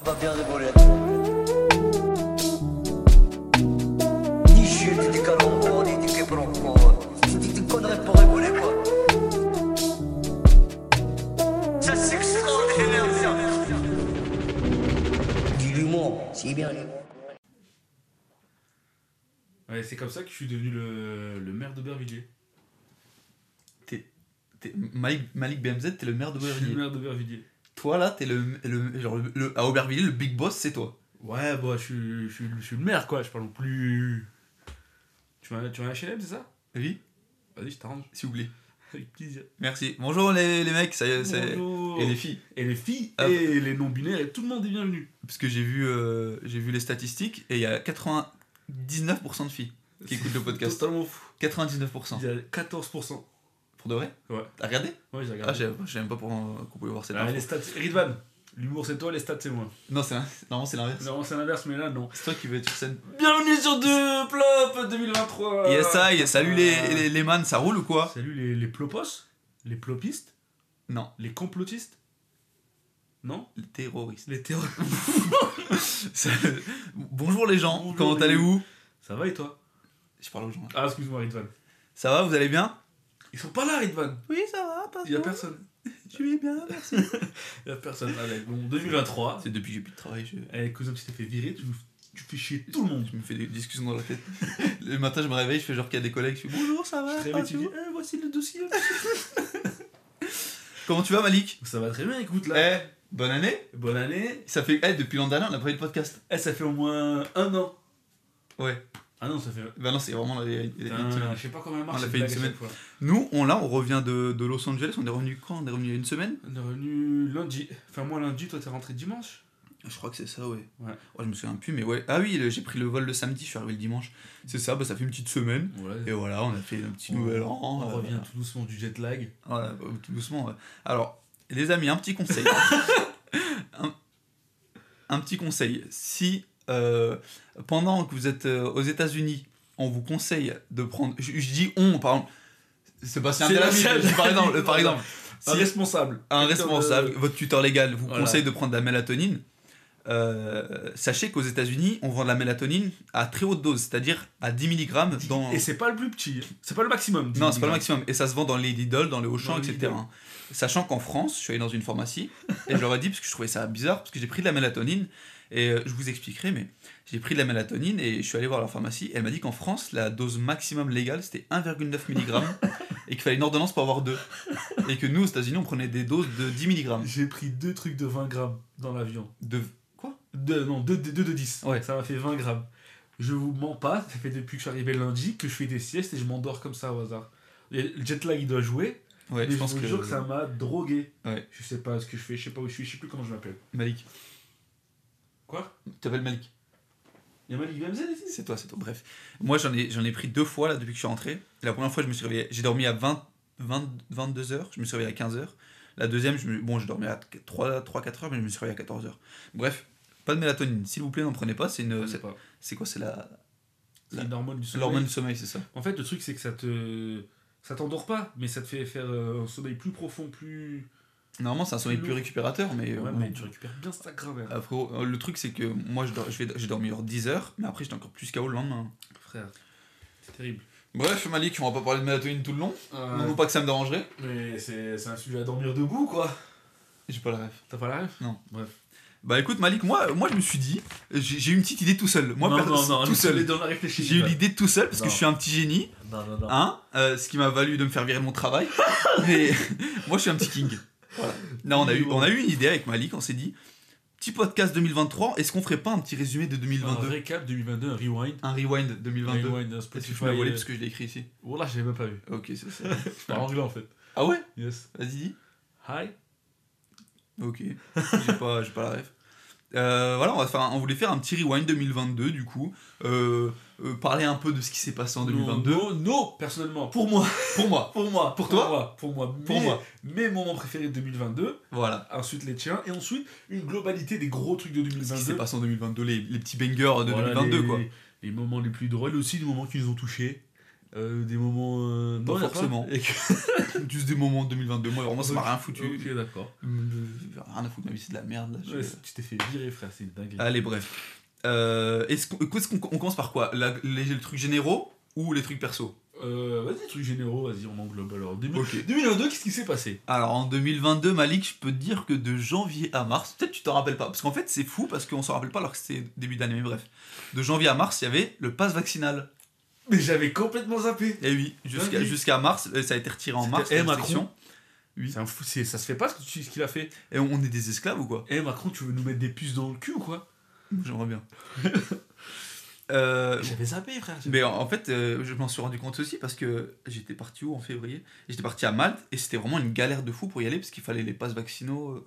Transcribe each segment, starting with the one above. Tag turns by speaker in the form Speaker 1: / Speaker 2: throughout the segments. Speaker 1: On va bien rigoler. Ni chute, ni calembour, ni ni quiproquo. C'est des- des conneries pour rigoler, quoi. Ça, c'est extraordinaire, ça. Du l'humour, c'est bien l'humour.
Speaker 2: Ouais, c'est comme ça que je suis devenu le, le maire d'Aubervilliers.
Speaker 3: T'es- Malik, Malik BMZ, t'es le maire
Speaker 2: Je suis le
Speaker 3: d'Aubervilliers.
Speaker 2: maire d'Aubervilliers.
Speaker 3: Toi, là, t'es le, le, genre, le- le- À Aubervilliers, le big boss, c'est toi.
Speaker 2: Ouais, bah, je suis, je, suis, je suis le maire, quoi. Je parle plus. Tu m'as tu m'as un HLM, c'est ça
Speaker 3: Oui,
Speaker 2: Vas-y, je t'arrange.
Speaker 3: s'il vous plaît.
Speaker 2: Avec plaisir.
Speaker 3: Merci. Bonjour les, les mecs, ça y est, c'est-
Speaker 2: Bonjour.
Speaker 3: Et les Ah. filles.
Speaker 2: Et les filles,
Speaker 3: Hop.
Speaker 2: et les non-binaires, et tout le monde est bienvenu.
Speaker 3: Parce que j'ai vu, euh, j'ai vu les statistiques et il y a 99% de filles. Qui écoutent le
Speaker 2: C'est
Speaker 3: podcast.
Speaker 2: Totalement fou.
Speaker 3: 99%.
Speaker 2: Il y a 14%.
Speaker 3: Pour de vrai
Speaker 2: Ouais.
Speaker 3: T'as regardé
Speaker 2: Ouais, j'ai
Speaker 3: Ah,
Speaker 2: regardé.
Speaker 3: j'ai j'ai même pas pour euh, qu'on pouvait voir cette
Speaker 2: Ah,
Speaker 3: info.
Speaker 2: les stats, Ridvan, l'humour c'est toi, les stats c'est moi.
Speaker 3: Non, c'est l'in- normalement c'est l'inverse.
Speaker 2: Non, Euh, c'est l'inverse, mais là non.
Speaker 3: C'est toi qui veux être sur scène.
Speaker 2: Bienvenue sur deux Plop 2023
Speaker 3: Yes, I, salut
Speaker 2: euh.
Speaker 3: les, les, les man, ça roule ou quoi
Speaker 2: Salut les, les plopos Les plopistes
Speaker 3: Non,
Speaker 2: Les complotistes Non
Speaker 3: les terroristes.
Speaker 2: Les terroristes
Speaker 3: Ça- Bonjour les gens,
Speaker 2: Bonjour,
Speaker 3: comment
Speaker 2: les-
Speaker 3: allez-vous
Speaker 2: Ça va et toi
Speaker 3: Je parle aux gens. hein.
Speaker 2: Ah, excuse-moi Ridvan.
Speaker 3: Ça va, vous allez bien
Speaker 2: Ils sont pas là Ridvan
Speaker 3: Oui, ça va, pas
Speaker 2: Il y a personne.
Speaker 3: Je vais bien, merci.
Speaker 2: Il y a personne. Allez, bon, 2023.
Speaker 3: C'est depuis que j'ai plus de travail, je...
Speaker 2: Eh, cousin, tu t'es fait virer, tu, tu fais chier tout le monde.
Speaker 3: je me fais des discussions dans la tête. le matin, je me réveille, je fais genre qu'il y a des collègues, je fais bonjour, ça va
Speaker 2: Très
Speaker 3: ça
Speaker 2: bien, tu
Speaker 3: va
Speaker 2: dis, eh, voici le dossier.
Speaker 3: Comment tu vas, Malik
Speaker 2: Ça va très bien, écoute
Speaker 3: Eh,
Speaker 2: là.
Speaker 3: bonne année
Speaker 2: Bonne année.
Speaker 3: Ça fait. Eh, depuis l'an dernier, on n'a pas eu de podcast.
Speaker 2: Eh, ça fait au moins un an.
Speaker 3: Ouais.
Speaker 2: Ah non, ça fait
Speaker 3: Bah non, c'est vraiment. les- les- les-
Speaker 2: Putain, je sais pas comment elle marche.
Speaker 3: On l'a
Speaker 2: cette
Speaker 3: fait une
Speaker 2: blague à
Speaker 3: semaine.
Speaker 2: chaque fois.
Speaker 3: Nous, on là, on revient de, de Los Angeles, on est revenu quand On est revenu il y a une semaine
Speaker 2: On est revenu lundi. Enfin, moi lundi, toi t'es rentré dimanche.
Speaker 3: Je crois que c'est ça, ouais.
Speaker 2: Ouais.
Speaker 3: je me souviens plus, mais ouais. Ah oui, le- j'ai pris le vol le samedi, je suis arrivé le dimanche. C'est ça, bah ça fait une petite semaine.
Speaker 2: Ouais.
Speaker 3: Et voilà, on a fait un petit
Speaker 2: On-
Speaker 3: nouvel an.
Speaker 2: On
Speaker 3: euh,
Speaker 2: revient tout doucement du jet lag.
Speaker 3: Voilà, bah, tout doucement. ouais. Alors, les amis, un petit conseil. un, un petit conseil. Si euh, pendant que vous êtes euh, aux États-Unis, on vous conseille de prendre. Je, je dis on, par exemple. Sébastien Delamy,
Speaker 2: Sébastien
Speaker 3: je dis par
Speaker 2: Delamy,
Speaker 3: exemple, par exemple.
Speaker 2: Un
Speaker 3: Si-
Speaker 2: responsable.
Speaker 3: un
Speaker 2: Quelqu'un de-
Speaker 3: responsable, votre tuteur légal, vous
Speaker 2: Voilà.
Speaker 3: conseille de prendre de la mélatonine. Euh, sachez qu'aux États-Unis, on vend de la mélatonine à très haute dose, c'est-à-dire à 10 mg dans.
Speaker 2: Et c'est pas le plus petit. C'est pas le maximum.
Speaker 3: Non, c'est pas le
Speaker 2: dis-moi.
Speaker 3: maximum. Et ça se vend dans les Lidl, dans les Auchan,
Speaker 2: Dans les
Speaker 3: etc.
Speaker 2: Lidl.
Speaker 3: Sachant qu'en France, je suis allé dans une pharmacie et je leur ai dit, parce que je trouvais ça bizarre, parce que j'ai pris de la mélatonine, et euh, je vous expliquerai, mais j'ai pris de la mélatonine et je suis allé voir la pharmacie. Et elle m'a dit qu'en France, la dose maximum légale, c'était 1,9 mg et qu'il fallait une ordonnance pour avoir deux. Et que nous, aux États-Unis, on prenait des doses de 10 mg.
Speaker 2: J'ai pris deux trucs de 20 grammes dans l'avion.
Speaker 3: De...
Speaker 2: Deux, non, deux, deux, deux de 10.
Speaker 3: Ouais.
Speaker 2: Ça m'a fait 20 grammes. Je vous mens pas, ça fait depuis que je suis arrivé lundi que je fais des siestes et je m'endors comme ça au hasard. Et Le jet lag il doit jouer,
Speaker 3: Ouais,
Speaker 2: mais
Speaker 3: je
Speaker 2: je,
Speaker 3: pense
Speaker 2: vous
Speaker 3: que.
Speaker 2: jure que ça m'a drogué.
Speaker 3: Ouais.
Speaker 2: Je sais pas ce que je fais, je sais pas où je suis, je sais plus comment je m'appelle.
Speaker 3: Malik.
Speaker 2: Quoi
Speaker 3: Tu t'appelles Malik.
Speaker 2: Y'a Malik BMZ ici
Speaker 3: C'est toi, c'est toi. Bref, moi j'en ai, j'en ai pris deux fois là depuis que je suis rentré. La première fois, je me suis réveillé, j'ai dormi à 20, 20 22 heures, je me suis réveillé à 15 heures. La deuxième, je me- bon, je dormais à 3-4 heures, mais je me suis réveillé à 14 heures. Bref, pas de mélatonine, s'il vous plaît, n'en prenez pas. C'est une, Euh, c'est,
Speaker 2: pas.
Speaker 3: c'est quoi C'est la,
Speaker 2: C'est une hormone du sommeil.
Speaker 3: l'hormone du sommeil, c'est ça
Speaker 2: En fait, le truc, c'est que ça te. Ça t'endort pas, mais ça te fait faire euh, un sommeil plus profond, plus.
Speaker 3: Normalement, c'est un sommeil plus récupérateur, mais. euh,
Speaker 2: ouais,
Speaker 3: bon.
Speaker 2: mais tu récupères bien sa grammaire.
Speaker 3: Après, euh, le truc, c'est que moi, je dors- je vais- j'ai dormi genre 10 heures, mais après, j'étais encore plus KO le lendemain.
Speaker 2: Frère, c'est terrible.
Speaker 3: Bref, Malik, on va pas parler de mélatonine tout le long. Non, non, pas que ça me dérangerait.
Speaker 2: Euh, mais c'est c'est un sujet à dormir debout, quoi.
Speaker 3: J'ai pas la ref.
Speaker 2: T'as pas la ref
Speaker 3: Bah écoute Malik, moi, moi je me suis dit, j'ai j'ai eu une petite idée tout seul. Moi,
Speaker 2: non,
Speaker 3: perso-
Speaker 2: non, non,
Speaker 3: tout seul.
Speaker 2: Dans la réfléchir.
Speaker 3: J'ai eu l'idée tout seul parce que
Speaker 2: Non.
Speaker 3: je suis un petit génie,
Speaker 2: Non, non, non.
Speaker 3: hein, euh, ce qui m'a valu de me faire virer mon travail. Mais moi je suis un petit king. Voilà. Non, on a, eu, on a eu une idée avec Malik, on s'est dit, petit podcast 2023, est-ce qu'on ferait pas un petit résumé de
Speaker 2: un
Speaker 3: 2022
Speaker 2: récap 2022, un rewind.
Speaker 3: Un rewind 2022
Speaker 2: Rewind, un
Speaker 3: Est-ce que
Speaker 2: Spotify.
Speaker 3: tu m'as volé
Speaker 2: euh,
Speaker 3: parce que je l'ai écrit ici
Speaker 2: Voilà, je l'ai même pas vu.
Speaker 3: Ok, c'est ça.
Speaker 2: Je parle anglais en fait.
Speaker 3: Ah ouais
Speaker 2: Yes.
Speaker 3: Vas-y, dis.
Speaker 2: Hi.
Speaker 3: Ok, j'ai pas, j'ai pas la ref. Euh, voilà, on, va faire un- on voulait faire un petit rewind 2022 du coup, Euh, euh, parler un peu de ce qui s'est passé en 2022.
Speaker 2: Non, non, non, personnellement.
Speaker 3: Pour moi, pour moi,
Speaker 2: Pour moi, pour,
Speaker 3: toi
Speaker 2: moi, pour moi,
Speaker 3: pour
Speaker 2: mes-
Speaker 3: moi.
Speaker 2: Mes moments préférés de 2022,
Speaker 3: Voilà,
Speaker 2: ensuite les tiens, et ensuite une globalité des gros trucs de
Speaker 3: ce qui s'est
Speaker 2: 2022.
Speaker 3: passé en 2022, les, les petits bangers de
Speaker 2: Voilà,
Speaker 3: 2022
Speaker 2: les,
Speaker 3: quoi.
Speaker 2: Les moments les plus drôles et aussi, les moments qui nous ont touchés. euh, des moments. euh,
Speaker 3: Pas
Speaker 2: non, y a
Speaker 3: forcément.
Speaker 2: Et que-
Speaker 3: Juste des moments en 2022, moi vraiment ça m'a rien foutu.
Speaker 2: Ok, d'accord.
Speaker 3: Je- Rien à foutre, ma vie c'est de la merde là. je-
Speaker 2: Ouais, tu t'es fait virer, frère, c'est une dinguerie.
Speaker 3: Allez, bref. Euh, est-ce qu'on, qu'est-ce qu'on- on commence par quoi La- les, les trucs généraux ou les trucs perso
Speaker 2: Euh, vas-y, trucs généraux, vas-y, on englobe alors. 2000
Speaker 3: Ok.
Speaker 2: 2022, qu'est-ce qui s'est passé
Speaker 3: Alors en 2022, Malik, je peux te dire que de janvier à mars, peut-être tu t'en rappelles pas, parce qu'en fait c'est fou parce qu'on s'en rappelle pas alors que c'était début d'année, mais bref. De janvier à mars, il y avait le pass vaccinal.
Speaker 2: Mais j'avais complètement zappé.
Speaker 3: Et oui, jusqu'à,
Speaker 2: Dingue.
Speaker 3: jusqu'à mars, euh, ça a été retiré en
Speaker 2: C'était
Speaker 3: mars.
Speaker 2: M.
Speaker 3: la
Speaker 2: Macron.
Speaker 3: restriction.
Speaker 2: C'est un fou, c'est- ça se fait pas ce que tu- ce qu'il a fait.
Speaker 3: Et on on est des esclaves ou quoi
Speaker 2: Eh Macron, tu veux nous mettre des puces dans le cul ou quoi
Speaker 3: J'aimerais bien. Euh,
Speaker 2: J'avais zappé, frère. j'avais-
Speaker 3: Mais en en fait, euh, je m'en suis rendu compte aussi parce que j'étais parti où en février J'étais parti à Malte et c'était vraiment une galère de fou pour y aller parce qu'il fallait les passes vaccinaux.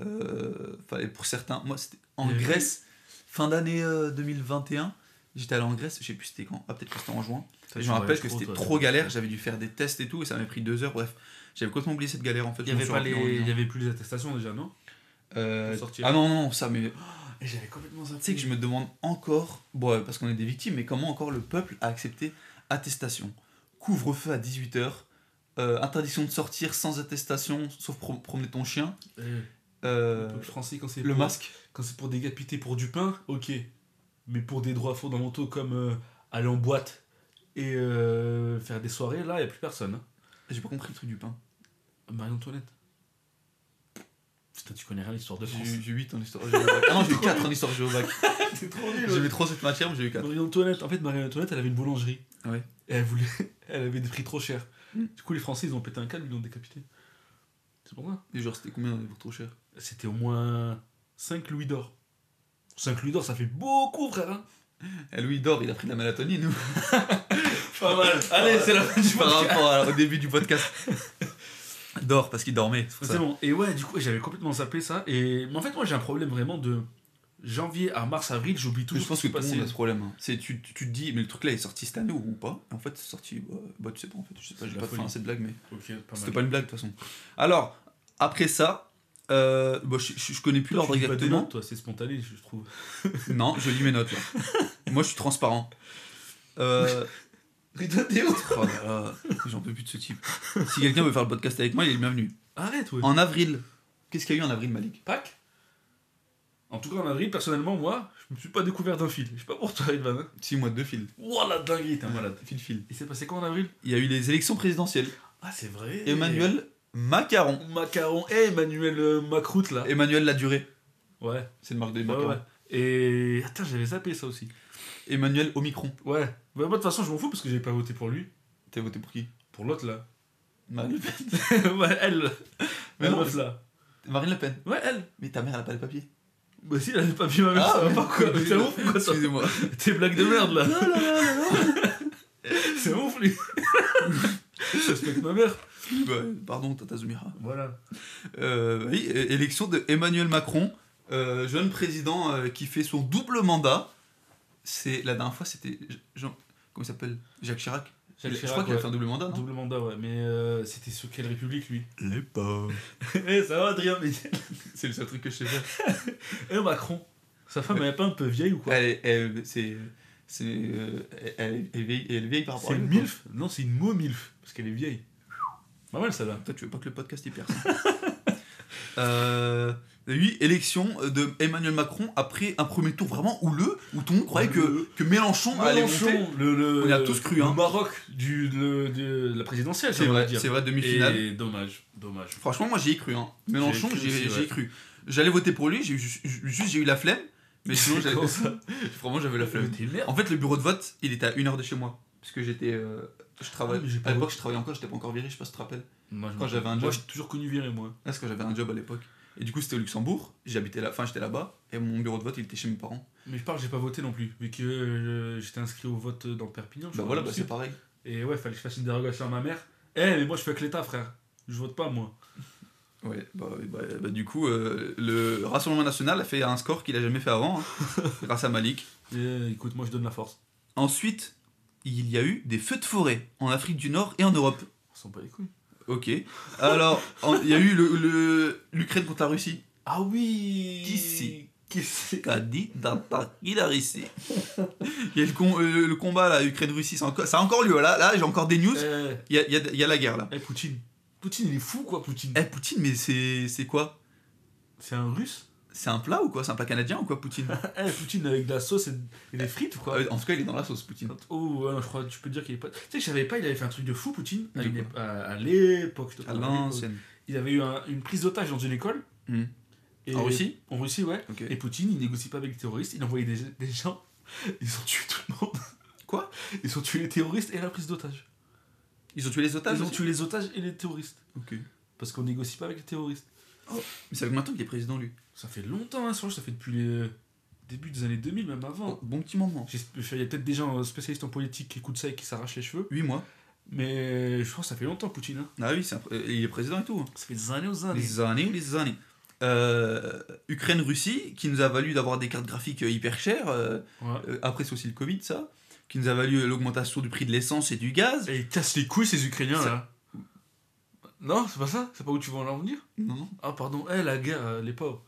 Speaker 3: euh, euh, fallait pour certains. Moi, c'était en
Speaker 2: Et Eh oui.
Speaker 3: Grèce, fin d'année euh, 2021. J'étais allé en Grèce, je sais plus c'était quand. Ah, peut-être que c'était en juin. Et je me rappelle que c'était trop galère. J'avais dû faire des tests et tout et ça m'avait pris deux heures. Bref, j'avais complètement oublié cette galère en fait.
Speaker 2: Il
Speaker 3: je
Speaker 2: n'y
Speaker 3: m'en
Speaker 2: avait,
Speaker 3: suis
Speaker 2: pas
Speaker 3: rendu
Speaker 2: les...
Speaker 3: en
Speaker 2: il y
Speaker 3: revenant.
Speaker 2: avait plus les attestations déjà, non
Speaker 3: Euh,
Speaker 2: pour sortir.
Speaker 3: Ah non, non, ça, mais
Speaker 2: Et j'avais complètement zappé.
Speaker 3: Tu sais que je me demande encore, bon, ouais, parce qu'on est des victimes, mais comment encore le peuple a accepté attestation, couvre-feu à 18h, interdiction de sortir sans attestation, sauf pro- promener ton chien,
Speaker 2: Eh,
Speaker 3: euh,
Speaker 2: le peuple français, quand c'est
Speaker 3: le
Speaker 2: pour-
Speaker 3: masque.
Speaker 2: Quand c'est pour décapiter pour du pain, ok. Mais pour des droits fondamentaux comme euh, aller en boîte et euh, faire des soirées, là, il n'y a plus personne. hein.
Speaker 3: J'ai pas compris le truc du pain.
Speaker 2: Marie-Antoinette. Putain, tu connais rien à l'histoire de France.
Speaker 3: J'ai j'ai 8 en histoire géobac. Ah non, j'ai eu 4 en histoire géobac.
Speaker 2: T'es trop
Speaker 3: J'aimais trop cette matière, mais j'ai eu 4.
Speaker 2: Marie-Antoinette, en fait, Marie-Antoinette, elle avait une boulangerie.
Speaker 3: Ouais.
Speaker 2: Et elle voulait. Elle avait des prix trop chers.
Speaker 3: Mm.
Speaker 2: Du coup, les Français, ils ont pété un câble, ils l'ont décapité. C'est pour ça.
Speaker 3: Et genre, c'était combien on est trop cher
Speaker 2: C'était au moins 5 louis d'or. 5 louis d'or, ça fait beaucoup, frère. hein.
Speaker 3: Eh, Louis d'or, il a pris de la mélatonine, nous.
Speaker 2: Pas mal. Allez, c'est la fin du
Speaker 3: Par
Speaker 2: podcast.
Speaker 3: rapport à- au début du podcast. Dort parce qu'il dormait. c'est pour
Speaker 2: C'est
Speaker 3: ça.
Speaker 2: bon. Et ouais, du coup, j'avais complètement zappé ça. Et mais en fait, moi, j'ai un problème vraiment de janvier à mars, avril, j'oublie tout.
Speaker 3: je pense que tout le monde a ce problème. hein. C'est, tu, tu- tu te dis, mais le truc là est sorti cette année ou pas Et En fait, c'est sorti. Bah, bah, tu sais pas, en fait. Je sais pas,
Speaker 2: C'est
Speaker 3: j'ai
Speaker 2: la
Speaker 3: pas de fin
Speaker 2: folie.
Speaker 3: à cette blague, mais
Speaker 2: Ok, pas
Speaker 3: c'était pas une blague de toute façon. Alors, après ça, euh, bah, je, je- je connais plus l'ordre exactement.
Speaker 2: toi, c'est spontané, je trouve.
Speaker 3: Non, je lis mes notes là. Moi, je suis transparent. Euh, oh là là, j'en peux plus de ce type. Si quelqu'un veut faire le podcast avec moi, il est le bienvenu.
Speaker 2: Arrête, ouais.
Speaker 3: En avril, qu'est-ce qu'il y a eu en avril, Malik
Speaker 2: Pâques En tout cas, en avril, personnellement, moi, je me suis pas découvert d'un fil. Je sais pas pour toi, Edvan. hein.
Speaker 3: 6 mois de fil.
Speaker 2: Ouah, la dinguerie, t'es un malade.
Speaker 3: Fil, fil.
Speaker 2: Il s'est passé quoi en avril
Speaker 3: Il y a eu les élections présidentielles.
Speaker 2: Ah, c'est vrai.
Speaker 3: Emmanuel Macaron.
Speaker 2: Macaron. Eh, Emmanuel euh, Macroute, là.
Speaker 3: Emmanuel la durée.
Speaker 2: Ouais,
Speaker 3: C'est une marque de
Speaker 2: ouais,
Speaker 3: macarons.
Speaker 2: ouais. Et. Attends, j'avais zappé ça aussi.
Speaker 3: Emmanuel Omicron.
Speaker 2: Ouais. Bah, moi, de toute façon, je m'en fous parce que j'ai pas voté pour lui.
Speaker 3: T'as voté pour qui
Speaker 2: Pour l'autre, là.
Speaker 3: Marine Le Pen.
Speaker 2: ouais, elle.
Speaker 3: Mais
Speaker 2: la
Speaker 3: non,
Speaker 2: meuf là.
Speaker 3: Marine Le Pen.
Speaker 2: Ouais, elle.
Speaker 3: Mais ta mère, elle a pas les papiers.
Speaker 2: Bah si, elle avait pas vu
Speaker 3: Ah,
Speaker 2: ma mère, ça va pas quoi. C'est ouf ou quoi ça
Speaker 3: Excusez-moi.
Speaker 2: Tes blagues de merde là. C'est ouf lui. Je respecte ma mère.
Speaker 3: Bah, pardon, Tata Zumira.
Speaker 2: Voilà.
Speaker 3: Euh, oui, é- élection de Emmanuel Macron, euh, jeune président euh, qui fait son double mandat. C'est la dernière fois, c'était Jean. Comment il s'appelle Jacques Chirac. Il- je crois qu'il a fait un double mandat, non
Speaker 2: Double mandat, ouais. Mais euh, c'était sous quelle république lui
Speaker 3: Les pas.
Speaker 2: Eh, ça va Adrien, mais.
Speaker 3: C'est le seul truc que je sais faire.
Speaker 2: Eh, Macron. Sa femme, elle est pas un peu vieille ou quoi
Speaker 3: Elle est, elle- c'est, c'est, euh, elle, elle est vieille, elle est vieille par rapport
Speaker 2: C'est
Speaker 3: à
Speaker 2: une
Speaker 3: nous, quoi.
Speaker 2: MILF Non, c'est une mot MILF. Parce qu'elle est vieille. Pas mal ça là.
Speaker 3: Toi, tu veux pas que le podcast y perce. euh, oui, élection de Emmanuel Macron après un premier tour vraiment houleux, où tout le monde croyait que,
Speaker 2: Houleux.
Speaker 3: que Mélenchon, allait monter.
Speaker 2: le, le,
Speaker 3: On y a tous cru, hein.
Speaker 2: le Maroc du, le- de la présidentielle,
Speaker 3: C'est
Speaker 2: j'ai envie de
Speaker 3: vrai,
Speaker 2: dire.
Speaker 3: c'est vrai, demi-finale.
Speaker 2: Et dommage, dommage.
Speaker 3: Franchement, moi, j'y ai cru. Hein. Mélenchon,
Speaker 2: J'y ai cru
Speaker 3: j'y ai,
Speaker 2: aussi,
Speaker 3: j'y ai
Speaker 2: ouais.
Speaker 3: cru. J'allais voter pour lui, j'ai eu ju- ju- juste j'ai eu la flemme. Mais sinon, j'avais-
Speaker 2: Comment ça
Speaker 3: vraiment, j'avais la flemme.
Speaker 2: T'es merde.
Speaker 3: En fait, le bureau de vote, il était à une heure de chez moi. Parce que j'étais. euh, je travaille.
Speaker 2: Ah, mais j'ai pas
Speaker 3: à l'époque, je travaillais encore, j'étais pas encore viré, je sais pas si tu te rappelles.
Speaker 2: Moi, je
Speaker 3: Quand
Speaker 2: me-
Speaker 3: j'avais un
Speaker 2: Moi,
Speaker 3: job.
Speaker 2: j'ai toujours connu Viré, moi.
Speaker 3: Là, c'est quand j'avais un job à l'époque. Et du coup, c'était au Luxembourg, j'habitais là, enfin, j'étais là-bas, et mon bureau de vote, il était chez mes parents.
Speaker 2: Mais je parle, j'ai pas voté non plus, vu que euh, j'étais inscrit au vote dans Perpignan. je
Speaker 3: Bah
Speaker 2: crois,
Speaker 3: voilà,
Speaker 2: moi
Speaker 3: bah
Speaker 2: aussi.
Speaker 3: c'est pareil.
Speaker 2: Et ouais, fallait que je fasse une dérogation à ma mère. Eh, mais moi, je fais que l'État, frère. Je vote pas, moi.
Speaker 3: Ouais, bah, bah, bah, du coup, euh, le Rassemblement National a fait un score qu'il a jamais fait avant, hein, grâce à Malik.
Speaker 2: Et, euh, écoute, moi, je donne la force.
Speaker 3: Ensuite, il y a eu des feux de forêt en Afrique du Nord et en Europe.
Speaker 2: On s'en bat les couilles.
Speaker 3: Ok. Alors, en- il y a eu l'Ukraine le, l'Ukraine contre la Russie.
Speaker 2: Ah oui
Speaker 3: Qui c'est
Speaker 2: Qu'est-ce que
Speaker 3: Qu'a dit d'un parti la Russie Il y a le, con- euh, le combat là, Ukraine-Russie, c'est encore- ça a encore lieu. Là, là j'ai encore des news.
Speaker 2: c'est Eh,
Speaker 3: Il y a, il y a- il y a la guerre là.
Speaker 2: eh, Poutine. Poutine, il est fou, quoi, Poutine.
Speaker 3: Eh, Poutine, mais c'est c'est quoi
Speaker 2: C'est un russe
Speaker 3: C'est un plat ou quoi C'est un plat canadien ou quoi, Poutine
Speaker 2: Eh, Poutine avec de la sauce et et des frites, ou quoi.
Speaker 3: En tout cas, il est dans la sauce, Poutine.
Speaker 2: Oh, ouais, je crois, tu peux dire qu'il est pas. Tu sais, je savais pas, il avait fait un truc de fou, Poutine, à,
Speaker 3: De
Speaker 2: une
Speaker 3: quoi
Speaker 2: ép- à- à l'époque. je te
Speaker 3: À
Speaker 2: parle, à l'époque.
Speaker 3: l'ancienne.
Speaker 2: Il avait eu un- une prise d'otage dans une école.
Speaker 3: Hmm.
Speaker 2: Et-
Speaker 3: En Russie
Speaker 2: En Russie, ouais.
Speaker 3: Ok.
Speaker 2: Et Poutine, il négocie pas avec les terroristes, il envoyait des, des gens, ils ont tué tout le monde.
Speaker 3: Quoi
Speaker 2: Ils ont tué les terroristes et la prise d'otages.
Speaker 3: Ils ont tué les otages
Speaker 2: Ils ont
Speaker 3: aussi
Speaker 2: tué les otages et les terroristes.
Speaker 3: Ok.
Speaker 2: Parce qu'on négocie pas avec les terroristes.
Speaker 3: Mais ça fait maintenant qu'il est président, lui.
Speaker 2: Ça fait longtemps, hein, je crois que ça fait depuis les débuts des années 2000, même
Speaker 3: Bon,
Speaker 2: avant.
Speaker 3: bon petit moment.
Speaker 2: J'espère- Il y a peut-être des gens euh, spécialistes en politique qui écoutent ça et qui s'arrachent les cheveux.
Speaker 3: 8 mois.
Speaker 2: Mais euh, je crois que ça fait longtemps, Poutine. hein.
Speaker 3: Ah oui, c'est un pr- euh, il est président et tout. hein.
Speaker 2: Ça fait des années aux années.
Speaker 3: Les années ou les années. Euh, Ukraine-Russie, qui nous a valu d'avoir des cartes graphiques euh, hyper chères. euh,
Speaker 2: Ouais.
Speaker 3: euh, après, c'est aussi le Covid, ça. Qui nous a valu euh, l'augmentation du prix de l'essence et du gaz.
Speaker 2: Et ils cassent les couilles, ces Ukrainiens,
Speaker 3: Ça-
Speaker 2: là. Non, c'est pas ça C'est pas où tu veux en venir
Speaker 3: Non, non.
Speaker 2: Ah, pardon. Eh, la guerre, euh, les pauvres.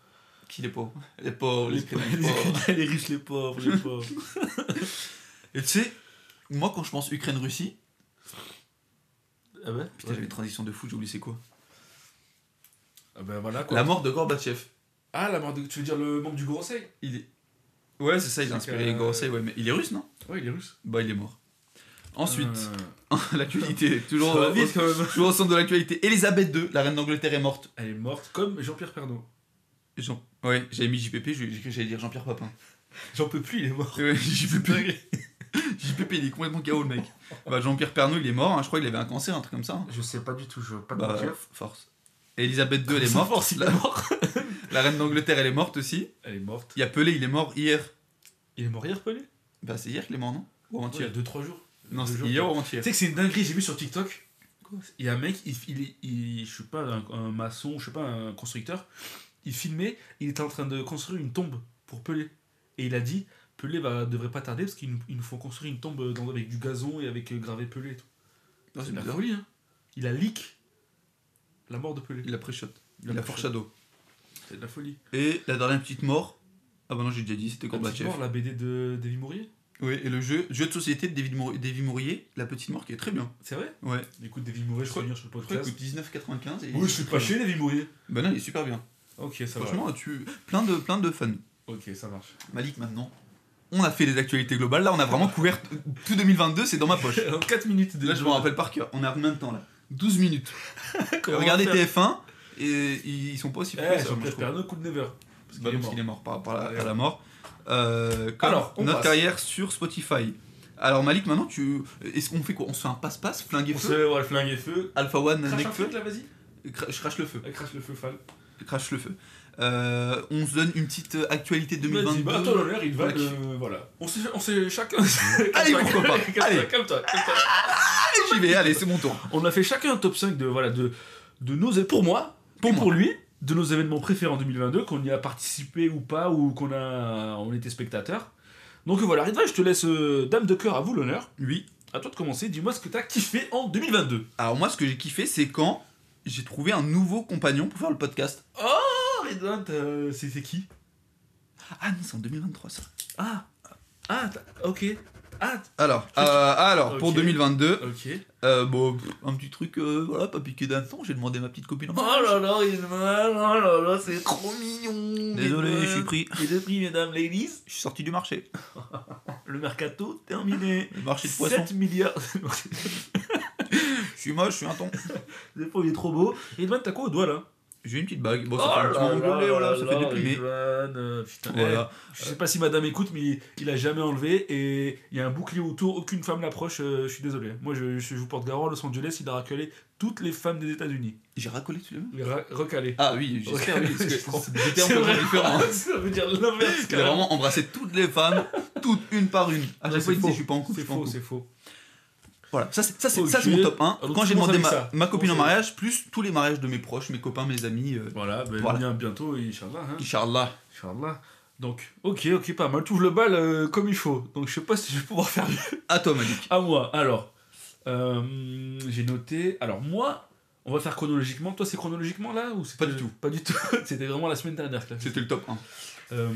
Speaker 3: Qui les pauvres Les pauvres, Oh, les,
Speaker 2: Les,
Speaker 3: Ukrainiens,
Speaker 2: les
Speaker 3: les pauvres.
Speaker 2: Ukrainiens, les riches, les pauvres, les pauvres.
Speaker 3: Et tu sais, moi, quand je pense Ukraine-Russie,
Speaker 2: ah ouais
Speaker 3: putain, j'avais une transition de fou, j'ai oublié c'est quoi.
Speaker 2: Ah ben voilà quoi.
Speaker 3: La mort de Gorbatchev.
Speaker 2: Ah, la mort de... Tu veux dire le membre du Conseil
Speaker 3: Il est... Ouais, c'est ça, il
Speaker 2: C'est
Speaker 3: a inspiré
Speaker 2: que-
Speaker 3: Gorbatchev, ouais, mais il est russe, non
Speaker 2: Ouais, il est russe.
Speaker 3: Bah, il est mort. Ensuite,
Speaker 2: Euh,
Speaker 3: l'actualité, toujours,
Speaker 2: ça va
Speaker 3: au-
Speaker 2: vite, quand même.
Speaker 3: toujours au centre de l'actualité. Elisabeth II, la reine d'Angleterre, est morte.
Speaker 2: Elle est morte comme Jean-Pierre Pernaut.
Speaker 3: Jean... Ouais, j'avais mis JPP, j'ai j'ai cru que j'allais dire Jean-Pierre Papin.
Speaker 2: J'en peux plus, il est mort.
Speaker 3: Ouais, JPP. JPP, il est complètement KO, le mec. Bah, Jean-Pierre Pernaut, il est mort, hein, je crois qu'il avait un cancer, un truc comme ça. hein.
Speaker 2: Je sais pas du tout, je veux pas de
Speaker 3: Bah,
Speaker 2: mentir.
Speaker 3: force. Elisabeth II, elle est
Speaker 2: Ça,
Speaker 3: morte.
Speaker 2: force, il est
Speaker 3: la,
Speaker 2: mort.
Speaker 3: la reine d'Angleterre, elle est morte aussi.
Speaker 2: Elle est morte.
Speaker 3: Il y a Pelé, il est mort hier.
Speaker 2: Il est mort hier, Pelé
Speaker 3: Bah, c'est hier qu'il est mort, non Ou
Speaker 2: Ouais, Il y a
Speaker 3: avant-hier
Speaker 2: 2-3 jours.
Speaker 3: Non,
Speaker 2: Deux
Speaker 3: c'est
Speaker 2: jours.
Speaker 3: hier ou
Speaker 2: Tu
Speaker 3: avant-hier
Speaker 2: sais que c'est une dinguerie, j'ai vu sur TikTok. Il y a un mec, il, il, il- je sais pas, un, un maçon, je sais pas, un constructeur, il filmait, il était en train de construire une tombe pour Pelé. Et il a dit, Pelé va, devrait pas tarder parce qu'ils nous, ils nous font construire une tombe dans- avec du gazon et avec euh, gravé Pelé et tout.
Speaker 3: Non,
Speaker 2: C'est
Speaker 3: c'est
Speaker 2: de la
Speaker 3: bizarre.
Speaker 2: folie, hein. Il a leak la mort de Pelé.
Speaker 3: Il a pré-shot.
Speaker 2: a
Speaker 3: Il a
Speaker 2: pré-shot.
Speaker 3: foreshadow.
Speaker 2: C'est de la folie.
Speaker 3: Et la dernière petite mort. Ah bah non, j'ai déjà dit, c'était
Speaker 2: Quand tu
Speaker 3: Gorbatchev.
Speaker 2: la BD de Davy Mourier
Speaker 3: Oui, et le jeu, jeu de société de David, Mour- David Mourier, La Petite Mort, qui est très bien.
Speaker 2: C'est vrai
Speaker 3: Ouais.
Speaker 2: Écoute, Davy Mourier, je
Speaker 3: crois-
Speaker 2: peux venir sur le
Speaker 3: Je crois
Speaker 2: podcast.
Speaker 3: qu'il coûte 19,95. et-
Speaker 2: Oui, je suis pas chez Davy Mourier.
Speaker 3: Bah non, il est super bien.
Speaker 2: Ok, ça va.
Speaker 3: Franchement, tu... plein, de, plein de fun.
Speaker 2: Ok, ça marche.
Speaker 3: Malik, maintenant, on a fait les actualités globales. Là, on a vraiment couvert t- tout 2022, c'est dans ma poche.
Speaker 2: en 4 minutes de
Speaker 3: Là, je me rappelle par cœur. On a combien de temps là 12 minutes.
Speaker 2: Comment
Speaker 3: Regardez
Speaker 2: faire
Speaker 3: TF1, et ils sont pas aussi forts
Speaker 2: Eh,
Speaker 3: que ça, moi, je
Speaker 2: Jean-Pierre
Speaker 3: trouve.
Speaker 2: Pernaut, coup de never. Parce
Speaker 3: Bah
Speaker 2: qu'il est
Speaker 3: non, parce
Speaker 2: mort. Eh
Speaker 3: qu'il est mort par rapport à
Speaker 2: Ouais.
Speaker 3: la, à la mort. Euh, comme
Speaker 2: Alors, on
Speaker 3: notre
Speaker 2: passe.
Speaker 3: carrière sur Spotify. Alors Malik, maintenant, tu est-ce qu'on fait quoi On se fait un passe-passe, flingue et
Speaker 2: On
Speaker 3: feu
Speaker 2: se ouais, flingue et feu.
Speaker 3: Alpha One,
Speaker 2: Crache
Speaker 3: Nec
Speaker 2: un
Speaker 3: feu
Speaker 2: feu, là, vas-y.
Speaker 3: Cra- Je crache le feu.
Speaker 2: Eh, Crache le feu, Fal.
Speaker 3: Je crache le feu. Euh, on se donne une petite euh, actualité 2022.
Speaker 2: Vas-y, bah, attends, l'honneur, il va.
Speaker 3: Voilà.
Speaker 2: le- Voilà. On s'est on s'est chacun.
Speaker 3: Allez,
Speaker 2: Calme-toi,
Speaker 3: pourquoi pas.
Speaker 2: calme-toi,
Speaker 3: Allez.
Speaker 2: Calme-toi, calme-toi.
Speaker 3: Allez, j'y vais, allez, c'est mon tour.
Speaker 2: On a fait chacun un top 5 de, voilà, de, de nos. é- Pour moi,
Speaker 3: Pour
Speaker 2: et
Speaker 3: moi.
Speaker 2: pour lui, de nos événements préférés en 2022, qu'on y a participé ou pas, ou qu'on a, on était spectateur. Donc voilà, Ridva, je te laisse, euh, dame de cœur, à vous l'honneur.
Speaker 3: Oui.
Speaker 2: À toi de commencer, dis-moi ce que t'as kiffé en 2022.
Speaker 3: Alors moi, ce que j'ai kiffé, c'est quand j'ai trouvé un nouveau compagnon pour faire le podcast.
Speaker 2: Oh, Ridva, t'as- c'est c'est qui
Speaker 3: Ah non, c'est en 2023 ça.
Speaker 2: Ah Ah, t'as- ok. Ah,
Speaker 3: Alors, euh, alors pour
Speaker 2: Ok.
Speaker 3: 2022,
Speaker 2: ok.
Speaker 3: euh, bon, pff, un petit truc, euh, voilà, pas piqué d'un temps. J'ai demandé à ma petite copine. en
Speaker 2: Oh là là, il est mal, oh là là, c'est trop mignon.
Speaker 3: Désolé, je suis pris.
Speaker 2: Les deux prix, mesdames, ladies.
Speaker 3: Je suis sorti du marché.
Speaker 2: Le mercato terminé.
Speaker 3: Le marché de poissons.
Speaker 2: 7 milliards.
Speaker 3: Je suis moche, je suis un ton.
Speaker 2: Le fois, il est trop beau. Edman, t'as quoi au doigt là
Speaker 3: J'ai une petite bague.
Speaker 2: Oh
Speaker 3: Bon, ça fait un petit moment que je l'ai, voilà, ça fait déprimer.
Speaker 2: Edman, euh, putain,
Speaker 3: Voilà.
Speaker 2: eh, je sais pas si madame écoute, mais il, il a jamais enlevé et il y a un bouclier autour, aucune femme l'approche. euh, je suis désolé. Moi, je, je vous porte garant à Los Angeles, il a raclé toutes les femmes des États-Unis.
Speaker 3: J'ai racolé tu l'as vu
Speaker 2: Il a ra- recalé.
Speaker 3: Ah oui, j'espère, oui, parce
Speaker 2: Je crois.
Speaker 3: que c'est des termes complètement différents.
Speaker 2: Ça veut dire l'inverse.
Speaker 3: Il a vraiment embrassé toutes les femmes, toutes une par une. À
Speaker 2: Non,
Speaker 3: chaque
Speaker 2: c'est
Speaker 3: fois, il
Speaker 2: faux.
Speaker 3: disait Je suis pas en couple,
Speaker 2: C'est
Speaker 3: je suis pas en
Speaker 2: faux,
Speaker 3: couple.
Speaker 2: c'est faux.
Speaker 3: Voilà, ça c'est ça, c'est- ça,
Speaker 2: Ok.
Speaker 3: c'est mon top 1.
Speaker 2: Alors,
Speaker 3: Quand
Speaker 2: tout
Speaker 3: j'ai
Speaker 2: le monde
Speaker 3: demandé
Speaker 2: savait
Speaker 3: ma,
Speaker 2: ça.
Speaker 3: ma copine en
Speaker 2: Tout le monde
Speaker 3: mariage, plus tous les mariages de mes proches, mes copains, mes amis, euh,
Speaker 2: Voilà, ben,
Speaker 3: Voilà.
Speaker 2: il vient bientôt, Inch'Allah. Hein.
Speaker 3: Inch'Allah.
Speaker 2: Inch'Allah. Donc, ok, ok, pas mal. Touche le bal euh, comme il faut. Donc, je sais pas si je vais pouvoir faire mieux.
Speaker 3: À toi, Malik.
Speaker 2: À moi, alors. euh, J'ai noté. Alors, moi, On va faire chronologiquement. Toi, c'est chronologiquement là ou c'était-
Speaker 3: Pas du tout.
Speaker 2: Pas du tout. C'était vraiment la semaine dernière. que là.
Speaker 3: C'était le top 1.
Speaker 2: Euh,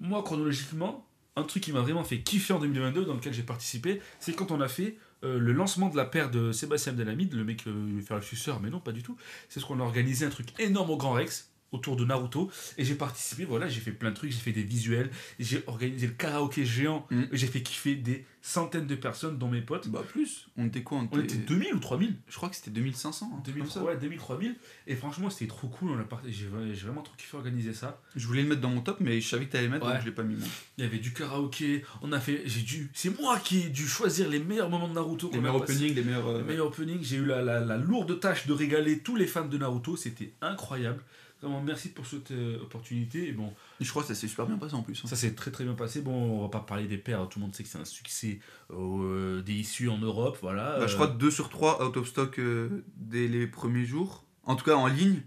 Speaker 2: moi, chronologiquement, un truc qui m'a vraiment fait kiffer en 2022, dans lequel j'ai participé, c'est quand on a fait euh, le lancement de la paire de Sébastien Abdelhamid, le mec euh, il veut faire le suceur, mais non, pas du tout. C'est ce qu'on a organisé un truc énorme au Grand Rex autour de Naruto et j'ai participé voilà j'ai fait plein de trucs j'ai fait des visuels j'ai organisé le karaoké géant
Speaker 3: Mm.
Speaker 2: et j'ai fait kiffer des centaines de personnes dont mes potes
Speaker 3: Bah plus, on était quoi on
Speaker 2: on était
Speaker 3: était-
Speaker 2: 2000 ou 3000
Speaker 3: Je crois que c'était 2500. hein, comme
Speaker 2: 2000,
Speaker 3: ça.
Speaker 2: ouais, 2000, 3000 et franchement c'était trop cool on a part- j'ai j'ai vraiment trop kiffé organiser ça
Speaker 3: Je voulais le mettre dans mon top, mais je savais que t'allais le mettre,
Speaker 2: Ouais.
Speaker 3: donc je l'ai pas mis. moi.
Speaker 2: Il y avait du karaoké, on a fait, j'ai dû, c'est moi qui ai dû choisir les meilleurs moments de Naruto. qu'on
Speaker 3: Les
Speaker 2: a
Speaker 3: meilleurs
Speaker 2: passés.
Speaker 3: openings, les meilleurs. euh,
Speaker 2: Les meilleurs openings, j'ai eu la, la- la lourde tâche de régaler tous les fans de Naruto, c'était incroyable. Vraiment merci pour cette euh, opportunité. Et bon,
Speaker 3: Je crois que ça s'est super bien passé en plus. hein.
Speaker 2: ça s'est très très bien passé. Bon, on va pas parler des pairs, tout le monde sait que c'est un succès euh, des issues en Europe, voilà.
Speaker 3: Bah, je crois 2 sur 3 out of stock euh, dès les premiers jours. En tout cas en ligne.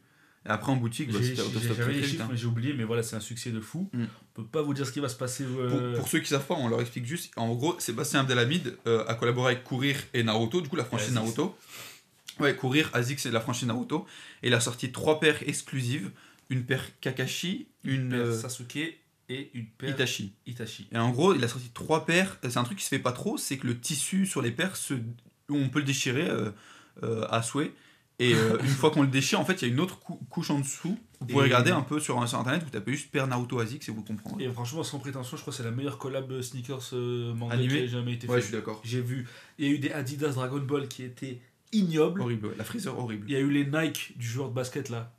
Speaker 3: Et après en boutique, bah,
Speaker 2: euh, J'ai-
Speaker 3: c'était out
Speaker 2: j'ai-
Speaker 3: of stock
Speaker 2: J'avais
Speaker 3: très
Speaker 2: les
Speaker 3: très vite.
Speaker 2: chiffres,
Speaker 3: hein.
Speaker 2: mais j'ai oublié, mais voilà, c'est un succès de fou.
Speaker 3: Mm.
Speaker 2: On peut pas vous dire ce qui va se passer.
Speaker 3: Pour,
Speaker 2: euh,
Speaker 3: pour ceux qui savent pas, on leur explique juste. En gros, Sébastien Abdelhamid euh, a collaboré avec Courir et Naruto, du coup la franchise
Speaker 2: Azix.
Speaker 3: Naruto. Ouais, Courir, Azix c'est la franchise Naruto. Et il a sorti trois paires exclusives une paire Kakashi, une,
Speaker 2: paire
Speaker 3: euh,
Speaker 2: Sasuke et une paire
Speaker 3: Itachi.
Speaker 2: Itachi.
Speaker 3: Et en gros, il a sorti trois paires. C'est un truc qui se fait pas trop, c'est que le tissu sur les paires, se- on peut le déchirer euh, euh, à souhait. Et euh, une fois qu'on le déchire, en fait, il y a une autre cou- couche en dessous. Vous pouvez
Speaker 2: Et-
Speaker 3: regarder un peu sur, sur internet, vous tapez juste paire Naruto Azix et vous comprendrez.
Speaker 2: Et franchement, sans prétention, je crois que c'est la meilleure collab euh, sneakers euh, manga
Speaker 3: Animé
Speaker 2: qui a jamais été
Speaker 3: Ouais, je
Speaker 2: faite.
Speaker 3: suis d'accord.
Speaker 2: J'ai vu, il y a eu des Adidas Dragon Ball qui étaient ignobles.
Speaker 3: Horrible, ouais. la freezer horrible.
Speaker 2: Il y a eu les Nike du joueur de basket là.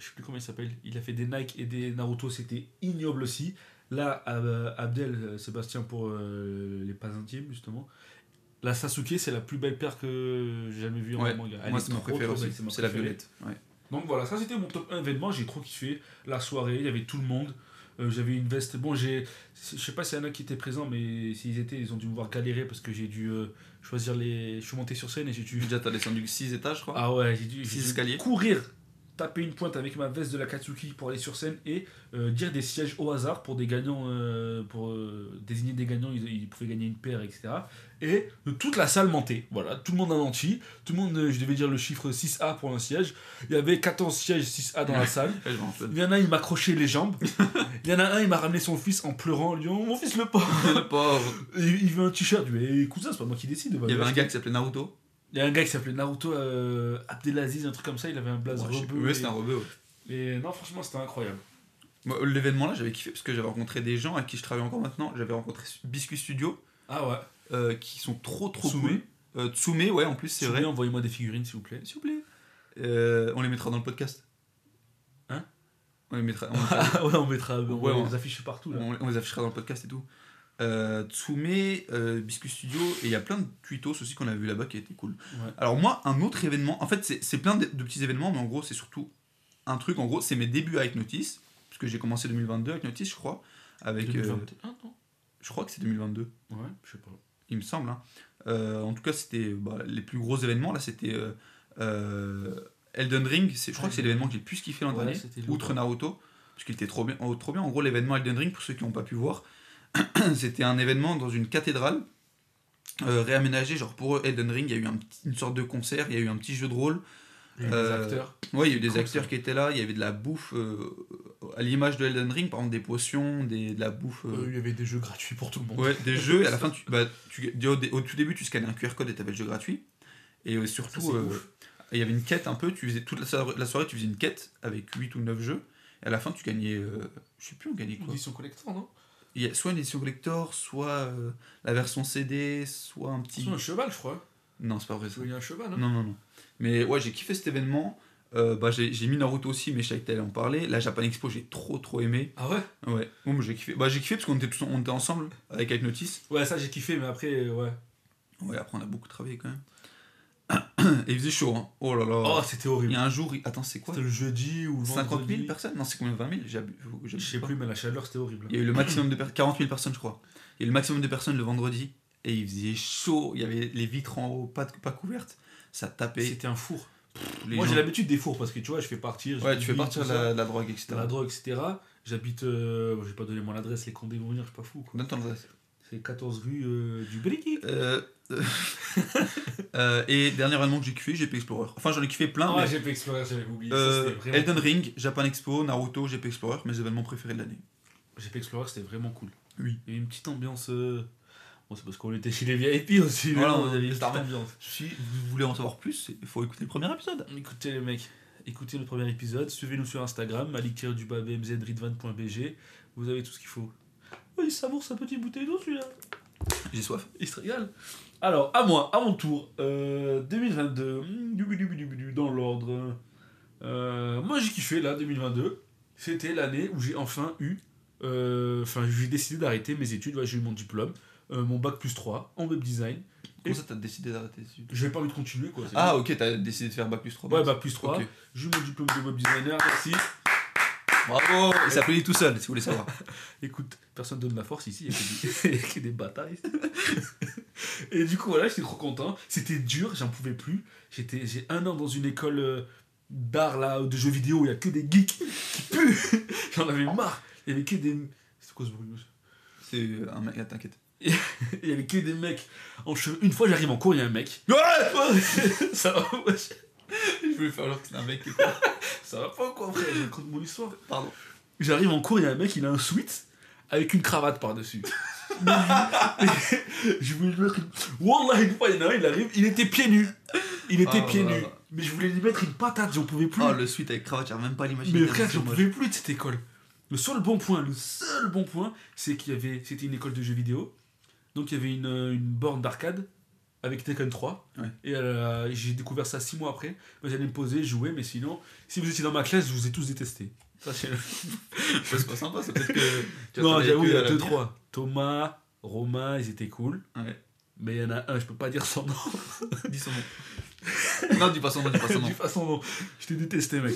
Speaker 2: Je sais plus comment il s'appelle. Il a fait des Nike et des Naruto, c'était ignoble aussi. Là, Ab- Abdel, euh, Sébastien pour euh, les pas intimes justement. La Sasuke, c'est la plus belle paire que j'ai jamais vue en
Speaker 3: Ouais,
Speaker 2: manga. Elle
Speaker 3: Moi,
Speaker 2: est
Speaker 3: c'est mon
Speaker 2: trop,
Speaker 3: préféré
Speaker 2: trop
Speaker 3: aussi.
Speaker 2: belle, ma
Speaker 3: C'est la
Speaker 2: préférée.
Speaker 3: violette. ouais.
Speaker 2: Donc voilà, ça c'était mon top 1 événement, j'ai trop kiffé. La soirée, il y avait tout le monde. Euh, j'avais une veste. Bon, j'ai. Je sais pas s'il y en a qui étaient présents, mais s'ils étaient, ils ont dû me voir galérer parce que j'ai dû euh, choisir les. Je suis monté sur scène et j'ai dû.
Speaker 3: Déjà, t'as descendu 6 étages, je crois.
Speaker 2: Ah ouais, j'ai dû,
Speaker 3: Six
Speaker 2: j'ai dû
Speaker 3: escaliers.
Speaker 2: courir, taper une pointe avec ma veste de la Katsuki pour aller sur scène et euh, dire des sièges au hasard pour des gagnants, euh, pour euh, désigner des gagnants, ils, ils pouvaient gagner une paire, etc. Et euh, toute la salle mentait, voilà, tout le monde a menti, tout le monde, euh, je devais dire le chiffre 6A pour un siège, il y avait 14 sièges 6A dans la salle.
Speaker 3: Ouais, je m'en rappelle.
Speaker 2: Il y en a un, il m'accrochait les jambes. Il y en a un, il m'a ramené son fils en pleurant, en lui disant Mon fils le pauvre
Speaker 3: Le pauvre.
Speaker 2: Et Il veut un t-shirt. Je lui ai dit, Eh, Cousin, c'est pas moi qui décide.
Speaker 3: Il y avait un gars qui s'appelait Naruto.
Speaker 2: Il y a un gars qui s'appelait Naruto euh, Abdelaziz, un truc comme ça, il avait un blaze
Speaker 3: Ouais, je sais plus.
Speaker 2: rebeu
Speaker 3: Ouais,
Speaker 2: et-
Speaker 3: c'était un rebeu. ouais.
Speaker 2: et non, franchement, c'était incroyable.
Speaker 3: Moi, L'événement là, j'avais kiffé parce que j'avais rencontré des gens à qui je travaille encore maintenant. J'avais rencontré Biscuit Studio
Speaker 2: Ah ouais.
Speaker 3: euh, qui sont trop trop
Speaker 2: Tsume.
Speaker 3: cool. Euh, Tsume, ouais, en plus, c'est
Speaker 2: S'il vous
Speaker 3: vrai.
Speaker 2: plaît, envoyez-moi des figurines, s'il vous plaît.
Speaker 3: S'il vous plaît. Euh, on les mettra dans le podcast.
Speaker 2: Hein
Speaker 3: On les mettra. On, les-
Speaker 2: Ah ouais, on mettra, on
Speaker 3: Ouais,
Speaker 2: va
Speaker 3: ouais.
Speaker 2: les afficher partout là.
Speaker 3: on les- on les affichera dans le podcast et tout. Euh, Tsume, euh, Biscuit Studio, et il y a plein de tweetos aussi qu'on a vu là-bas qui étaient cool.
Speaker 2: Ouais.
Speaker 3: Alors, moi, un autre événement, en fait, c'est c'est plein de, de petits événements, mais en gros, c'est surtout un truc. En gros, c'est mes débuts avec Notice, parce que j'ai commencé 2022 avec Notice, je crois. Avec, euh,
Speaker 2: 2021, non
Speaker 3: je crois que c'est 2022.
Speaker 2: Ouais, je sais pas.
Speaker 3: il me semble. hein. Euh, en tout cas, c'était bah, les plus gros événements. Là, c'était euh, euh, Elden Ring. C'est, je crois que c'est l'événement que j'ai le plus kiffé l'an
Speaker 2: Ouais,
Speaker 3: dernier,
Speaker 2: c'était lourd.
Speaker 3: outre Naruto, parce qu'il était trop bien, oh, trop bien. En gros, l'événement Elden Ring, pour ceux qui n'ont pas pu voir, c'était un événement dans une cathédrale euh, réaménagée. Genre pour eux, Elden Ring, il y a eu un petit- une sorte de concert, il y a eu un petit jeu de rôle.
Speaker 2: Les
Speaker 3: Euh,
Speaker 2: acteurs.
Speaker 3: Ouais, il y a eu des
Speaker 2: Cool,
Speaker 3: acteurs
Speaker 2: ça.
Speaker 3: qui étaient là, il y avait de la bouffe euh, à l'image de Elden Ring, par exemple des potions, des, de la bouffe. euh,
Speaker 2: Euh, il y avait des jeux gratuits pour tout le monde.
Speaker 3: Ouais, des jeux, et à la fin, tu, bah, tu, au, dé- au tout début, tu scannais un QR code et t'avais le jeu gratuit. Et
Speaker 2: Ça,
Speaker 3: euh,
Speaker 2: c'est
Speaker 3: surtout, euh,
Speaker 2: ouf.
Speaker 3: il y avait une quête un peu, tu faisais toute la, soirée- la soirée, tu faisais une quête avec 8 ou 9 jeux, et à la fin, tu gagnais, euh, je sais plus, on gagnait
Speaker 2: Une
Speaker 3: quoi
Speaker 2: édition collector, non
Speaker 3: Il y a soit une édition collector, soit euh, la version CD, soit un petit.
Speaker 2: Sur un cheval, je crois.
Speaker 3: Non, c'est pas vrai ça.
Speaker 2: Tu voulais un cheval, hein. non
Speaker 3: Non, non, non. Mais ouais, j'ai kiffé cet événement. Euh, bah, j'ai j'ai mis Naruto aussi, mais je savais que t'allais en parler. La Japan Expo, j'ai trop trop aimé.
Speaker 2: Ah ouais
Speaker 3: Ouais, Bon, moi j'ai kiffé. Bah, j'ai kiffé parce qu'on était, tous- on était ensemble avec, avec Notice.
Speaker 2: Ouais, ça j'ai kiffé, mais après, euh, ouais.
Speaker 3: Ouais, après on a beaucoup travaillé quand même. Et il faisait chaud, hein. Oh là là.
Speaker 2: Oh, c'était
Speaker 3: il
Speaker 2: horrible.
Speaker 3: y a un jour, il- attends, c'est quoi
Speaker 2: C'était le jeudi ou le
Speaker 3: 50 000
Speaker 2: vendredi.
Speaker 3: personnes Non, c'est combien 20 000 J'ai abusé.
Speaker 2: Je sais plus, mais la chaleur, c'était horrible.
Speaker 3: Il y a eu le maximum de personnes, 40 000 personnes, je crois. Il y a eu le maximum de personnes le vendredi. Et il faisait chaud, il y avait les vitres en haut, pas, pas couvertes. Ça tapait.
Speaker 2: C'était un four.
Speaker 3: les
Speaker 2: Moi,
Speaker 3: gens-
Speaker 2: j'ai l'habitude des fours parce que tu vois, je fais partir.
Speaker 3: Ouais, tu fais
Speaker 2: j'étudie,
Speaker 3: partir
Speaker 2: tout
Speaker 3: de
Speaker 2: ça.
Speaker 3: la, de la drogue, etc.
Speaker 2: de la drogue, etc. J'habite. Euh, je vais pas donner mon adresse, les condés vont venir, je suis pas fou quoi.
Speaker 3: Donne ton adresse.
Speaker 2: C'est 14 rue euh, du Bricky.
Speaker 3: Euh, euh, euh, et dernier allemand que j'ai kiffé, GP Explorer. Enfin, j'en ai kiffé plein.
Speaker 2: Ah,
Speaker 3: mais,
Speaker 2: j'ai fait Explorer, j'avais oublié. ça,
Speaker 3: euh,
Speaker 2: c'était vraiment
Speaker 3: Elden
Speaker 2: cool.
Speaker 3: Ring, Japan Expo, Naruto, GP Explorer, mes événements préférés de l'année.
Speaker 2: J'ai fait Explorer, c'était vraiment cool.
Speaker 3: Oui.
Speaker 2: Il y avait une petite ambiance. euh, Bon, c'est parce qu'on était chez les VIP aussi. mais
Speaker 3: Voilà,
Speaker 2: non, il y avait une
Speaker 3: c'est
Speaker 2: petite
Speaker 3: normal.
Speaker 2: ambiance.
Speaker 3: Si vous voulez en savoir plus, il faut écouter le premier épisode.
Speaker 2: Écoutez les mecs, écoutez le premier épisode, suivez-nous sur Instagram, malik du bas bmz ridvan.bg, vous avez tout ce qu'il faut. Oui, il savoure sa petite bouteille d'eau celui-là.
Speaker 3: J'ai soif.
Speaker 2: Il se régale. Alors, à moi, à mon tour. Euh, 2022, hmm, dubi dubi dubi du, dans l'ordre. Euh, moi, j'ai kiffé, là, 2022. C'était l'année où j'ai enfin eu... euh, Enfin, j'ai décidé d'arrêter mes études. Ouais, j'ai eu mon diplôme, euh, mon bac plus 3 en web design.
Speaker 3: Comment ça, t'as décidé d'arrêter dessus
Speaker 2: J'avais pas envie de continuer, quoi. c'est
Speaker 3: Ah, ok, t'as décidé de faire bac plus 3.
Speaker 2: bon. Ouais, bac plus 3.
Speaker 3: Ok.
Speaker 2: J'ai eu mon diplôme de web designer, merci.
Speaker 3: Bravo Il s'applaudit tout seul, si vous voulez savoir.
Speaker 2: Écoute, personne donne la force ici, il y a que des, que des bâtards ici. Et du coup, voilà, j'étais trop content. C'était dur, j'en pouvais plus. J'étais, j'ai un an dans une école euh, d'art, là, de jeux vidéo, il y a que des geeks qui puent. J'en avais marre. Il y avait que des. C'est quoi ce bruit monsieur
Speaker 3: C'est euh, un mec, ah, t'inquiète.
Speaker 2: Il y avait que des mecs en cheveux. Une fois, j'arrive en cours, il y a un mec. ça va, wesh
Speaker 3: Je voulais faire genre que c'est un mec.
Speaker 2: ça va pas ou quoi, frère Je raconte mon histoire.
Speaker 3: Pardon.
Speaker 2: J'arrive en cours, il y a un mec, il a un sweat avec une cravate par-dessus. Mais je- je voulais lui mettre une. Wallah, une fois, il y en a un, il arrive, il était pieds nus. Il était
Speaker 3: Ah,
Speaker 2: pieds
Speaker 3: voilà.
Speaker 2: nus. Mais je voulais lui mettre une patate, j'en pouvais plus.
Speaker 3: Oh, le suite avec cravate, j'arrive même pas à l'imaginer.
Speaker 2: Mais frère,
Speaker 3: C'est
Speaker 2: j'en
Speaker 3: moche.
Speaker 2: pouvais plus de cette école. Le seul bon point, le seul bon point, c'est qu'il y avait. C'était une école de jeux vidéo. Donc il y avait une, euh, une borne d'arcade avec Tekken 3.
Speaker 3: Ouais.
Speaker 2: Et euh, j'ai découvert ça six mois après. Moi, J'allais me poser, jouer, mais sinon, si vous étiez dans ma classe, je vous ai tous détesté. Ça, c'est
Speaker 3: Ouais, C'est pas sympa, ça peut-être que. tu as
Speaker 2: non,
Speaker 3: travaillé
Speaker 2: j'avoue,
Speaker 3: que
Speaker 2: il y
Speaker 3: à
Speaker 2: a deux,
Speaker 3: l'avenir.
Speaker 2: trois. Thomas, Romain, ils étaient cool.
Speaker 3: Ouais.
Speaker 2: Mais il y en a un, je peux pas dire son nom.
Speaker 3: Dis son nom. non, dis pas son nom, dis pas son
Speaker 2: dis
Speaker 3: nom.
Speaker 2: pas son nom. Je t'ai détesté, mec.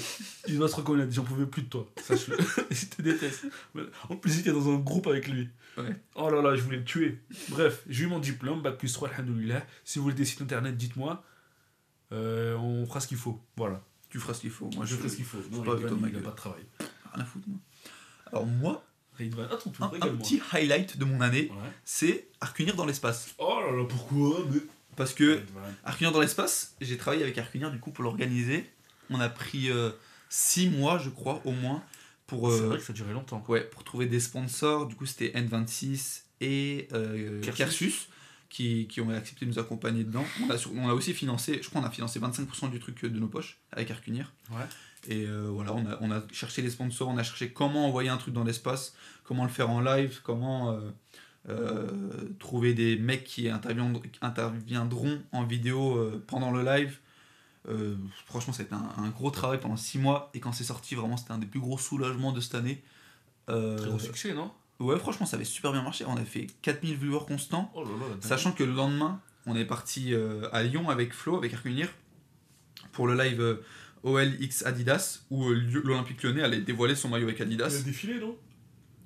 Speaker 2: Il doit se reconnaître, j'en pouvais plus de toi. Sache-le. je te déteste. Mais En plus, j'étais dans un groupe avec lui.
Speaker 3: Ouais.
Speaker 2: Oh là là, je voulais le tuer. Bref, j'ai eu mon diplôme, bac plus 3, alhamdoulilah. Si vous voulez des sites internet, dites-moi. Euh, on fera ce qu'il faut. Voilà.
Speaker 3: Tu feras ce qu'il faut. Moi,
Speaker 2: Moi, je,
Speaker 3: je,
Speaker 2: ferai ce qu'il faut. Non,
Speaker 3: pas avec
Speaker 2: Ridvan, il
Speaker 3: toi, ma
Speaker 2: a
Speaker 3: gueule.
Speaker 2: pas de travail.
Speaker 3: Rien à foutre, moi. Alors, moi,
Speaker 2: Ridvan, attends, tu
Speaker 3: un,
Speaker 2: me
Speaker 3: un petit highlight de mon année, c'est Arcunir dans l'espace.
Speaker 2: Oh là là, pourquoi mais...
Speaker 3: Parce que
Speaker 2: Ridvan.
Speaker 3: Arcunir dans l'espace, j'ai travaillé avec Arcunir du coup pour l'organiser. On a pris 6 mois, je crois, au moins, pour,
Speaker 2: C'est
Speaker 3: euh,
Speaker 2: vrai que ça durait longtemps.
Speaker 3: ouais, pour trouver des sponsors. Du coup, c'était N26 et euh,
Speaker 2: Kersus.
Speaker 3: Kersus qui, qui ont accepté de nous accompagner dedans. On a, sur- on a aussi financé, je crois, on a financé 25% du truc euh, de nos poches avec Arcunir.
Speaker 2: Ouais.
Speaker 3: Et euh, voilà, on a, on a cherché les sponsors, on a cherché comment envoyer un truc dans l'espace, comment le faire en live, comment euh, euh, trouver des mecs qui interviendront, interviendront en vidéo euh, pendant le live. Euh, franchement, c'était un, un gros travail pendant 6 mois. Et quand c'est sorti, vraiment, c'était un des plus gros soulagements de cette année. Euh,
Speaker 2: Très gros succès, non
Speaker 3: ouais, franchement, ça avait super bien marché. On a fait 4000 viewers constants.
Speaker 2: Oh là là, la dingue.
Speaker 3: Sachant que le lendemain, on est parti euh, à Lyon avec Flo, avec Arcunir, pour le live euh, OLX Adidas, où euh, Lyon- l'Olympique lyonnais allait dévoiler son maillot avec
Speaker 2: Il a
Speaker 3: Adidas.
Speaker 2: défilé, non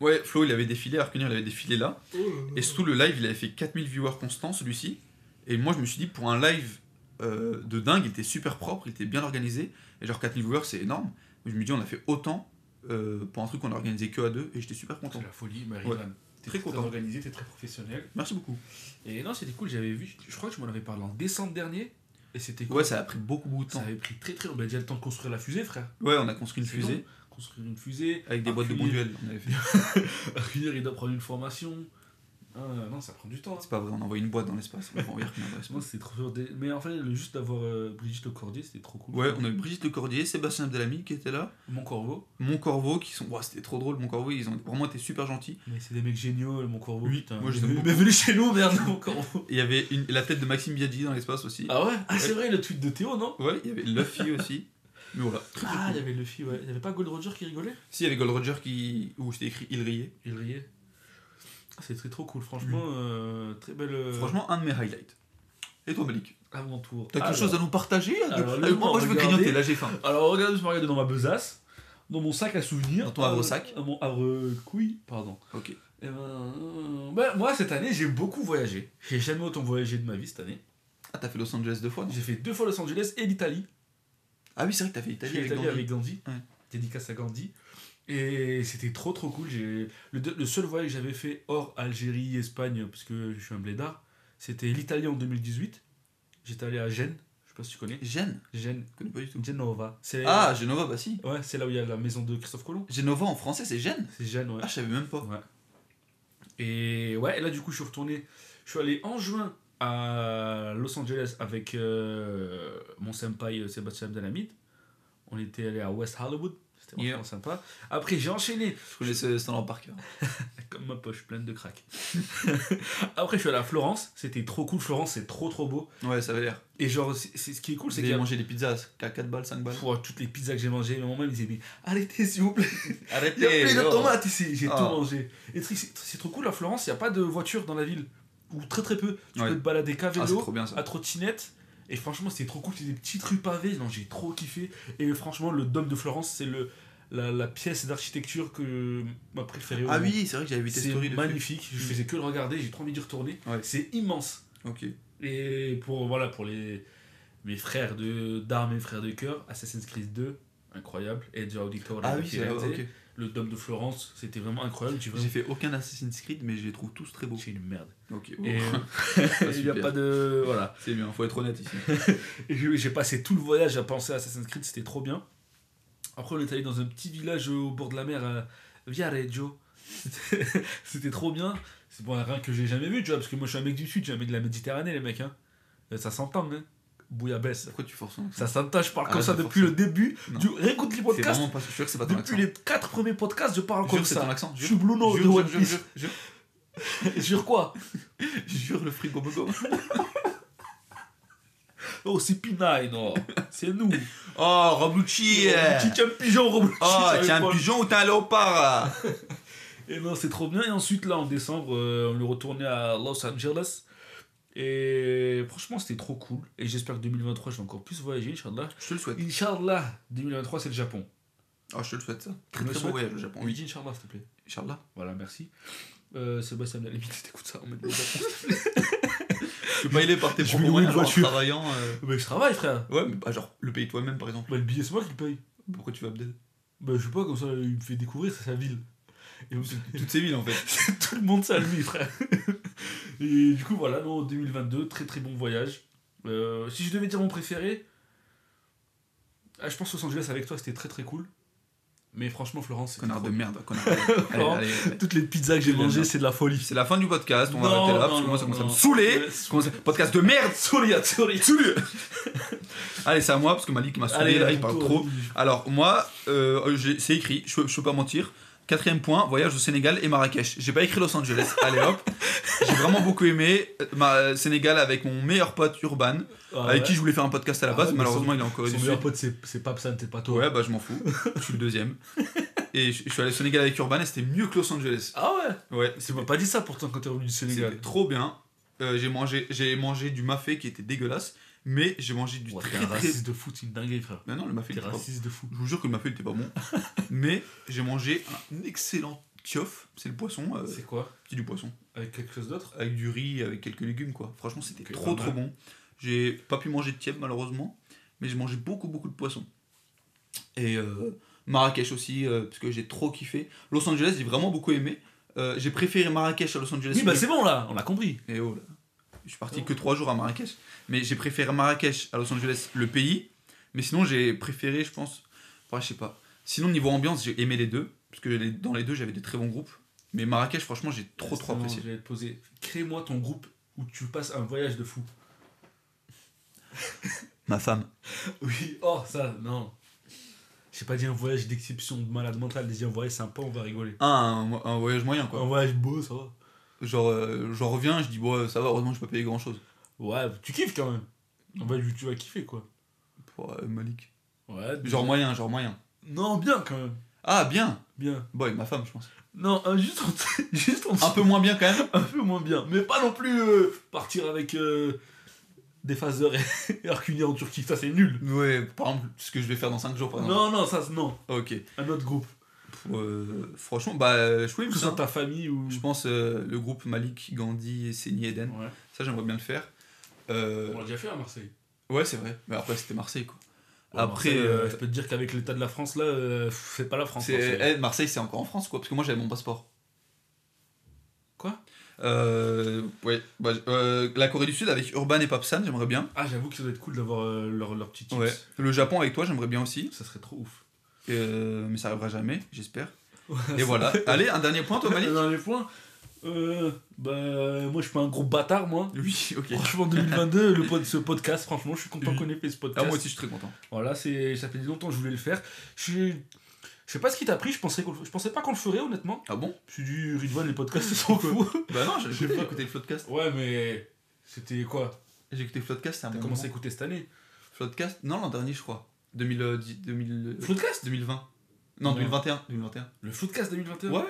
Speaker 3: Ouais, Flo, il avait défilé, Arcunir, il avait défilé là.
Speaker 2: Oh là là.
Speaker 3: Et surtout, le live, il avait fait 4000 viewers constants, celui-ci. Et moi, je me suis dit, pour un live euh, de dingue, il était super propre, il était bien organisé. Et genre, 4000 viewers, c'est énorme. Mais je me dis, on a fait autant euh, pour un truc qu'on a organisé que à deux, et j'étais super
Speaker 2: C'est
Speaker 3: content.
Speaker 2: la folie, marie
Speaker 3: Ouais.
Speaker 2: T'es
Speaker 3: Très
Speaker 2: très,
Speaker 3: content.
Speaker 2: organisé, t'es très professionnel.
Speaker 3: Merci beaucoup.
Speaker 2: Et non, c'était cool, j'avais vu, je crois que tu m'en avais parlé en décembre dernier. Et c'était cool.
Speaker 3: Ouais, ça a pris beaucoup, beaucoup de
Speaker 2: ça
Speaker 3: temps.
Speaker 2: avait pris très très long. Bah, déjà le temps de construire la fusée, frère.
Speaker 3: Ouais, on a construit une
Speaker 2: C'est
Speaker 3: fusée.
Speaker 2: long. Construire une fusée.
Speaker 3: Avec des boîtes de
Speaker 2: Arcunir-
Speaker 3: bon duel, on avait fait. Ah
Speaker 2: Arcunir, il doit prendre une formation. Ah, non, ça prend du temps.
Speaker 3: C'est pas vrai, on envoie une boîte dans l'espace. On va envoyer une boîte dans
Speaker 2: Moi,
Speaker 3: l'espace.
Speaker 2: c'était trop dur. Des- Mais en fait, le- juste d'avoir euh, Brigitte Le Cordier, c'était trop cool.
Speaker 3: Ouais, on a eu Brigitte Lecordier, Sébastien Abdelami qui était là,
Speaker 2: Mon Corvo.
Speaker 3: Mon Corvo qui sont. Ouah, c'était trop drôle, Mon Corvo, ils ont vraiment été super gentils.
Speaker 2: Mais c'est des mecs géniaux, Mon Corvo.
Speaker 3: Oui,
Speaker 2: putain.
Speaker 3: moi, je les aime
Speaker 2: mais,
Speaker 3: beaucoup.
Speaker 2: mais venez chez nous, merde, Mon Corvo.
Speaker 3: Et il y avait une- la tête de Maxime Biaggi dans l'espace aussi.
Speaker 2: Ah ouais Ah, c'est vrai, le tweet de Théo, non
Speaker 3: Ouais, il y avait Luffy aussi. Mais voilà. Très, très
Speaker 2: Ah, il
Speaker 3: cool.
Speaker 2: y avait Luffy, ouais. Il n'y avait pas Gold Roger qui rigolait
Speaker 3: Si, il y avait Gold Roger qui. où c'était écrit Il riait.
Speaker 2: Il riait. Ah, C'est très trop cool, franchement, euh, très belle. euh,
Speaker 3: Franchement, un de mes highlights. Et toi, Malik
Speaker 2: à mon tour.
Speaker 3: T'as quelque
Speaker 2: Alors-
Speaker 3: chose à nous partager là, de-
Speaker 2: alors,
Speaker 3: Avec moi, moi, je veux
Speaker 2: regardez.
Speaker 3: grignoter, là j'ai faim.
Speaker 2: Alors, regarde, je me regarde dans ma besace, dans mon sac à souvenirs.
Speaker 3: Dans ton havre
Speaker 2: euh,
Speaker 3: sac.
Speaker 2: à Mon havre-couille, pardon.
Speaker 3: Ok.
Speaker 2: Et ben, euh, ben, moi, cette année, j'ai beaucoup voyagé. J'ai jamais autant voyagé de ma vie cette année.
Speaker 3: Ah, t'as fait Los Angeles deux fois, non
Speaker 2: J'ai fait deux fois Los Angeles et l'Italie.
Speaker 3: Ah oui, c'est vrai que t'as fait
Speaker 2: J'ai
Speaker 3: l'Italie
Speaker 2: fait
Speaker 3: avec
Speaker 2: l'Italie
Speaker 3: Gandhi.
Speaker 2: avec Gandhi.
Speaker 3: Ouais.
Speaker 2: Dédicace à Gandhi. Et c'était trop trop cool. J'ai... Le, de- le seul voyage que j'avais fait hors Algérie, Espagne, parce que je suis un blédard, c'était l'Italie en 2018. J'étais allé à Gênes, je sais pas si tu connais.
Speaker 3: Gênes
Speaker 2: Gênes,
Speaker 3: Je connais pas du tout.
Speaker 2: Genova. C'est...
Speaker 3: Ah, Genova, bah si.
Speaker 2: Ouais, c'est là où il y a la maison de Christophe Colomb.
Speaker 3: Genova en français, c'est Gênes
Speaker 2: C'est Gênes, ouais.
Speaker 3: Ah, je savais même pas.
Speaker 2: Ouais. Et ouais, et là du coup, je suis retourné. Je suis allé en juin à Los Angeles avec euh, mon senpai euh, Sébastien Abdelhamid. On était allé à West Hollywood. C'était vraiment
Speaker 3: Yeah.
Speaker 2: sympa. Après, j'ai enchaîné
Speaker 3: Je connais ce hein. stand en par cœur.
Speaker 2: comme ma poche pleine de crack. Après, je suis allé à Florence. C'était trop cool. Florence, c'est trop trop beau.
Speaker 3: Ouais, ça avait l'air.
Speaker 2: Et genre, c'est c'est- ce qui est cool, c'est
Speaker 3: Vous
Speaker 2: qu'il y
Speaker 3: avez
Speaker 2: a
Speaker 3: mangé des pizzas à 4 balles, 5 balles.
Speaker 2: pour toutes les pizzas que j'ai mangées, mais moi-même, ils disaient mais arrêtez s'il vous plaît. Il y a
Speaker 3: Arrêtez
Speaker 2: plein de
Speaker 3: oh.
Speaker 2: tomates ici, j'ai
Speaker 3: Ah.
Speaker 2: tout mangé. Et truc, c'est c'est trop cool à Florence, il n'y a pas de voiture dans la ville. Ou très très peu. Tu
Speaker 3: Ouais.
Speaker 2: peux te balader qu'à
Speaker 3: Ah, c'est
Speaker 2: vélo,
Speaker 3: trop bien ça.
Speaker 2: à trottinette. Et franchement, c'était trop cool. C'était des petites rues pavées. Non, j'ai trop kiffé. Et franchement, le dôme de Florence, c'est le la, la pièce d'architecture que m'a préférée. au
Speaker 3: Ah
Speaker 2: monde.
Speaker 3: oui, c'est vrai que j'avais vu tes
Speaker 2: c'est
Speaker 3: stories de
Speaker 2: magnifique. Je
Speaker 3: Mm.
Speaker 2: faisais que le regarder, j'ai trop envie d'y retourner.
Speaker 3: Ouais.
Speaker 2: C'est immense.
Speaker 3: trucs. Ok.
Speaker 2: Et pour voilà pour les mes frères de d'armes et frères de cœur, Assassin's Creed 2, incroyable. Et The Auditor,
Speaker 3: Ah oui, c'est
Speaker 2: réalisé.
Speaker 3: ok.
Speaker 2: Le Dôme de Florence, c'était vraiment incroyable. J'ai
Speaker 3: J'ai
Speaker 2: vraiment
Speaker 3: fait aucun Assassin's Creed, mais je les trouve tous très beaux.
Speaker 2: j'ai une merde.
Speaker 3: Ok,
Speaker 2: Et il n'y a
Speaker 3: super.
Speaker 2: pas de. Voilà.
Speaker 3: c'est bien, faut être honnête ici.
Speaker 2: Et J'ai j'ai passé tout le voyage à penser à Assassin's Creed, c'était trop bien. Après, on est allé dans un petit village au bord de la mer, à Viareggio. C'était- C'était trop bien. C'est bon, rien que j'ai jamais vu, tu vois, parce que moi je suis un mec du sud, j'ai un mec de la Méditerranée, les mecs. Hein. Euh, Ça s'entend, hein. Bouillabaisse.
Speaker 3: Pourquoi tu forces un accent
Speaker 2: Ça s'entend, je parle
Speaker 3: Ah,
Speaker 2: comme
Speaker 3: c'est
Speaker 2: ça depuis
Speaker 3: forcé.
Speaker 2: le début.
Speaker 3: Non.
Speaker 2: Du... Rien contre les
Speaker 3: C'est
Speaker 2: podcasts.
Speaker 3: vraiment pas. Je suis sûr que c'est pas ton accent.
Speaker 2: Depuis les quatre premiers podcasts, je parle
Speaker 3: Jure
Speaker 2: comme
Speaker 3: que c'est ton
Speaker 2: ça.
Speaker 3: accent.
Speaker 2: Je
Speaker 3: Jure.
Speaker 2: suis Bluno de
Speaker 3: Jure,
Speaker 2: One
Speaker 3: jure,
Speaker 2: Piece.
Speaker 3: jure, jure,
Speaker 2: Jure quoi
Speaker 3: jure. Jure le frigo bogo.
Speaker 2: Oh, c'est Pinay, non C'est nous
Speaker 3: Oh, Roblucci
Speaker 2: Tu tiens un pigeon, Roblox
Speaker 3: Oh,
Speaker 2: sur
Speaker 3: t'es un
Speaker 2: l'épaule.
Speaker 3: pigeon ou t'es un léopard
Speaker 2: Et non, Eh ben, c'est trop bien. Et ensuite, là, en décembre, euh, on est retourné à Los Angeles. Et franchement, c'était trop cool. Et j'espère que 2023, je vais encore plus voyager, Inch'Allah.
Speaker 3: Je te le souhaite.
Speaker 2: Inch'Allah, 2023, c'est le Japon.
Speaker 3: Oh, je te le souhaite ça.
Speaker 2: Tu
Speaker 3: Très
Speaker 2: me
Speaker 3: très beau
Speaker 2: souhaites
Speaker 3: voyage au Japon.
Speaker 2: Oui,
Speaker 3: Oui,
Speaker 2: dis Inch'Allah, s'il te plaît.
Speaker 3: Inch'Allah.
Speaker 2: Voilà, merci. Euh, Sébastien, à la limite, t'écoutes ça, on met le Japon.
Speaker 3: Je peux pas y aller par tes
Speaker 2: Je
Speaker 3: propres
Speaker 2: vais louer une
Speaker 3: moyens, genre en
Speaker 2: voiture.
Speaker 3: travaillant. euh,
Speaker 2: Mais je travaille, frère.
Speaker 3: Ouais, mais bah, genre, le pays toi-même par exemple.
Speaker 2: Bah, le billet, c'est moi qui le paye.
Speaker 3: Pourquoi tu vas Abdel
Speaker 2: Bah, je sais pas, comme ça, il me fait découvrir sa sa ville. Et vous-
Speaker 3: Toutes ces villes en fait.
Speaker 2: tout le monde ça lui frère et du coup voilà non 2022 très très bon voyage Euh, si je devais dire mon préféré ah, je pense Los Angeles avec toi c'était très très cool mais franchement Florence c'était
Speaker 3: Connard
Speaker 2: trop
Speaker 3: de
Speaker 2: bien.
Speaker 3: merde, connard. Allez,
Speaker 2: Non.
Speaker 3: allez, allez.
Speaker 2: toutes les pizzas que j'ai
Speaker 3: Tout de
Speaker 2: mangées
Speaker 3: merde.
Speaker 2: c'est de la folie
Speaker 3: C'est la fin du podcast, on va
Speaker 2: Non,
Speaker 3: arrêter là
Speaker 2: non,
Speaker 3: parce que moi ça
Speaker 2: non,
Speaker 3: commence à me
Speaker 2: non.
Speaker 3: saouler.
Speaker 2: Euh,
Speaker 3: Ça commence à- Podcast de merde
Speaker 2: Solia, Solia.
Speaker 3: Saoulé. Allez, c'est à moi parce que Malik m'a saoulé là, il
Speaker 2: ton
Speaker 3: parle
Speaker 2: tour,
Speaker 3: trop.
Speaker 2: Olivier.
Speaker 3: Alors, moi, euh, j'ai- c'est écrit, je peux, je peux pas mentir. Quatrième point, voyage au Sénégal et Marrakech. J'ai pas écrit Los Angeles, allez hop. J'ai vraiment beaucoup aimé euh, ma, Sénégal avec mon meilleur pote Urban,
Speaker 2: Ah,
Speaker 3: avec
Speaker 2: ouais.
Speaker 3: qui je voulais faire un podcast à la
Speaker 2: Ah
Speaker 3: base,
Speaker 2: ouais, mais
Speaker 3: malheureusement il est encore
Speaker 2: son
Speaker 3: du
Speaker 2: meilleur
Speaker 3: Sud.
Speaker 2: pote c'est c'est Papsan t'es pas toi
Speaker 3: Ouais, bah je m'en fous, je suis le deuxième. Et je, je suis allé au Sénégal avec Urban et c'était mieux que Los Angeles.
Speaker 2: ah ouais
Speaker 3: Ouais,
Speaker 2: tu m'as pas dit ça pourtant quand t'es revenu du
Speaker 3: C'était
Speaker 2: Sénégal
Speaker 3: trop bien. Euh, j'ai mangé, j'ai mangé du mafé qui était dégueulasse, mais j'ai mangé du
Speaker 2: Ouais, t'es
Speaker 3: très
Speaker 2: un
Speaker 3: très.
Speaker 2: raciste de fou c'est une dinguerie frère
Speaker 3: Mais non, le mafé il
Speaker 2: t'es
Speaker 3: était pas.
Speaker 2: raciste de fou
Speaker 3: Je vous jure que le mafé il était pas bon. mais j'ai mangé un excellent tiof, c'est le poisson, euh,
Speaker 2: c'est quoi
Speaker 3: c'est du poisson,
Speaker 2: avec quelque chose d'autre
Speaker 3: avec du riz, avec quelques légumes quoi. Franchement, c'était
Speaker 2: Ok,
Speaker 3: trop
Speaker 2: pas
Speaker 3: trop bon. J'ai pas pu manger de tiède malheureusement, mais j'ai mangé beaucoup beaucoup de poissons. Et euh, Marrakech aussi, euh, parce que j'ai trop kiffé. Los Angeles, j'ai vraiment beaucoup aimé. Euh, j'ai préféré Marrakech à Los Angeles.
Speaker 2: oui bah
Speaker 3: mais-
Speaker 2: c'est bon là on a compris
Speaker 3: Et oh là. Je suis parti
Speaker 2: Non.
Speaker 3: que trois jours à Marrakech. Mais j'ai préféré Marrakech à Los Angeles, le pays. Mais sinon, j'ai préféré, je pense. Enfin, je sais pas. Sinon, niveau ambiance, j'ai aimé les deux. Parce que les- dans les deux, j'avais des très bons groupes. Mais Marrakech, franchement, j'ai trop, trop
Speaker 2: Justement,
Speaker 3: apprécié.
Speaker 2: Je vais te poser. Crée-moi ton groupe où tu passes un voyage de fou.
Speaker 3: Ma femme.
Speaker 2: Oui, oh ça, non. J'ai pas dit un voyage d'exception de malade mental, j'ai dit un voyage sympa, on va rigoler.
Speaker 3: Ah, un, un voyage moyen,
Speaker 2: Un
Speaker 3: quoi.
Speaker 2: voyage beau, ça va.
Speaker 3: Genre, euh, j'en reviens, je dis, bon, ça va, heureusement, je peux pas payer grand chose.
Speaker 2: Ouais, tu kiffes quand même. Un voyage où tu vas kiffer, quoi.
Speaker 3: Pour euh, Malik.
Speaker 2: Ouais,
Speaker 3: Genre moyen, genre moyen.
Speaker 2: Non, bien quand même.
Speaker 3: Ah, bien
Speaker 2: Bien.
Speaker 3: Bon, avec ma femme, je pense.
Speaker 2: Non, un- juste en dessous- juste en dessous.
Speaker 3: Un peu moins bien, quand même.
Speaker 2: un peu moins bien. Mais pas non plus euh, partir avec euh, des phaseurs et Arcunia en Turquie, ça c'est nul.
Speaker 3: Ouais, par exemple, ce que je vais faire dans 5 jours, par exemple.
Speaker 2: Non, non, ça c'est- non.
Speaker 3: Ok.
Speaker 2: Un autre groupe.
Speaker 3: Euh, franchement, bah, euh, je peux
Speaker 2: Que ce soit ta famille ou.
Speaker 3: Je pense euh, le groupe Malik, Gandhi, Seni Eden.
Speaker 2: Ouais.
Speaker 3: Ça, j'aimerais bien le faire. Euh,
Speaker 2: On l'a déjà fait à Marseille.
Speaker 3: ouais, c'est vrai. Mais après, c'était Marseille, quoi. Après,
Speaker 2: Marseille, euh,
Speaker 3: euh,
Speaker 2: je peux te dire qu'avec l'état de la France, là, euh, pff, c'est pas la France.
Speaker 3: C'est-
Speaker 2: Marseille.
Speaker 3: eh, Marseille, c'est encore en France, quoi. Parce que moi, j'avais mon passeport.
Speaker 2: Quoi
Speaker 3: Euh, ouais. bah, euh, la Corée du Sud avec Urban et Papsan, j'aimerais bien.
Speaker 2: Ah, j'avoue que ça doit être cool d'avoir euh, leur, leur petit tips.
Speaker 3: Ouais. Le Japon avec toi, j'aimerais bien aussi.
Speaker 2: Ça serait trop ouf.
Speaker 3: Euh, mais ça arrivera jamais, j'espère. Et voilà. Allez, un dernier point, toi, Malik
Speaker 2: Dans les points, euh, bah, moi, je suis pas un gros bâtard, moi.
Speaker 3: Oui, ok.
Speaker 2: Franchement, 2022, le pod- ce podcast, franchement, je suis content
Speaker 3: Oui.
Speaker 2: qu'on ait fait ce
Speaker 3: Ah,
Speaker 2: podcast.
Speaker 3: moi aussi, je suis très content.
Speaker 2: Voilà, c'est, ça fait longtemps que je voulais le faire. Je, suis- je sais pas ce qui t'a pris, je, penserais qu'on le- je pensais pas qu'on le ferait, honnêtement.
Speaker 3: Ah bon
Speaker 2: Je suis dit, Ridwan, les podcasts, ils sont fous.
Speaker 3: Bah non, j'ai
Speaker 2: J'ai
Speaker 3: j'ai
Speaker 2: pas-
Speaker 3: écouté le podcast.
Speaker 2: Ouais, mais c'était quoi
Speaker 3: J'ai écouté le podcast, c'est un
Speaker 2: T'as
Speaker 3: bon
Speaker 2: commencé à
Speaker 3: moment.
Speaker 2: écouter cette année
Speaker 3: Floodcast Non, l'an dernier, je crois. 2010, 2000, euh,
Speaker 2: Floodcast
Speaker 3: 2020. Non,
Speaker 2: Non.
Speaker 3: 2021. 2021.
Speaker 2: Le Floodcast 2021
Speaker 3: Ouais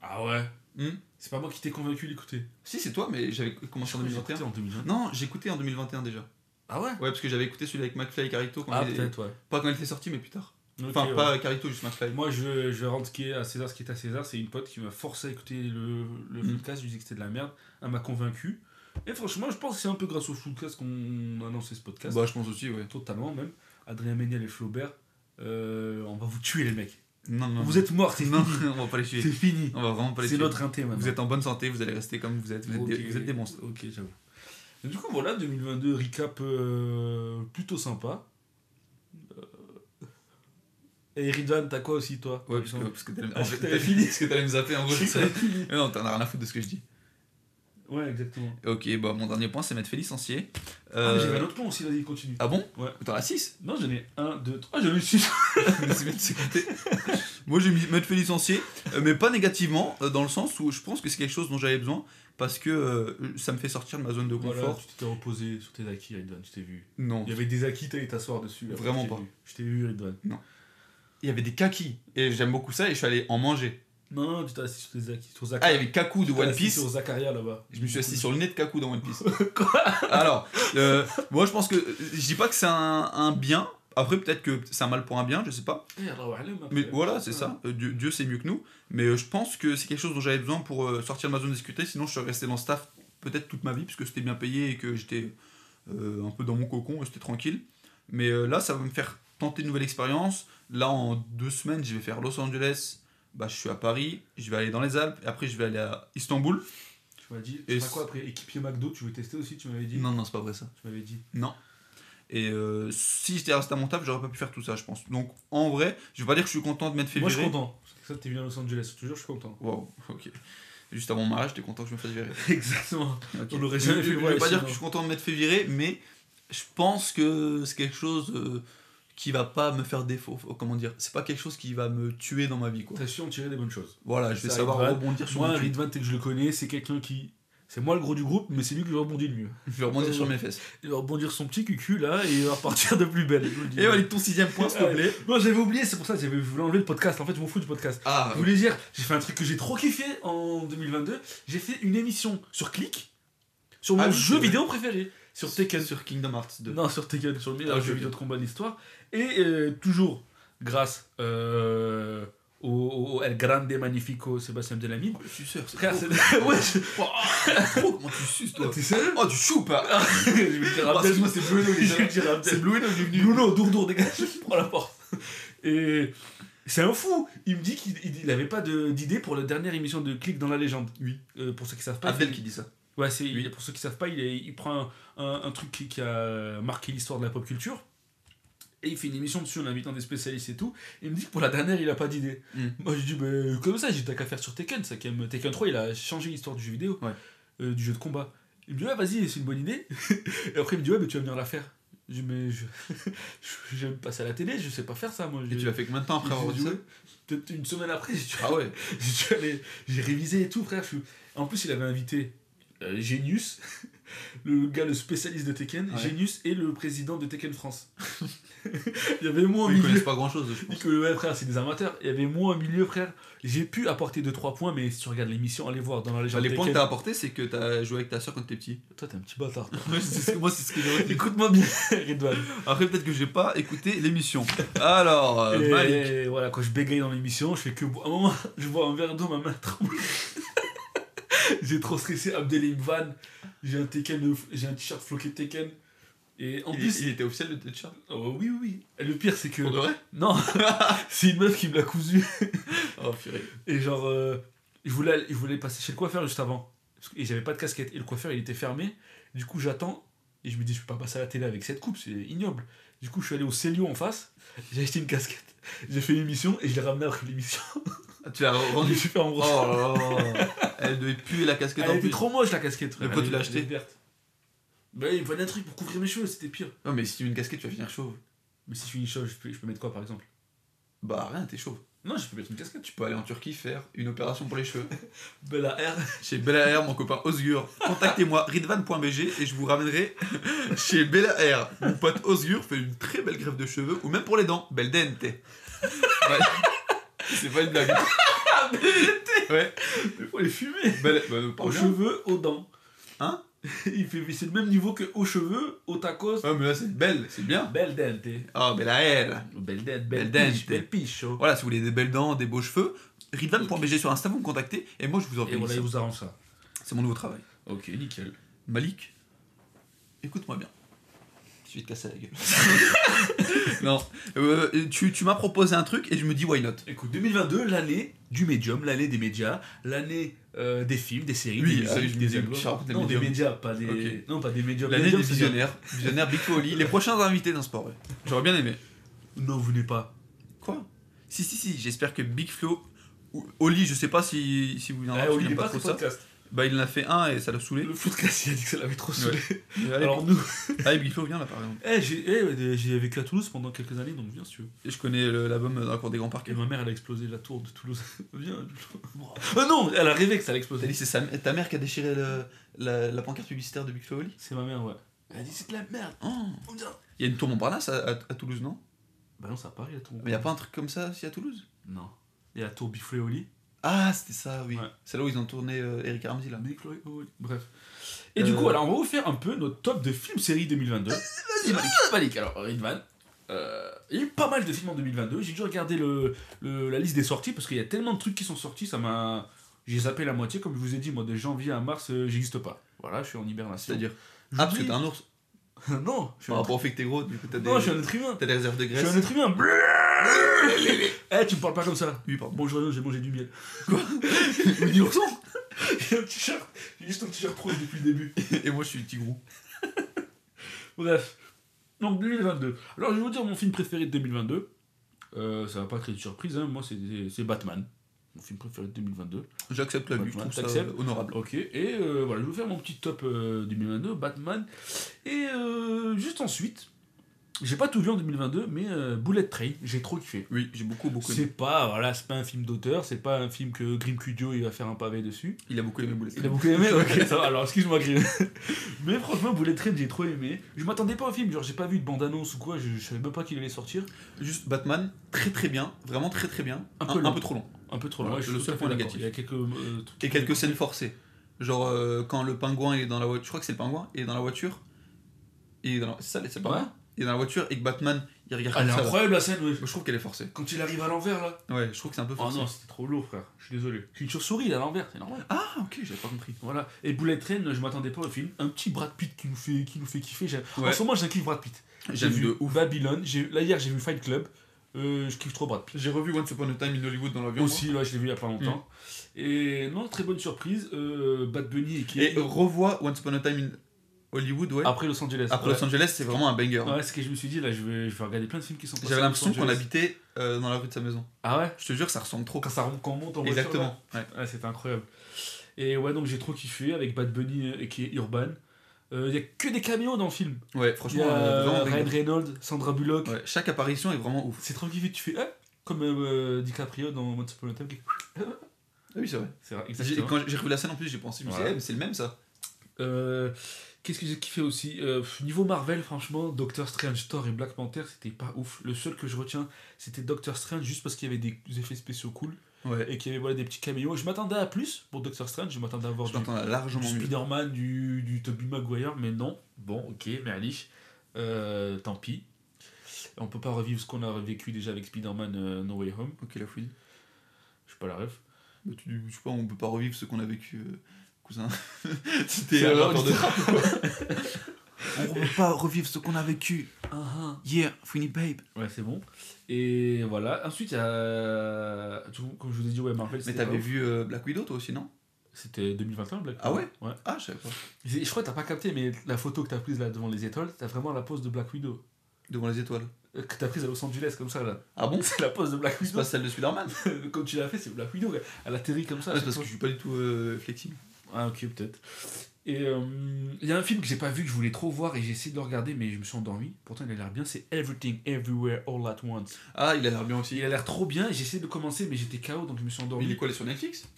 Speaker 2: Ah ouais
Speaker 3: Hmm.
Speaker 2: C'est pas moi qui t'ai convaincu d'écouter.
Speaker 3: Si, c'est toi, mais j'avais commencé en
Speaker 2: Je crois que j'ai
Speaker 3: 2021.
Speaker 2: écouté en 2021.
Speaker 3: Non, j'écoutais en 2021 déjà.
Speaker 2: Ah ouais
Speaker 3: Ouais, parce que j'avais écouté celui avec McFly et Carito. Quand
Speaker 2: Ah
Speaker 3: il est-
Speaker 2: peut-être, ouais.
Speaker 3: Pas quand il était sorti, mais plus tard.
Speaker 2: Ok,
Speaker 3: Enfin,
Speaker 2: ouais.
Speaker 3: pas Carito, juste McFly.
Speaker 2: Moi, je, je rends ce qui est à César ce qui est à César. C'est une pote qui m'a forcé à écouter le, le
Speaker 3: Mm.
Speaker 2: Floodcast. Je lui disais que c'était de la merde. Elle m'a convaincu. Et franchement, je pense que c'est un peu grâce au Floodcast qu'on a lancé ce podcast.
Speaker 3: Bah, je pense aussi, ouais.
Speaker 2: Totalement, même. Adrien Méniel et Flaubert, euh, on va vous tuer, les mecs.
Speaker 3: Non, non.
Speaker 2: Vous êtes morts, c'est
Speaker 3: Non,
Speaker 2: fini.
Speaker 3: on va pas les
Speaker 2: C'est
Speaker 3: tuer.
Speaker 2: fini.
Speaker 3: On va vraiment pas les
Speaker 2: C'est
Speaker 3: tuer.
Speaker 2: notre inté maintenant.
Speaker 3: Vous êtes en bonne santé, vous allez rester comme vous êtes. Vous êtes,
Speaker 2: Ok.
Speaker 3: des, vous êtes des monstres.
Speaker 2: Ok, j'avoue. Et Du coup, voilà, 2022, recap euh, plutôt sympa. Euh, Et Ridvan, t'as quoi aussi, toi par
Speaker 3: Ouais, parce que,
Speaker 2: exemple
Speaker 3: parce que t'allais
Speaker 2: Ah,
Speaker 3: en fait,
Speaker 2: t'avais
Speaker 3: t'allais-
Speaker 2: fini.
Speaker 3: parce que t'allais me zapper en gros. c'est ça.
Speaker 2: fini.
Speaker 3: Mais non, t'en as rien à foutre de ce que je dis.
Speaker 2: Ouais, exactement.
Speaker 3: Ok, bah, mon dernier point, c'est mettre fait licencier.
Speaker 2: Ah, mais
Speaker 3: Euh,
Speaker 2: j'avais un autre point aussi, vas-y, continue.
Speaker 3: ah bon
Speaker 2: Ouais.
Speaker 3: T'en as 6
Speaker 2: Non, j'en ai 1, 2, 3, j'en ai 6.
Speaker 3: Moi, j'ai mis mettre fait licencier, euh, mais pas négativement, euh, dans le sens où je pense que c'est quelque chose dont j'avais besoin, parce que euh, ça me fait sortir de ma zone de confort.
Speaker 2: Voilà, tu t'es reposé sur tes acquis, Ridvan, tu t'es vu.
Speaker 3: Non.
Speaker 2: Il y avait des acquis, t'allais t'asseoir dessus. après,
Speaker 3: Vraiment
Speaker 2: je t'ai
Speaker 3: pas.
Speaker 2: vu. Je t'ai vu, Ridvan.
Speaker 3: Il y avait des kakis, et j'aime beaucoup ça, et je suis allé en manger.
Speaker 2: Non, non, tu t'es assis sur tes acquis. Sur
Speaker 3: Ah, il
Speaker 2: Zakaria.
Speaker 3: y avait Kaku de
Speaker 2: Tu t'es
Speaker 3: One
Speaker 2: assis
Speaker 3: Piece.
Speaker 2: Sur Zakaria là-bas.
Speaker 3: Je me suis assis sur le nez de Kaku dans One Piece.
Speaker 2: Quoi
Speaker 3: Alors, euh, moi je pense que. Je dis pas que c'est un, un bien. Après, peut-être que c'est un mal pour un bien, je sais pas.
Speaker 2: Eh, Allahu Alam, après.
Speaker 3: Mais voilà, c'est ça. Euh, Dieu, Dieu sait mieux que nous. Mais euh, je pense que c'est quelque chose dont j'avais besoin pour euh, sortir de ma zone de sécurité. Sinon, je serais resté dans le staff peut-être toute ma vie, parce que c'était bien payé et que j'étais euh, un peu dans mon cocon, et c'était tranquille. Mais euh, là, ça va me faire tenter une nouvelle expérience. Là, en deux semaines, je vais faire Los Angeles. Bah, je suis à Paris, je vais aller dans les Alpes, et après, je vais aller à Istanbul.
Speaker 2: Tu m'as dit,
Speaker 3: Et
Speaker 2: tu feras quoi après Équipier McDo, tu veux tester aussi, tu m'avais dit
Speaker 3: Non, non, c'est pas vrai ça.
Speaker 2: Tu m'avais dit.
Speaker 3: Et euh, si j'étais resté à mon taf, j'aurais pas pu faire tout ça, je pense. Donc en vrai, je vais pas dire que je suis content de m'être fait
Speaker 2: Moi, je suis
Speaker 3: virer.
Speaker 2: content. C'est ça, t'es venu à Los Angeles. Toujours, je suis content.
Speaker 3: Waouh, ok. Juste avant mon mariage, j'étais content que je me fasse virer.
Speaker 2: Exactement.
Speaker 3: Ok.
Speaker 2: On l'aurait
Speaker 3: Je-
Speaker 2: jamais
Speaker 3: je-
Speaker 2: fait
Speaker 3: Je
Speaker 2: virer,
Speaker 3: vais pas dire
Speaker 2: sinon.
Speaker 3: que je suis content de m'être fait virer, mais je pense que c'est quelque chose euh, qui va pas me faire défaut. Faut- Comment dire C'est pas quelque chose qui va me tuer dans ma vie, quoi.
Speaker 2: T'as su en tirer des bonnes choses.
Speaker 3: Voilà, je vais
Speaker 2: Ça
Speaker 3: savoir
Speaker 2: arrivera.
Speaker 3: rebondir sur
Speaker 2: Moi,
Speaker 3: mon cul.
Speaker 2: Ridvan, tel que je le connais, c'est quelqu'un qui. C'est moi le gros du groupe, mais c'est lui qui rebondit le mieux.
Speaker 3: Je vais rebondir sur mes fesses.
Speaker 2: Il va rebondir son petit cucu là et il va repartir de plus belle. je vous le dis.
Speaker 3: Et valide Eh, ton sixième point, s'il te plaît.
Speaker 2: Non, j'avais oublié, c'est pour ça que j'avais- je voulais enlever le podcast. En fait, je m'en fous du podcast.
Speaker 3: Ah,
Speaker 2: Je voulais dire, j'ai fait un truc que j'ai trop kiffé en 2022. J'ai fait une émission sur Click, sur mon
Speaker 3: Ah oui, c'est
Speaker 2: jeu
Speaker 3: vrai.
Speaker 2: vidéo préféré, sur Tekken.
Speaker 3: sur Kingdom Hearts 2.
Speaker 2: Non, sur Tekken, sur le hein, meilleur
Speaker 3: Ah,
Speaker 2: jeu
Speaker 3: ok.
Speaker 2: vidéo de combat de l'histoire. Et euh, toujours grâce euh, au, au- au El Grande Magnifico Sébastien Delamine.
Speaker 3: Oh, le suceur, c'est
Speaker 2: Frère,
Speaker 3: trop.
Speaker 2: c'est. ouais, je-
Speaker 3: Oh, c'est trop, comment tu suces, toi
Speaker 2: T'es sérieux
Speaker 3: Oh, tu choues pas
Speaker 2: Je vais le dire à Abdel.
Speaker 3: moi c'est Bruno,
Speaker 2: Je
Speaker 3: les gars.
Speaker 2: vais le dire à Abdel.
Speaker 3: C'est Bruno qui est venu.
Speaker 2: Bruno, Dourdour, dégage, je prends la porte. Et c'est un fou. Il me dit qu'il il- il avait pas de- d'idée pour la dernière émission de Click dans la légende.
Speaker 3: Oui.
Speaker 2: Euh, pour ceux qui savent pas.
Speaker 3: Abdel
Speaker 2: il-
Speaker 3: qui dit ça.
Speaker 2: Ouais, c'est
Speaker 3: Oui.
Speaker 2: pour ceux qui savent pas, il, est- il prend un, un- un truc qui, qui a marqué l'histoire de la pop culture. Et il fait une émission dessus en invitant des spécialistes et tout. Et il me dit que pour la dernière, il a pas d'idée.
Speaker 3: Mm.
Speaker 2: Moi, je dis, bah, comme ça, j'ai t'as qu'à faire sur Tekken. Ça, quand même, Tekken 3, il a changé l'histoire du jeu vidéo,
Speaker 3: Ouais.
Speaker 2: euh, du jeu de combat. Il me dit, ah, vas-y, c'est une bonne idée. et après, il me dit, ouais, mais tu vas venir la faire. Je dis, mais je. je- J'aime passer à la télé, je sais pas faire ça, moi.
Speaker 3: Et tu l'as fait combien de temps après avoir dit ça
Speaker 2: Peut-être une semaine après, j'ai dit,
Speaker 3: Ah ouais
Speaker 2: je suis allé- J'ai révisé et tout, frère. je suis- En plus, il avait invité euh, Genius, le gars, le spécialiste de Tekken,
Speaker 3: Ouais.
Speaker 2: Genius et le président de Tekken France. il y avait moi au
Speaker 3: Ils connaissent
Speaker 2: milieu.
Speaker 3: pas grand chose, je
Speaker 2: Dit
Speaker 3: pense.
Speaker 2: que, ouais, frère, c'est des amateurs. Il y avait moi au milieu, frère. J'ai pu apporter 2-3 points, mais si tu regardes l'émission, allez voir dans la légende.
Speaker 3: Les points que
Speaker 2: Tekken.
Speaker 3: t'as apporté, c'est que t'as joué avec ta soeur quand t'étais petit.
Speaker 2: Toi, t'es un petit bâtard. toi.
Speaker 3: Moi, c'est ce que- moi, c'est ce que j'aurais fait.
Speaker 2: Écoute-moi bien, Redouane.
Speaker 3: Après, peut-être que j'ai pas écouté l'émission. Alors, euh,
Speaker 2: Et
Speaker 3: Malik.
Speaker 2: voilà, quand je bégaye dans l'émission, je fais que. boire. À un moment, je vois un verre d'eau, ma main tremble. J'ai trop stressé, Abdelim Van. J'ai un Tekken, de- j'ai un t-shirt floqué de Tekken. Et en
Speaker 3: il,
Speaker 2: plus.
Speaker 3: il était officiel le t-shirt.
Speaker 2: Oh, oui, oui, oui. Et le pire, c'est que.
Speaker 3: Pour de vrai
Speaker 2: Non, c'est une meuf qui me l'a cousu.
Speaker 3: Oh purée.
Speaker 2: Et genre, euh, je, voulais, je voulais passer chez le coiffeur juste avant. Parce que- Et j'avais pas de casquette. Et le coiffeur, il était fermé. Du coup, j'attends. Et je me dis, je peux pas passer à la télé avec cette coupe, c'est ignoble. Du coup, je suis allé au Célio en face. J'ai acheté une casquette. J'ai fait l'émission et je l'ai ramenée après l'émission.
Speaker 3: Ah, tu l'as
Speaker 2: Je l'ai
Speaker 3: rendu.
Speaker 2: fait en
Speaker 3: Oh
Speaker 2: gros.
Speaker 3: là là. Elle devait puer la casquette
Speaker 2: Elle
Speaker 3: en
Speaker 2: était
Speaker 3: plus.
Speaker 2: trop moche la casquette. frère.
Speaker 3: Mais pourquoi
Speaker 2: Elle
Speaker 3: tu l'as
Speaker 2: était- elle
Speaker 3: acheté
Speaker 2: était verte. Bah, il me fallait un truc pour couvrir mes cheveux, c'était pire.
Speaker 3: Non mais si tu mets une casquette, tu vas finir chauve.
Speaker 2: Mais si je suis une chauve, je peux, je peux mettre quoi par exemple
Speaker 3: Bah rien, t'es chauve.
Speaker 2: Non, je peux mettre une casquette.
Speaker 3: Tu peux aller en Turquie faire une opération pour les cheveux.
Speaker 2: Bella R.
Speaker 3: Chez Bella Air, mon copain Osgur. Contactez-moi ridvan.bg et je vous ramènerai chez Bella Air. Mon pote Osgur fait une très belle greffe de cheveux ou même pour les dents. Belle dente. Ouais. C'est pas une blague. Ouais.
Speaker 2: Il faut les fumer.
Speaker 3: Belle... Bah, euh,
Speaker 2: Aux
Speaker 3: pardon.
Speaker 2: cheveux, aux dents.
Speaker 3: Hein
Speaker 2: Il fait, c'est le même niveau que aux cheveux, aux tacos.
Speaker 3: Ouais, mais là c'est belle, c'est bien.
Speaker 2: Bel dente.
Speaker 3: Oh, Bella Air.
Speaker 2: Bel dente,
Speaker 3: Bel
Speaker 2: bel
Speaker 3: dente.
Speaker 2: dente. Bel picho.
Speaker 3: Voilà, si vous voulez des belles dents, des beaux cheveux, ridvan.bg sur Insta, vous me contactez et moi je vous
Speaker 2: Et
Speaker 3: organise.
Speaker 2: voilà,
Speaker 3: ça.
Speaker 2: il vous arrange ça.
Speaker 3: C'est mon nouveau travail.
Speaker 2: Ok, nickel.
Speaker 3: Malik, écoute-moi bien. Je vais te casser la gueule. non, Euh, tu, tu m'as proposé un truc et je me dis why not.
Speaker 2: Écoute, 2022, l'année du médium, l'année des médias, l'année euh, des films, des séries,
Speaker 3: Oui,
Speaker 2: des,
Speaker 3: ah oui, je me disais,
Speaker 2: albums.
Speaker 3: je raconte des
Speaker 2: non, des
Speaker 3: médiums.
Speaker 2: médias, pas des.
Speaker 3: Ok.
Speaker 2: Non, pas des médiums.
Speaker 3: L'année des
Speaker 2: Médiums, c'est bien.
Speaker 3: visionnaires, visionnaires Big Folly, les prochains invités d'un sport. ouais. J'aurais bien aimé.
Speaker 2: Non, vous n'êtes pas.
Speaker 3: Quoi Si, si, si, j'espère que Big Flo ou Oli, je sais pas si, si vous viendrez,
Speaker 2: Ah,
Speaker 3: parce
Speaker 2: on
Speaker 3: qu'il
Speaker 2: lit
Speaker 3: aime
Speaker 2: pas ce podcast.
Speaker 3: Bah, il en a fait un et ça l'a saoulé.
Speaker 2: Le podcast, il a dit que ça l'avait trop saoulé.
Speaker 3: Allez,
Speaker 2: Alors nous.
Speaker 3: allez, Big Flo, viens là par exemple.
Speaker 2: Eh, j'ai eh, j'ai vécu à Toulouse pendant quelques années, donc viens si tu veux.
Speaker 3: Je connais le- l'album dans la cour des grands parcs.
Speaker 2: Et ma mère, elle a explosé la tour de Toulouse. viens. Ah non, elle a rêvé que ça allait
Speaker 3: T'as
Speaker 2: exploser.
Speaker 3: dit c'est sa- ta mère qui a déchiré le- la, la pancarte publicitaire de Big Flo et Oli
Speaker 2: C'est ma mère, ouais. Elle a dit c'est de la merde.
Speaker 3: Oh.
Speaker 2: on dirait-
Speaker 3: Il y a une tour Montparnasse à, à- à Toulouse, non
Speaker 2: Bah non, ça part, il y a tour.
Speaker 3: Mais y a pas un truc comme ça si à Toulouse
Speaker 2: Non. Il y a la tour Biflé au lit.
Speaker 3: Ah, c'était ça, oui.
Speaker 2: Ouais.
Speaker 3: C'est là où ils ont tourné euh, Eric Ramsey, là.
Speaker 2: Mais Chloé au lit. Bref. Et du coup,
Speaker 3: Euh.
Speaker 2: alors on va vous faire un peu notre top de films séries 2022. Vas-y, Malik. Malik, alors Ridvan. euh, il y a eu pas mal de films en 2022. J'ai déjà regardé le, le- la liste des sorties parce qu'il y a tellement de trucs qui sont sortis, ça m'a. J'ai zappé la moitié, comme je vous ai dit, moi de janvier à mars, euh, j'existe pas. Voilà, je suis en hibernation.
Speaker 3: C'est-à-dire. Ah, parce que
Speaker 2: J'oublie-
Speaker 3: t'es un ours.
Speaker 2: non, je suis
Speaker 3: Par
Speaker 2: un...
Speaker 3: rapport au fait que t'es gros, du coup, t'as des,
Speaker 2: non, je suis un être humain.
Speaker 3: t'as des réserves de
Speaker 2: Je suis
Speaker 3: graisse.
Speaker 2: un être humain. Eh, tu me parles pas comme ça.
Speaker 3: Oui, pardon.
Speaker 2: Bonjour, j'ai mangé du miel. Quoi Mais dis ourson J'ai un t-shirt, j'ai juste un t-shirt rose depuis le début.
Speaker 3: Et moi, je suis le petit gros.
Speaker 2: Bref, donc 2022. Alors je vais vous dire mon film préféré de 2022. Euh, ça va pas créer de surprise, hein. moi c'est c'est Batman. Mon film préféré de 2022.
Speaker 3: J'accepte la
Speaker 2: Ouais,
Speaker 3: vue, je
Speaker 2: ouais,
Speaker 3: trouve ça
Speaker 2: t'acceptes.
Speaker 3: euh, honorable.
Speaker 2: Ok, et euh, voilà, je vais vous faire mon petit top euh, 2022, Batman. Et euh, juste ensuite, j'ai pas tout vu en 2022, mais euh, Bullet Train, j'ai trop kiffé.
Speaker 3: Oui, j'ai beaucoup, beaucoup aimé.
Speaker 2: C'est pas, voilà, c'est pas un film d'auteur, c'est pas un film que Grim Cudio il va faire un pavé dessus.
Speaker 3: Il a beaucoup aimé Bullet
Speaker 2: Il a beaucoup aimé, ok, ça va, alors excuse-moi Grim. Mais franchement, Bullet Train, j'ai trop aimé. Je m'attendais pas au film, genre j'ai pas vu de bande-annonce ou quoi, je, je savais même pas qu'il allait sortir.
Speaker 3: Juste Batman, très très bien. Vraiment très très bien.
Speaker 2: Un peu long.
Speaker 3: trop long.
Speaker 2: Un peu trop loin,
Speaker 3: Ouais,
Speaker 2: je
Speaker 3: le
Speaker 2: suis
Speaker 3: seul
Speaker 2: tout à fait
Speaker 3: point
Speaker 2: d'accord.
Speaker 3: négatif.
Speaker 2: Il y a quelques euh, trucs.
Speaker 3: Et quelques scènes forcées. Genre euh, quand le pingouin est dans la voiture, je crois que c'est le pingouin, il est dans la voiture. Il est dans la... C'est ça, c'est le pingouin
Speaker 2: Ouais.
Speaker 3: Il est dans la voiture et que Batman, il regarde
Speaker 2: Ah, elle est
Speaker 3: comme ça. là.
Speaker 2: incroyable la scène, ouais.
Speaker 3: Je trouve qu'elle est forcée.
Speaker 2: Quand il arrive à l'envers là.
Speaker 3: Ouais, je trouve que c'est un peu
Speaker 2: Oh
Speaker 3: forcé.
Speaker 2: non, c'était trop lourd, frère, je suis désolé. C'est une chauve-souris, il est à l'envers, c'est normal.
Speaker 3: ah, ok, j'avais pas compris.
Speaker 2: Voilà, et Bullet Train, je m'attendais pas au film. Un petit Brad Pitt qui nous fait, qui nous fait kiffer. J'aime- En
Speaker 3: Ouais.
Speaker 2: ce moment, j'ai un kiff Brad Pitt. J'ai
Speaker 3: J'aime
Speaker 2: vu
Speaker 3: de
Speaker 2: Babylone. J'ai... Là, hier, j'ai vu Fight Club. Euh, je kiffe trop Brad Pitt.
Speaker 3: J'ai revu Once Upon a Time in Hollywood dans l'avion.
Speaker 2: Aussi, là, je l'ai vu il y a pas longtemps. Et non, très bonne surprise. Euh, Bad Bunny et qui
Speaker 3: hein. Et revois Once Upon a Time in Hollywood, ouais.
Speaker 2: après Los Angeles.
Speaker 3: Après
Speaker 2: ouais.
Speaker 3: Los Angeles, c'est vraiment un banger. hein.
Speaker 2: Ouais, c'est ce que je me suis dit. Là, je vais, je vais regarder plein de films qui sont passés.
Speaker 3: J'avais
Speaker 2: à
Speaker 3: l'impression
Speaker 2: Los
Speaker 3: qu'on
Speaker 2: Angeles.
Speaker 3: habitait euh, dans la rue de sa maison.
Speaker 2: Ah ouais
Speaker 3: Je te jure, ça ressemble trop.
Speaker 2: Quand ça rom- quand on monte en voiture.
Speaker 3: Exactement. Ouais.
Speaker 2: là. Ouais, c'était incroyable. Et ouais, donc j'ai trop kiffé avec Bad Bunny euh, et qui est Urban. Euh, Il y a que des caméos dans le film.
Speaker 3: Ouais,
Speaker 2: Il y
Speaker 3: franchement,
Speaker 2: a
Speaker 3: euh,
Speaker 2: euh,
Speaker 3: vraiment
Speaker 2: Ryan
Speaker 3: banger.
Speaker 2: Reynolds, Sandra Bullock.
Speaker 3: Ouais, chaque apparition est vraiment ouf.
Speaker 2: C'est trop kiffé. Tu fais. Ah Comme euh, DiCaprio dans Once Upon a Time.
Speaker 3: Ah oui, c'est vrai.
Speaker 2: C'est vrai,
Speaker 3: J'ai- Quand j'ai revu la scène en plus, j'ai pensé, je me suis dit,
Speaker 2: Voilà.
Speaker 3: eh, mais c'est le même ça.
Speaker 2: Euh, Qu'est-ce que j'ai kiffé aussi Euh, pff, Niveau Marvel, franchement, Doctor Strange, Thor et Black Panther, c'était pas ouf. Le seul que je retiens, c'était Doctor Strange, juste parce qu'il y avait des effets spéciaux cool
Speaker 3: Ouais.
Speaker 2: et qu'il y avait voilà, des petits caméos. Je m'attendais à plus pour Doctor Strange, je m'attendais à voir
Speaker 3: Je
Speaker 2: du,
Speaker 3: t'entends largement
Speaker 2: du
Speaker 3: mieux.
Speaker 2: Spider-Man, du, du Tobey Maguire, mais non. Bon, ok, Merlich, euh, tant pis. On peut pas revivre ce qu'on a vécu déjà avec Spider-Man euh, No Way Home,
Speaker 3: Ok, la fouille.
Speaker 2: je suis pas la rêve.
Speaker 3: Bah, tu, je sais pas, on peut pas revivre ce qu'on a vécu, euh, cousin.
Speaker 2: C'est
Speaker 3: C'était
Speaker 2: un
Speaker 3: un
Speaker 2: rapport
Speaker 3: rapport de
Speaker 2: de
Speaker 3: trappe. On veut pas revivre ce qu'on a vécu. Yeah, Funny Babe.
Speaker 2: Ouais, c'est bon. Et voilà. Ensuite, il y a. du coup, Comme je vous ai dit, ouais, Marvel,
Speaker 3: Mais
Speaker 2: c'était
Speaker 3: t'avais
Speaker 2: pas-
Speaker 3: vu euh, Black Widow toi aussi, non
Speaker 2: C'était 2021, Black
Speaker 3: Ah ouais
Speaker 2: Ouais.
Speaker 3: Ah, je savais pas.
Speaker 2: Je crois que t'as pas capté, mais la photo que t'as prise là devant les étoiles, t'as vraiment la pose de Black Widow.
Speaker 3: Devant les étoiles.
Speaker 2: Euh, Que t'as prise à Los Angeles, comme ça, là.
Speaker 3: Ah bon
Speaker 2: C'est la pose de Black
Speaker 3: C'est
Speaker 2: Widow.
Speaker 3: pas celle de Spider-Man
Speaker 2: Comme tu l'as fait, c'est Black Widow. ouais. Elle atterrit comme ça. à
Speaker 3: Ah, c'est
Speaker 2: chaque
Speaker 3: parce
Speaker 2: fois.
Speaker 3: que je suis pas du tout euh, flexible.
Speaker 2: Ah, ok, peut-être. Et euh, il y a un film que j'ai pas vu, que je voulais trop voir et j'ai essayé de le regarder, mais je me suis endormi. Pourtant, il a l'air bien, c'est Everything, Everywhere, All at Once.
Speaker 3: Ah, il a l'air bien aussi.
Speaker 2: Il a l'air trop bien, et j'ai essayé de commencer, mais j'étais KO donc je me suis
Speaker 3: Mais il est
Speaker 2: endormi.
Speaker 3: quoi, il est sur Netflix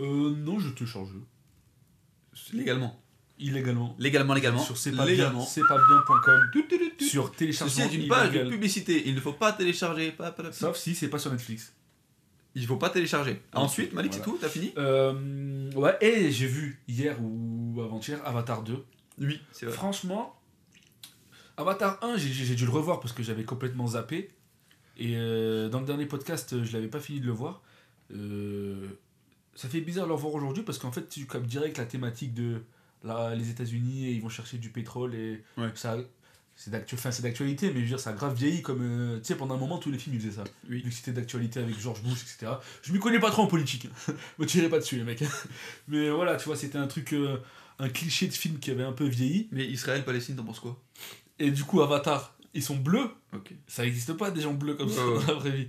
Speaker 2: Euh, non, je te charge.
Speaker 3: Légalement.
Speaker 2: Illégalement.
Speaker 3: Légalement, légalement.
Speaker 2: Sur c'est pas bien,
Speaker 3: légalement.
Speaker 2: c'est pas bien.com.
Speaker 3: Tut, tut, tut, tut.
Speaker 2: Sur
Speaker 3: Ceci
Speaker 2: téléchargement
Speaker 3: est une page de
Speaker 2: illégal.
Speaker 3: publicité. Il ne faut pas télécharger. Pa, pa, pa, pa.
Speaker 2: Sauf si c'est pas sur Netflix.
Speaker 3: Il ne faut pas télécharger. Ah, ensuite, Malik, c'est
Speaker 2: Voilà.
Speaker 3: tout T'as fini
Speaker 2: Euh, ouais, et j'ai vu hier ou avant-hier Avatar 2.
Speaker 3: Oui, c'est vrai.
Speaker 2: Franchement, Avatar 1, j'ai- j'ai j'ai dû le revoir parce que j'avais complètement zappé. Et euh, dans le dernier podcast, euh, je l'avais pas fini de le voir. Euh, ça fait bizarre de le revoir aujourd'hui parce qu'en fait, tu captes direct la thématique de la- les États-Unis et ils vont chercher du pétrole et
Speaker 3: Ouais.
Speaker 2: ça. C'est d'actu- enfin, c'est d'actualité, mais je veux dire, ça a grave vieilli comme. euh, tu sais, pendant un moment, tous les films ils faisaient ça.
Speaker 3: Oui.
Speaker 2: Vu que c'était d'actualité avec George Bush, etc. Je m'y connais pas trop en politique. hein. Me tirez pas dessus, les mecs. mais voilà, tu vois, c'était un truc. euh, un cliché de film qui avait un peu vieilli.
Speaker 3: Mais Israël, Palestine, t'en penses quoi
Speaker 2: Et du coup, Avatar, ils sont bleus.
Speaker 3: Ok.
Speaker 2: Ça n'existe pas des gens bleus comme ça
Speaker 3: Ouais, ouais.
Speaker 2: dans la vraie vie.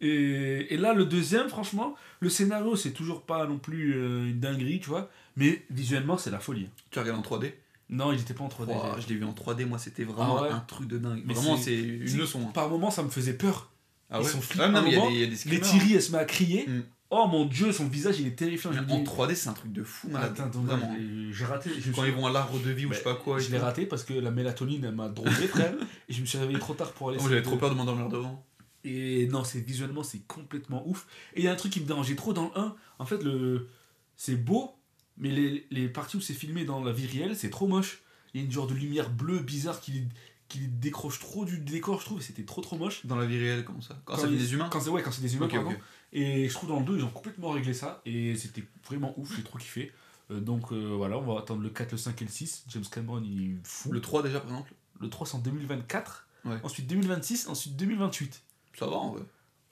Speaker 2: Et, et là, le deuxième, franchement, le scénario, c'est toujours pas non plus euh, une dinguerie, tu vois. Mais visuellement, c'est la folie.
Speaker 3: Tu regardes en 3D
Speaker 2: Non, ils étaient pas en 3D.
Speaker 3: Ouah,
Speaker 2: j'ai-
Speaker 3: Je l'ai vu en 3D, moi, c'était vraiment
Speaker 2: Ah ouais
Speaker 3: un truc de dingue.
Speaker 2: Mais
Speaker 3: vraiment,
Speaker 2: c'est-
Speaker 3: c'est une leçon. hein.
Speaker 2: Par moments, ça me faisait peur.
Speaker 3: Ah
Speaker 2: ils
Speaker 3: ouais
Speaker 2: sont flippés
Speaker 3: Ah, non,
Speaker 2: à un
Speaker 3: mais il y a
Speaker 2: moment.
Speaker 3: des- il y a des
Speaker 2: Les
Speaker 3: screamers.
Speaker 2: Thierry, elle se met à crier.
Speaker 3: Mm.
Speaker 2: Oh mon dieu, son visage, il est terrifiant. Je me
Speaker 3: Mais En
Speaker 2: dis,
Speaker 3: 3D, c'est un truc de fou, malade.
Speaker 2: Attends, attends,
Speaker 3: Vraiment.
Speaker 2: j'ai- j'ai raté. je me
Speaker 3: Quand
Speaker 2: suis-
Speaker 3: ils vont à l'arbre de vie ou je sais pas quoi. et
Speaker 2: je l'ai
Speaker 3: tout.
Speaker 2: raté parce que la mélatonine, elle m'a drogué, frère. et je me suis réveillé trop tard pour aller
Speaker 3: Oh, J'avais trop peur de m'endormir devant.
Speaker 2: Et non, c'est visuellement, c'est complètement ouf. Et il y a un truc qui me dérangeait trop dans le 1. En fait, le c'est beau, mais les, les parties où c'est filmé dans la vie réelle, c'est trop moche. Il y a une genre de lumière bleue bizarre qui, les- qui les décroche trop du décor, je trouve. et C'était trop trop moche.
Speaker 3: Dans la vie réelle, comment ça Quand ça vient
Speaker 2: ils-
Speaker 3: des humains
Speaker 2: quand c'est ouais, quand c'est des humains,
Speaker 3: Ok,
Speaker 2: pardon.
Speaker 3: ok.
Speaker 2: Et je trouve dans le 2, ils ont complètement réglé ça. Et c'était vraiment ouf, j'ai trop kiffé. Euh, donc euh, voilà, on va attendre le 4, le 5 et le 6. James Cameron, il est fou.
Speaker 3: Le
Speaker 2: Le,
Speaker 3: 3 déjà, par exemple,
Speaker 2: 3, c'est en 2024.
Speaker 3: Ouais.
Speaker 2: Ensuite 2026, ensuite 2028.
Speaker 3: ça va en vrai.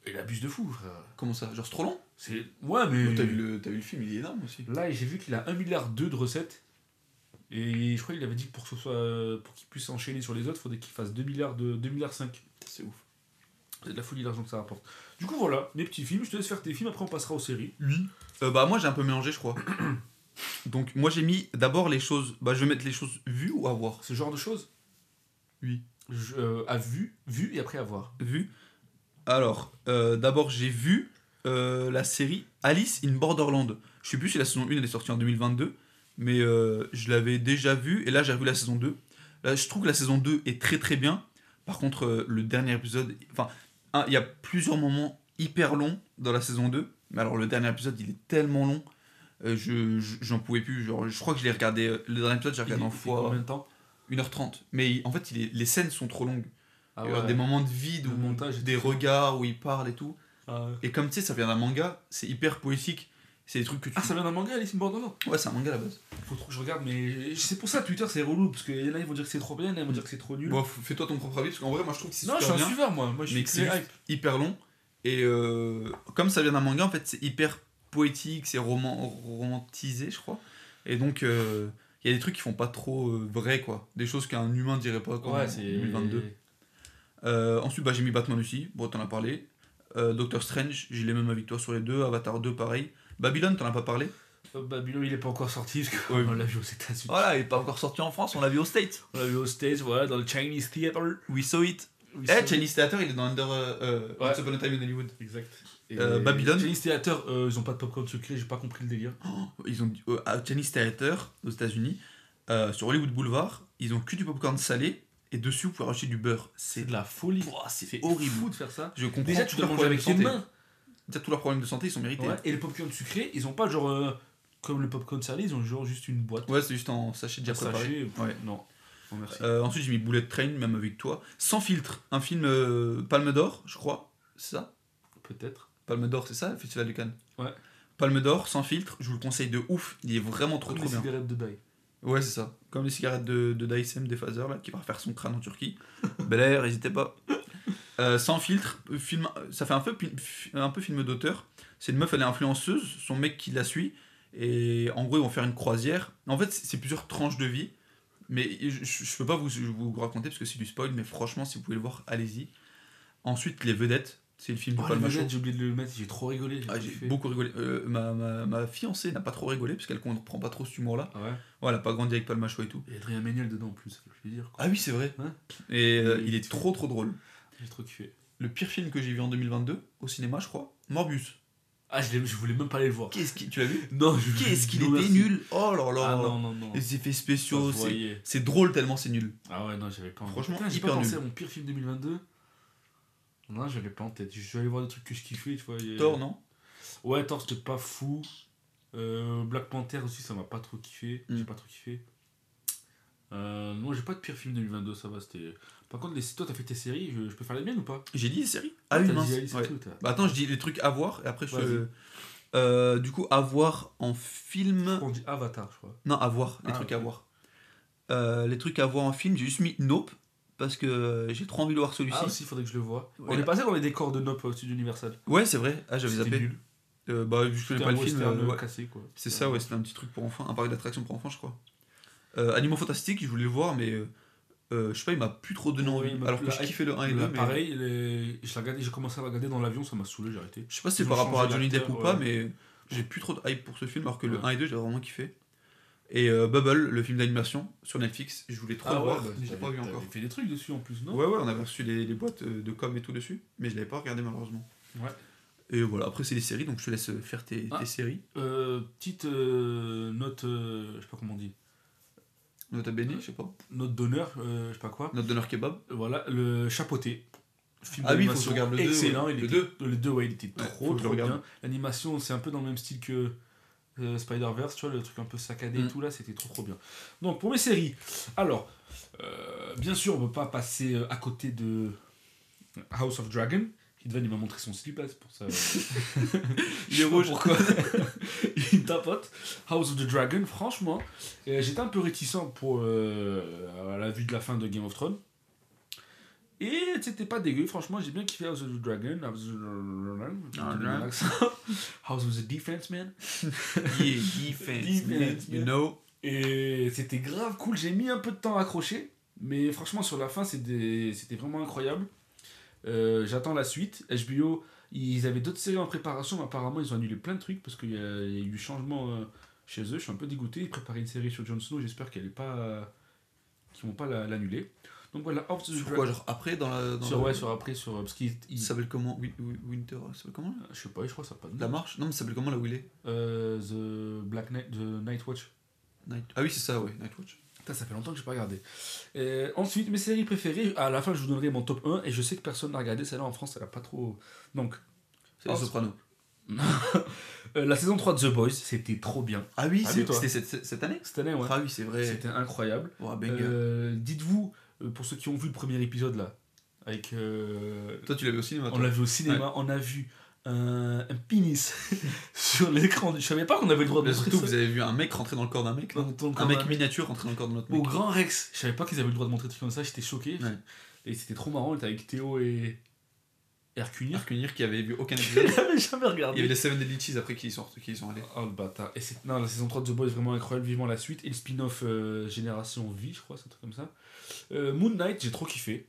Speaker 2: Et la buse de fou, frère.
Speaker 3: Comment ça Genre, c'est trop long
Speaker 2: C'est... Ouais,
Speaker 3: Oh,
Speaker 2: mais...
Speaker 3: T'as vu, le- t'as vu le film, il est énorme aussi.
Speaker 2: Là, j'ai vu qu'il a 1 milliard de recettes. Et je crois qu'il avait dit que pour, que ce soit, euh, pour qu'il puisse enchaîner sur les autres, il faudrait qu'il fasse 2 milliards de 2 milliards 5.
Speaker 3: C'est ouf.
Speaker 2: C'est de la folie l'argent que ça rapporte. Du coup, voilà, mes petits films. Je te laisse faire tes films, après on passera aux séries.
Speaker 3: Oui. Euh, bah moi j'ai un peu mélangé je crois. Donc moi j'ai mis d'abord les choses. Bah je vais mettre les choses vues ou à voir.
Speaker 2: Ce genre de choses
Speaker 3: Oui.
Speaker 2: Je- euh, à vu, vu et après à voir.
Speaker 3: Vues. Alors euh, d'abord j'ai vu euh, la série Alice in Borderland. Je sais plus si la saison 1 elle est sortie en 2022, mais euh, je l'avais déjà vue et là j'ai revu la saison 2. Là je trouve que la saison 2 est très très bien. Par contre euh, le dernier épisode, enfin un, il y a plusieurs moments hyper longs dans la saison 2. Mais alors le dernier épisode il est tellement long. Euh, je je- j'en pouvais plus genre je crois que je l'ai regardé euh, le dernier épisode j'ai regardé
Speaker 2: Il-
Speaker 3: en
Speaker 2: il fait
Speaker 3: fois
Speaker 2: combien de temps
Speaker 3: 1h30 mais il- en fait il est- les scènes sont trop longues
Speaker 2: Ah
Speaker 3: il y a
Speaker 2: ouais.
Speaker 3: Euh, des moments de vide
Speaker 2: Le
Speaker 3: où
Speaker 2: montage est
Speaker 3: des
Speaker 2: très long.
Speaker 3: regards où il parle et tout
Speaker 2: Ah, ouais.
Speaker 3: et comme tu sais ça vient d'un manga c'est hyper poétique c'est des trucs que tu
Speaker 2: Ah, ça vient d'un manga, Alice in Borderland
Speaker 3: ouais c'est un manga à la base
Speaker 2: Faut trop que je regarde, mais c'est pour ça Twitter c'est relou, parce que là ils vont dire que c'est trop bien, là ils vont dire que c'est trop nul.
Speaker 3: bon f- fais-toi ton propre avis parce qu'en vrai moi je trouve que c'est
Speaker 2: non, je suis
Speaker 3: super
Speaker 2: un
Speaker 3: bien
Speaker 2: suiveur moi, moi je
Speaker 3: mais
Speaker 2: suis
Speaker 3: que c'est
Speaker 2: très
Speaker 3: juste
Speaker 2: hype.
Speaker 3: hyper long et euh, comme ça vient d'un manga en fait c'est hyper poétique c'est roman romantisé je crois et donc euh, il y a des trucs qui font pas trop euh, vrai quoi des choses qu'un humain dirait pas quoi, en
Speaker 2: Ouais, c'est
Speaker 3: 2022 Euh, ensuite, bah, j'ai mis Batman aussi. Bon, t'en as parlé. Euh, Doctor Strange, j'ai les mêmes avec toi sur les deux. Avatar 2, pareil. Babylone, t'en as pas parlé.
Speaker 2: Euh, Babylone, il est pas encore sorti parce
Speaker 3: Ouais.
Speaker 2: qu'on l'a vu aux États-Unis.
Speaker 3: Voilà, il est pas encore sorti en France, on l'a vu aux States.
Speaker 2: On l'a vu aux States, voilà, dans le Chinese Theater.
Speaker 3: We saw it.
Speaker 2: Oui,
Speaker 3: Eh,
Speaker 2: c'est-
Speaker 3: Chinese Theater, il est dans Under. Euh, euh,
Speaker 2: Ouais.
Speaker 3: Once Upon a Time in Hollywood.
Speaker 2: Exact.
Speaker 3: Euh, Babylone.
Speaker 2: Chinese Theater, euh, ils ont pas de popcorn sucré, j'ai pas compris le délire.
Speaker 3: Ils ont, euh, à Chinese Theater, aux États-Unis, euh, sur Hollywood Boulevard, ils ont que du popcorn salé et dessus, vous pouvez rajouter du beurre.
Speaker 2: C'est
Speaker 3: C'est
Speaker 2: de la folie.
Speaker 3: Pouah, C'est
Speaker 2: C'est
Speaker 3: horrible.
Speaker 2: fou de faire ça.
Speaker 3: Je comprends.
Speaker 2: Déjà, tu
Speaker 3: tous
Speaker 2: dois
Speaker 3: leurs
Speaker 2: manger
Speaker 3: problèmes
Speaker 2: avec
Speaker 3: de
Speaker 2: tes
Speaker 3: santé.
Speaker 2: mains.
Speaker 3: Déjà, tous leurs problèmes de santé, ils sont mérités.
Speaker 2: Ouais, Et le popcorn sucré, ils ont pas genre. euh, comme le popcorn salé, ils ont genre juste une boîte.
Speaker 3: Ouais, c'est juste en sachet déjà
Speaker 2: Un
Speaker 3: préparé.
Speaker 2: sachet, pff,
Speaker 3: Ouais.
Speaker 2: Non. Non, merci.
Speaker 3: Euh, ensuite, j'ai mis Bullet Train, même avec toi. Sans filtre, un film euh, Palme d'Or, je crois. C'est ça
Speaker 2: Peut-être.
Speaker 3: Palme d'Or, c'est ça, le Festival de Cannes
Speaker 2: Ouais.
Speaker 3: Palme d'Or, sans filtre, je vous le conseille de ouf. Il est vraiment trop,
Speaker 2: Comme
Speaker 3: trop
Speaker 2: les
Speaker 3: bien.
Speaker 2: cigarettes de Oh, Dubaï.
Speaker 3: Ouais, c'est ça. Comme les cigarettes de, de Daisem des Phaser, là, qui va refaire son crâne en Turquie. Bel Air, n'hésitez pas. Euh, sans filtre, euh, film, ça fait un peu, pi- fi- un peu film d'auteur. C'est une meuf, elle est influenceuse, son mec qui la suit. Et en gros, ils vont faire une croisière. En fait, c'est c'est plusieurs tranches de vie. Mais je, je je peux pas vous, vous raconter parce que c'est du spoil, mais franchement, si vous pouvez le voir, allez-y. Ensuite, Les Vedettes, c'est le film de
Speaker 2: Oh, le
Speaker 3: Palma
Speaker 2: vedette,
Speaker 3: Show.
Speaker 2: j'ai oublié de le mettre, j'ai trop rigolé.
Speaker 3: Ah, j'ai
Speaker 2: kiffé.
Speaker 3: beaucoup rigolé. Euh, ma, ma, ma fiancée n'a pas trop rigolé parce qu'elle comprend pas trop ce humour-là.
Speaker 2: Ah ouais.
Speaker 3: Ouais, elle a pas grandi avec Palma Show et tout.
Speaker 2: Il y a Adrien Méniel dedans en plus, ça fait plaisir. Quoi.
Speaker 3: Ah oui, c'est vrai.
Speaker 2: Hein
Speaker 3: et euh,
Speaker 2: Il
Speaker 3: il
Speaker 2: est
Speaker 3: est trop trop drôle.
Speaker 2: J'ai trop kiffé.
Speaker 3: Le pire film que j'ai vu en 2022, au cinéma, je crois, Morbius.
Speaker 2: Ah, je, l'ai- je voulais même pas aller le voir.
Speaker 3: Qu'est-ce qui, tu l'as vu
Speaker 2: Non, je...
Speaker 3: Qu'est-ce qu'il
Speaker 2: non,
Speaker 3: était
Speaker 2: merci.
Speaker 3: nul Oh là là
Speaker 2: Ah non, non, non.
Speaker 3: Les effets
Speaker 2: Ça
Speaker 3: spéciaux,
Speaker 2: se
Speaker 3: c'est-
Speaker 2: voyait.
Speaker 3: c'est drôle tellement c'est nul.
Speaker 2: Ah ouais, non, j'avais pas envie.
Speaker 3: Franchement,
Speaker 2: Putain, j'ai
Speaker 3: hyper
Speaker 2: pas pensé
Speaker 3: nul.
Speaker 2: à mon pire film 2022. Non, j'avais pas en tête. Je suis allé voir des trucs que je kiffais, tu vois. il y a-
Speaker 3: Thor, non
Speaker 2: Ouais, Thor, c'était pas fou. Euh, Black Panther aussi, ça m'a pas trop kiffé. J'ai
Speaker 3: Mm.
Speaker 2: pas trop kiffé. Euh, non, j'ai pas de pire film 2022, ça va. C'était. Par contre, les... toi, t'as fait tes séries, je, je peux faire les miennes ou pas
Speaker 3: J'ai dit les séries Ah oui,
Speaker 2: T'as
Speaker 3: mince.
Speaker 2: dit Alice et
Speaker 3: ouais.
Speaker 2: tout, t'as-
Speaker 3: Bah attends, je dis les trucs à voir et après je.
Speaker 2: Vas-y.
Speaker 3: Euh, du coup, à voir en film.
Speaker 2: On dit Avatar, je crois.
Speaker 3: Non, à voir, les
Speaker 2: Ah,
Speaker 3: trucs
Speaker 2: ok.
Speaker 3: à voir. Euh, les trucs à voir en film, j'ai juste mis Nope parce que euh, j'ai trop envie de voir celui-ci.
Speaker 2: Ah, aussi, faudrait que je le vois. On
Speaker 3: Ouais.
Speaker 2: est passé dans les décors de Nope au studio Universal.
Speaker 3: ouais, c'est vrai. Ah, j'avais
Speaker 2: C'était
Speaker 3: zappé.
Speaker 2: nul.
Speaker 3: Euh, bah, je connais
Speaker 2: C'était
Speaker 3: pas
Speaker 2: un
Speaker 3: le film.
Speaker 2: western
Speaker 3: euh, ouais.
Speaker 2: cassé, quoi.
Speaker 3: C'est ça, ouais, c'était un petit truc pour enfants, un parc d'attractions pour enfants, je crois. Euh, Animaux Fantastiques, je voulais le voir, mais euh, euh, je sais pas, il m'a plus trop donné
Speaker 2: Ouais,
Speaker 3: envie.
Speaker 2: il m'a
Speaker 3: alors
Speaker 2: plus-
Speaker 3: que
Speaker 2: la
Speaker 3: je kiffais le 1 et
Speaker 2: Là,
Speaker 3: 2, mais
Speaker 2: bah, pareil, les- je l'ai regardé- j'ai commencé à le regarder dans l'avion, ça m'a saoulé, j'ai arrêté.
Speaker 3: je sais pas si c'est
Speaker 2: Ils
Speaker 3: par
Speaker 2: ont
Speaker 3: rapport à
Speaker 2: changé
Speaker 3: Johnny Depp ou
Speaker 2: l'acteur,
Speaker 3: pas,
Speaker 2: ouais.
Speaker 3: mais j'ai plus trop de hype pour ce film, alors que le
Speaker 2: Ouais.
Speaker 3: 1 et 2, j'ai vraiment kiffé. Et euh, Bubble, le film d'animation sur Netflix, je voulais
Speaker 2: Ah
Speaker 3: trop le voir, mais je l'ai bah, pas vu encore.
Speaker 2: Il fait des trucs dessus en plus, non
Speaker 3: Ouais, ouais, on avait reçu les, les boîtes euh, de com et tout dessus, mais je l'avais pas regardé malheureusement.
Speaker 2: Ouais.
Speaker 3: Et voilà, après c'est les séries, donc je te laisse euh, faire tes,
Speaker 2: Ah.
Speaker 3: tes séries.
Speaker 2: Euh, petite euh, note, euh, je sais pas comment on dit,
Speaker 3: Note à Bene, je sais pas.
Speaker 2: note d'honneur, euh, je sais pas quoi.
Speaker 3: Note d'honneur kebab.
Speaker 2: Voilà, le chapeauté. Film
Speaker 3: Ah oui, faut
Speaker 2: d'animation
Speaker 3: que je regarde le deux,
Speaker 2: Excellent,
Speaker 3: ouais.
Speaker 2: il
Speaker 3: Le
Speaker 2: était-
Speaker 3: deux.
Speaker 2: le 2, ouais, il était
Speaker 3: Ouais, faut
Speaker 2: trop,
Speaker 3: que je le
Speaker 2: trop
Speaker 3: regarde.
Speaker 2: bien. L'animation, c'est un peu dans le même style que euh, Spider-Verse, tu vois, le truc un peu saccadé
Speaker 3: Mm.
Speaker 2: et tout, là, c'était trop, trop bien. Donc, pour mes séries, alors, euh, bien sûr, on peut pas passer euh, à côté de House of Dragon. Ivan, il m'a montré son slip, là, c'est pour ça. euh,
Speaker 3: Il est rouge.
Speaker 2: Pourquoi Il tapote. House of the Dragon, franchement, euh, j'étais un peu réticent pour euh, à la vue de la fin de Game of Thrones. Et c'était pas dégueu, franchement, j'ai bien kiffé House of the Dragon. House of the Dragon, j'ai
Speaker 3: Ah,
Speaker 2: donné
Speaker 3: ouais.
Speaker 2: mon accent. House of the Defense, man.
Speaker 3: Yeah, defense,
Speaker 2: Defense,
Speaker 3: man, you
Speaker 2: man.
Speaker 3: know.
Speaker 2: Et c'était grave cool, j'ai mis un peu de temps à accrocher, mais franchement sur la fin c'était c'était vraiment incroyable. Euh, J'attends la suite. HBO, ils avaient d'autres séries en préparation, mais apparemment ils ont annulé plein de trucs parce qu'il y, a il y a eu du changement euh, chez eux. Je suis un peu dégoûté. Ils préparaient une série sur Jon Snow, j'espère qu'elle est pas. qu'ils vont pas la- l'annuler. Donc voilà, House of the
Speaker 3: Sur
Speaker 2: Dragon-
Speaker 3: quoi, genre après dans la. Dans
Speaker 2: Sur,
Speaker 3: le-
Speaker 2: ouais, sur après, sur. euh, Parce qu'ils. ils-
Speaker 3: Il s'appelle comment Wi- Wi- Winter, ça s'appelle comment là
Speaker 2: Je sais pas, je crois que ça a pas de
Speaker 3: La
Speaker 2: nom.
Speaker 3: marche Non, mais ça s'appelle comment là où il est
Speaker 2: Euh, the Black Knight, The Night Watch.
Speaker 3: Night- Ah oui, c'est ça, ouais, Nightwatch.
Speaker 2: Putain, ça fait longtemps que j'ai pas regardé. Euh, ensuite, mes séries préférées, à la fin je vous donnerai mon top 1 et je sais que personne n'a regardé celle-là en France, elle a pas trop. Donc,
Speaker 3: C'est les
Speaker 2: Oh,
Speaker 3: Sopranos.
Speaker 2: euh, la saison 3 de The Boys, c'était trop bien.
Speaker 3: Ah oui,
Speaker 2: Ah
Speaker 3: c'est-
Speaker 2: oui, toi.
Speaker 3: c'était cette, cette- cette année
Speaker 2: Cette année, ouais.
Speaker 3: Ah oui, c'est vrai.
Speaker 2: C'était incroyable.
Speaker 3: Oh, banger.
Speaker 2: Euh, Dites-vous, euh, pour ceux qui ont vu le premier épisode là, avec. euh,
Speaker 3: Toi, tu l'avais au cinéma,
Speaker 2: on
Speaker 3: toi
Speaker 2: l'a vu au cinéma, on a vu un, un pénis sur l'écran. Je savais pas qu'on avait le droit de
Speaker 3: Mais
Speaker 2: montrer
Speaker 3: surtout,
Speaker 2: ça.
Speaker 3: vous avez vu un mec rentrer dans le corps d'un mec, non
Speaker 2: Dans ton
Speaker 3: Un
Speaker 2: corps
Speaker 3: mec
Speaker 2: d'un-
Speaker 3: miniature rentrer dans le corps d'un autre
Speaker 2: Au
Speaker 3: mec.
Speaker 2: Grand Rex, je savais pas qu'ils avaient le droit de montrer des trucs comme ça, j'étais choqué.
Speaker 3: Ouais.
Speaker 2: Et c'était trop marrant, on était avec Théo et Hercunir.
Speaker 3: Arcunir qui avait vu aucun épisode.
Speaker 2: Il avait jamais
Speaker 3: Il y avait
Speaker 2: regardé.
Speaker 3: les Seven Deadly Cheese après qui y sont, qui y sont allés.
Speaker 2: Oh le bâtard. Et c'est- non, la saison 3 de The Boys, vraiment incroyable, vivement la suite. Et le spin-off euh, Génération Vie, je crois, c'est un truc comme ça. Euh, Moon Knight, j'ai trop kiffé.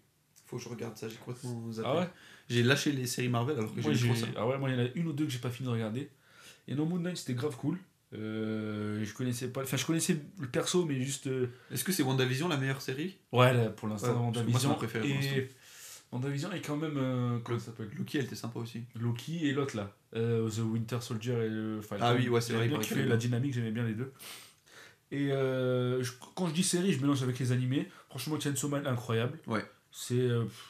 Speaker 3: Faut que je regarde ça, j'ai complètement zappé.
Speaker 2: Ah ouais
Speaker 3: J'ai lâché les séries Marvel alors que
Speaker 2: Moi,
Speaker 3: j'ai
Speaker 2: j'ai-
Speaker 3: trop ça.
Speaker 2: Ah ouais, moi, il y en a une ou deux que j'ai pas fini de regarder. Et non, Moon Knight, c'était grave cool. Euh, je connaissais pas. Enfin, je connaissais le perso, mais juste. euh,
Speaker 3: Est-ce que c'est WandaVision la meilleure série
Speaker 2: Ouais, là, pour
Speaker 3: Ouais,
Speaker 2: l'instant,
Speaker 3: parce que moi, c'est
Speaker 2: WandaVision.
Speaker 3: ma préférée, pour
Speaker 2: et... WandaVision est quand même. euh, comment ça s'appelle
Speaker 3: Loki, elle était sympa aussi.
Speaker 2: Loki et l'autre là, euh, The Winter Soldier et le Falcon.
Speaker 3: Ah oui, ouais, c'est
Speaker 2: J'avais
Speaker 3: vrai,
Speaker 2: bien
Speaker 3: il paraît
Speaker 2: kiffé
Speaker 3: qu'il est
Speaker 2: la
Speaker 3: bon.
Speaker 2: dynamique, j'aimais bien les deux. Et euh, je- quand je dis série, je mélange avec les animés. Franchement, Chainsaw Man, incroyable.
Speaker 3: Ouais.
Speaker 2: C'est. euh, pff,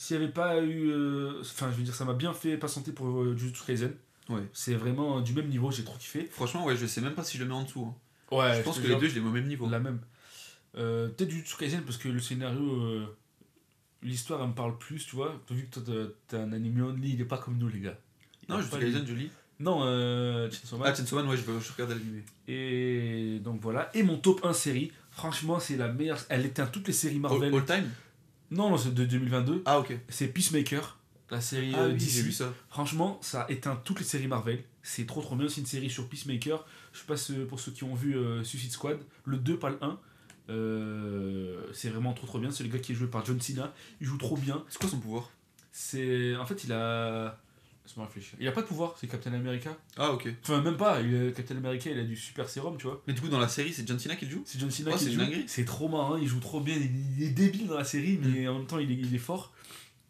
Speaker 2: S'il n'y avait pas eu. euh, Enfin, je veux dire, ça m'a bien fait patienter pour euh, Jujutsu Kaisen.
Speaker 3: Ouais.
Speaker 2: C'est vraiment euh, du même niveau, j'ai trop kiffé.
Speaker 3: Franchement, ouais, je sais même pas si je le mets en dessous. hein.
Speaker 2: Ouais,
Speaker 3: je pense
Speaker 2: te
Speaker 3: que les
Speaker 2: jure,
Speaker 3: deux, je les mets au même niveau.
Speaker 2: La même. Euh, Peut-être Jujutsu Kaisen parce que le scénario. euh, L'histoire, elle me parle plus, tu vois. Vu que toi, t'as- t'as un anime only, il est pas comme nous, les gars. Il
Speaker 3: Non,
Speaker 2: a
Speaker 3: je
Speaker 2: pas
Speaker 3: suis
Speaker 2: les-
Speaker 3: Kaisen, je lis.
Speaker 2: Non, euh, Chainsaw Man.
Speaker 3: Ah, Chainsaw Man, ouais, je, veux- je regarde l'animé.
Speaker 2: Et donc voilà. Et mon top 1 série, franchement, c'est la meilleure. Elle éteint toutes les séries
Speaker 3: All,
Speaker 2: Marvel.
Speaker 3: all time
Speaker 2: Non, non, c'est de 2022.
Speaker 3: Ah, ok.
Speaker 2: C'est Peacemaker, la série
Speaker 3: Ah,
Speaker 2: euh,
Speaker 3: oui,
Speaker 2: DC.
Speaker 3: j'ai vu ça.
Speaker 2: Franchement, ça éteint toutes les séries Marvel. C'est trop trop bien. C'est une série sur Peacemaker. Je sais pas ce- pour ceux qui ont vu euh, Suicide Squad, le 2, pas le 1. Euh, c'est vraiment trop trop bien. C'est le gars qui est joué par John Cena. Il joue trop bien.
Speaker 3: C'est quoi son pouvoir
Speaker 2: C'est. En fait, il a. Laisse-moi réfléchir. Il a pas de pouvoir, c'est Captain America.
Speaker 3: Ah, ok.
Speaker 2: Enfin, même pas. Il est- Captain America, il a du super sérum, tu vois.
Speaker 3: Mais du coup, dans la série, c'est John Cena qui le joue
Speaker 2: C'est John Cena
Speaker 3: Oh,
Speaker 2: qui
Speaker 3: c'est
Speaker 2: le
Speaker 3: une
Speaker 2: joue.
Speaker 3: dinguerie.
Speaker 2: C'est trop marrant, hein. il joue trop bien, il, il est débile dans la série, mais
Speaker 3: Mm.
Speaker 2: en même temps il est, il est fort.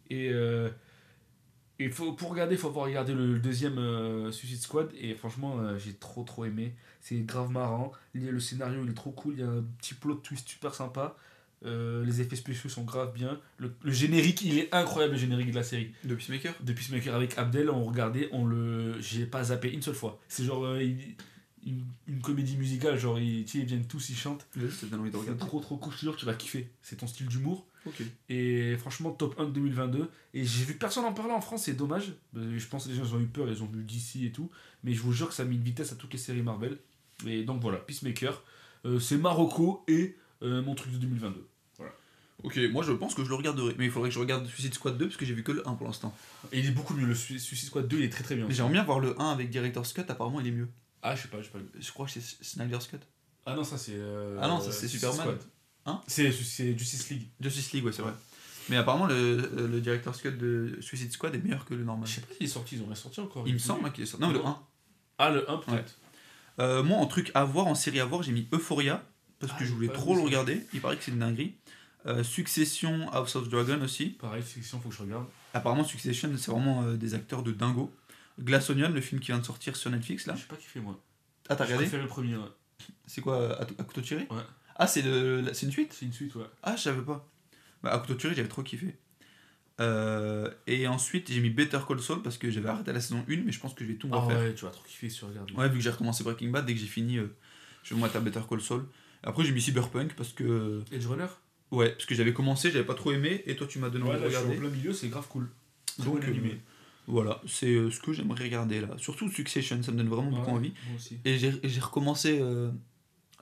Speaker 2: Et, euh, et faut, pour regarder, il faut avoir regardé le, le deuxième euh, Suicide Squad, et franchement euh, j'ai trop trop aimé. C'est grave marrant, Il y a- le scénario il est trop cool, il y a un petit plot twist super sympa. Euh, les effets spéciaux sont grave bien. Le, le générique, il est incroyable le générique de la série.
Speaker 3: De Peacemaker
Speaker 2: De Peacemaker avec Abdel, on regardait, on le, j'ai pas zappé une seule fois. C'est genre euh, il- une, une comédie musicale, genre ils, tu sais, ils viennent tous, ils chantent.
Speaker 3: Vas-y, ça donne envie de
Speaker 2: C'est
Speaker 3: regarder.
Speaker 2: trop trop cool, je te jure, tu vas kiffer. C'est ton style d'humour.
Speaker 3: Ok.
Speaker 2: Et franchement, top 1 de 2022. Et j'ai vu personne en parler en France, c'est dommage. Euh, Je pense que les gens ils ont eu peur, ils ont vu DC et tout. Mais je vous jure que ça a mis une vitesse à toutes les séries Marvel. Et donc voilà, Peacemaker, euh, c'est Marocco et euh, mon truc de 2022.
Speaker 3: Ok, moi je pense que je le regarderai. Mais il faudrait que je regarde Suicide Squad 2 parce que j'ai vu que le 1 pour l'instant.
Speaker 2: Et il est beaucoup mieux, le Su- Suicide Squad 2, il est très très bien.
Speaker 3: Mais j'aimerais bien voir le 1 avec Director's Cut, apparemment il est mieux.
Speaker 2: Ah, je sais pas, je sais pas.
Speaker 3: Je crois que c'est Snyder's Cut.
Speaker 2: Ah non, ça c'est. euh,
Speaker 3: Ah non, ça, c'est
Speaker 2: Suicide
Speaker 3: Superman.
Speaker 2: Squad.
Speaker 3: Hein
Speaker 2: C'est c'est Justice League.
Speaker 3: Justice League, ouais, c'est vrai. Mais apparemment le, le Director's Cut de Suicide Squad est meilleur que le normal.
Speaker 2: Je sais pas s'il est sorti, ils ont rien sorti encore.
Speaker 3: Il me semble hein, qu'il est sorti. Non, mais le 1.
Speaker 2: Ah, le 1 peut-être.
Speaker 3: Ouais. Euh, moi, en truc à voir, en série à voir, j'ai mis Euphoria, parce
Speaker 2: Ah,
Speaker 3: que je voulais
Speaker 2: pas
Speaker 3: trop
Speaker 2: vu
Speaker 3: le
Speaker 2: ça.
Speaker 3: regarder. Il paraît que c'est une dinguerie. Euh, Succession, House of Dragon aussi.
Speaker 2: Pareil, section, faut que je regarde.
Speaker 3: Apparemment, Succession, c'est vraiment euh, des acteurs de dingo. Glass Onion, le film qui vient de sortir sur Netflix, là.
Speaker 2: Je sais pas qui fait moi.
Speaker 3: Ah, t'as
Speaker 2: J'ai
Speaker 3: regardé
Speaker 2: préféré le premier, ouais.
Speaker 3: C'est quoi, euh, à, à couteau tiré
Speaker 2: Ouais.
Speaker 3: Ah, c'est le- la- c'est une suite
Speaker 2: C'est une suite, ouais.
Speaker 3: Ah, je savais pas. Bah, à couteau tiré, j'avais trop kiffé. Euh, et ensuite, j'ai mis Better Call Saul, parce que j'avais arrêté la saison 1, mais je pense que je vais tout
Speaker 2: Ah
Speaker 3: refaire.
Speaker 2: ouais, tu vas trop kiffer si tu regardes.
Speaker 3: Ouais, vu que j'ai recommencé Breaking Bad, dès que j'ai fini, euh, je vais me mettre à Better Call Saul. Après, j'ai mis Cyberpunk parce que. euh,
Speaker 2: Edge Runner
Speaker 3: Ouais, parce que j'avais commencé, j'avais pas trop aimé, et toi tu m'as donné envie de regarder.
Speaker 2: plein milieu, c'est grave cool.
Speaker 3: Donc, euh, voilà, c'est euh, ce que j'aimerais regarder là. Surtout Succession, ça me donne vraiment beaucoup envie.
Speaker 2: Moi aussi.
Speaker 3: Et j'ai j'ai recommencé euh,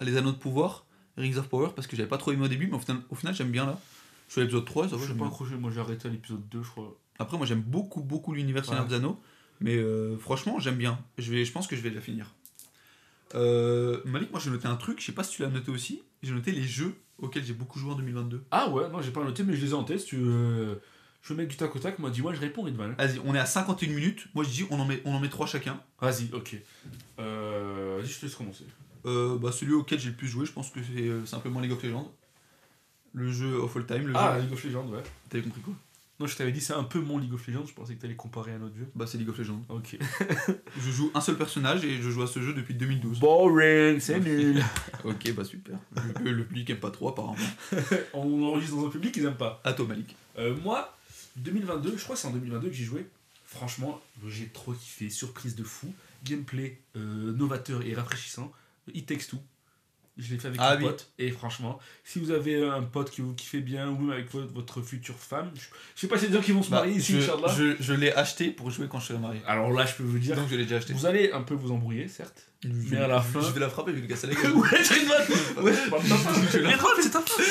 Speaker 3: Les Anneaux de Pouvoir, Rings of Power, parce que j'avais pas trop aimé au début, mais au final, au final, j'aime bien là. Je suis à l'épisode 3, ça va,
Speaker 2: je
Speaker 3: j'aime
Speaker 2: suis pas
Speaker 3: bien.
Speaker 2: accroché, moi j'ai arrêté à l'épisode 2, je crois.
Speaker 3: Après, moi j'aime beaucoup, beaucoup l'univers Seigneur
Speaker 2: Ouais.
Speaker 3: des Anneaux, mais euh, franchement, j'aime bien. Je, vais, je pense que je vais la finir. Euh, Malik, moi j'ai noté un truc, je sais pas si tu l'as noté aussi, j'ai noté les jeux auxquels j'ai beaucoup joué en 2022.
Speaker 2: Ah ouais, non, j'ai pas noté, mais je les ai en tête. si Tu, veux. je suis le mec du tac au tac, moi dis-moi, je réponds, Edvan.
Speaker 3: Vas-y, on est à 51 minutes, moi je dis on en met, on en met 3 chacun.
Speaker 2: Vas-y, ok. Euh, Vas-y, je te laisse commencer.
Speaker 3: Euh, bah, celui auquel j'ai le plus joué, je pense que c'est euh, simplement League of Legends. Le jeu of all time, le
Speaker 2: Ah,
Speaker 3: jeu.
Speaker 2: League of Legends, ouais.
Speaker 3: T'avais compris quoi
Speaker 2: Non, je t'avais dit, c'est un peu mon League of Legends, je pensais que t'allais comparer à un autre jeu.
Speaker 3: Bah, c'est League of Legends.
Speaker 2: Ok.
Speaker 3: Je joue un seul personnage et je joue à ce jeu depuis 2012.
Speaker 2: Boring, c'est nul.
Speaker 3: ok, bah super. Le, le public aime pas trop apparemment.
Speaker 2: On enregistre dans un public, ils aiment pas.
Speaker 3: À toi, Malik.
Speaker 2: Euh, moi, 2022, je crois que c'est en 2022 que j'ai joué. Franchement, j'ai trop kiffé. Surprise de fou. Gameplay euh, novateur et rafraîchissant. It Takes Two. Je l'ai fait avec
Speaker 3: Ah
Speaker 2: un
Speaker 3: oui.
Speaker 2: pote. Et franchement, si vous avez un pote que vous kiffez bien, ou même avec votre, votre future femme, je, je sais pas si c'est des gens qui vont se
Speaker 3: Bah,
Speaker 2: marier ici,
Speaker 3: je
Speaker 2: Inch'Allah.
Speaker 3: je- je l'ai acheté pour jouer quand je serai marié.
Speaker 2: Alors là, je peux vous dire,
Speaker 3: Donc je l'ai déjà acheté.
Speaker 2: vous allez un peu vous embrouiller, certes.
Speaker 3: Je-
Speaker 2: Mais à la fin-
Speaker 3: Je vais la frapper, je vais lui casser la
Speaker 2: ouais,
Speaker 3: gueule.
Speaker 2: j'ai une vanne. Ouais, je parle de ta femme.
Speaker 3: Je la-
Speaker 2: Edouard, c'est ta femme.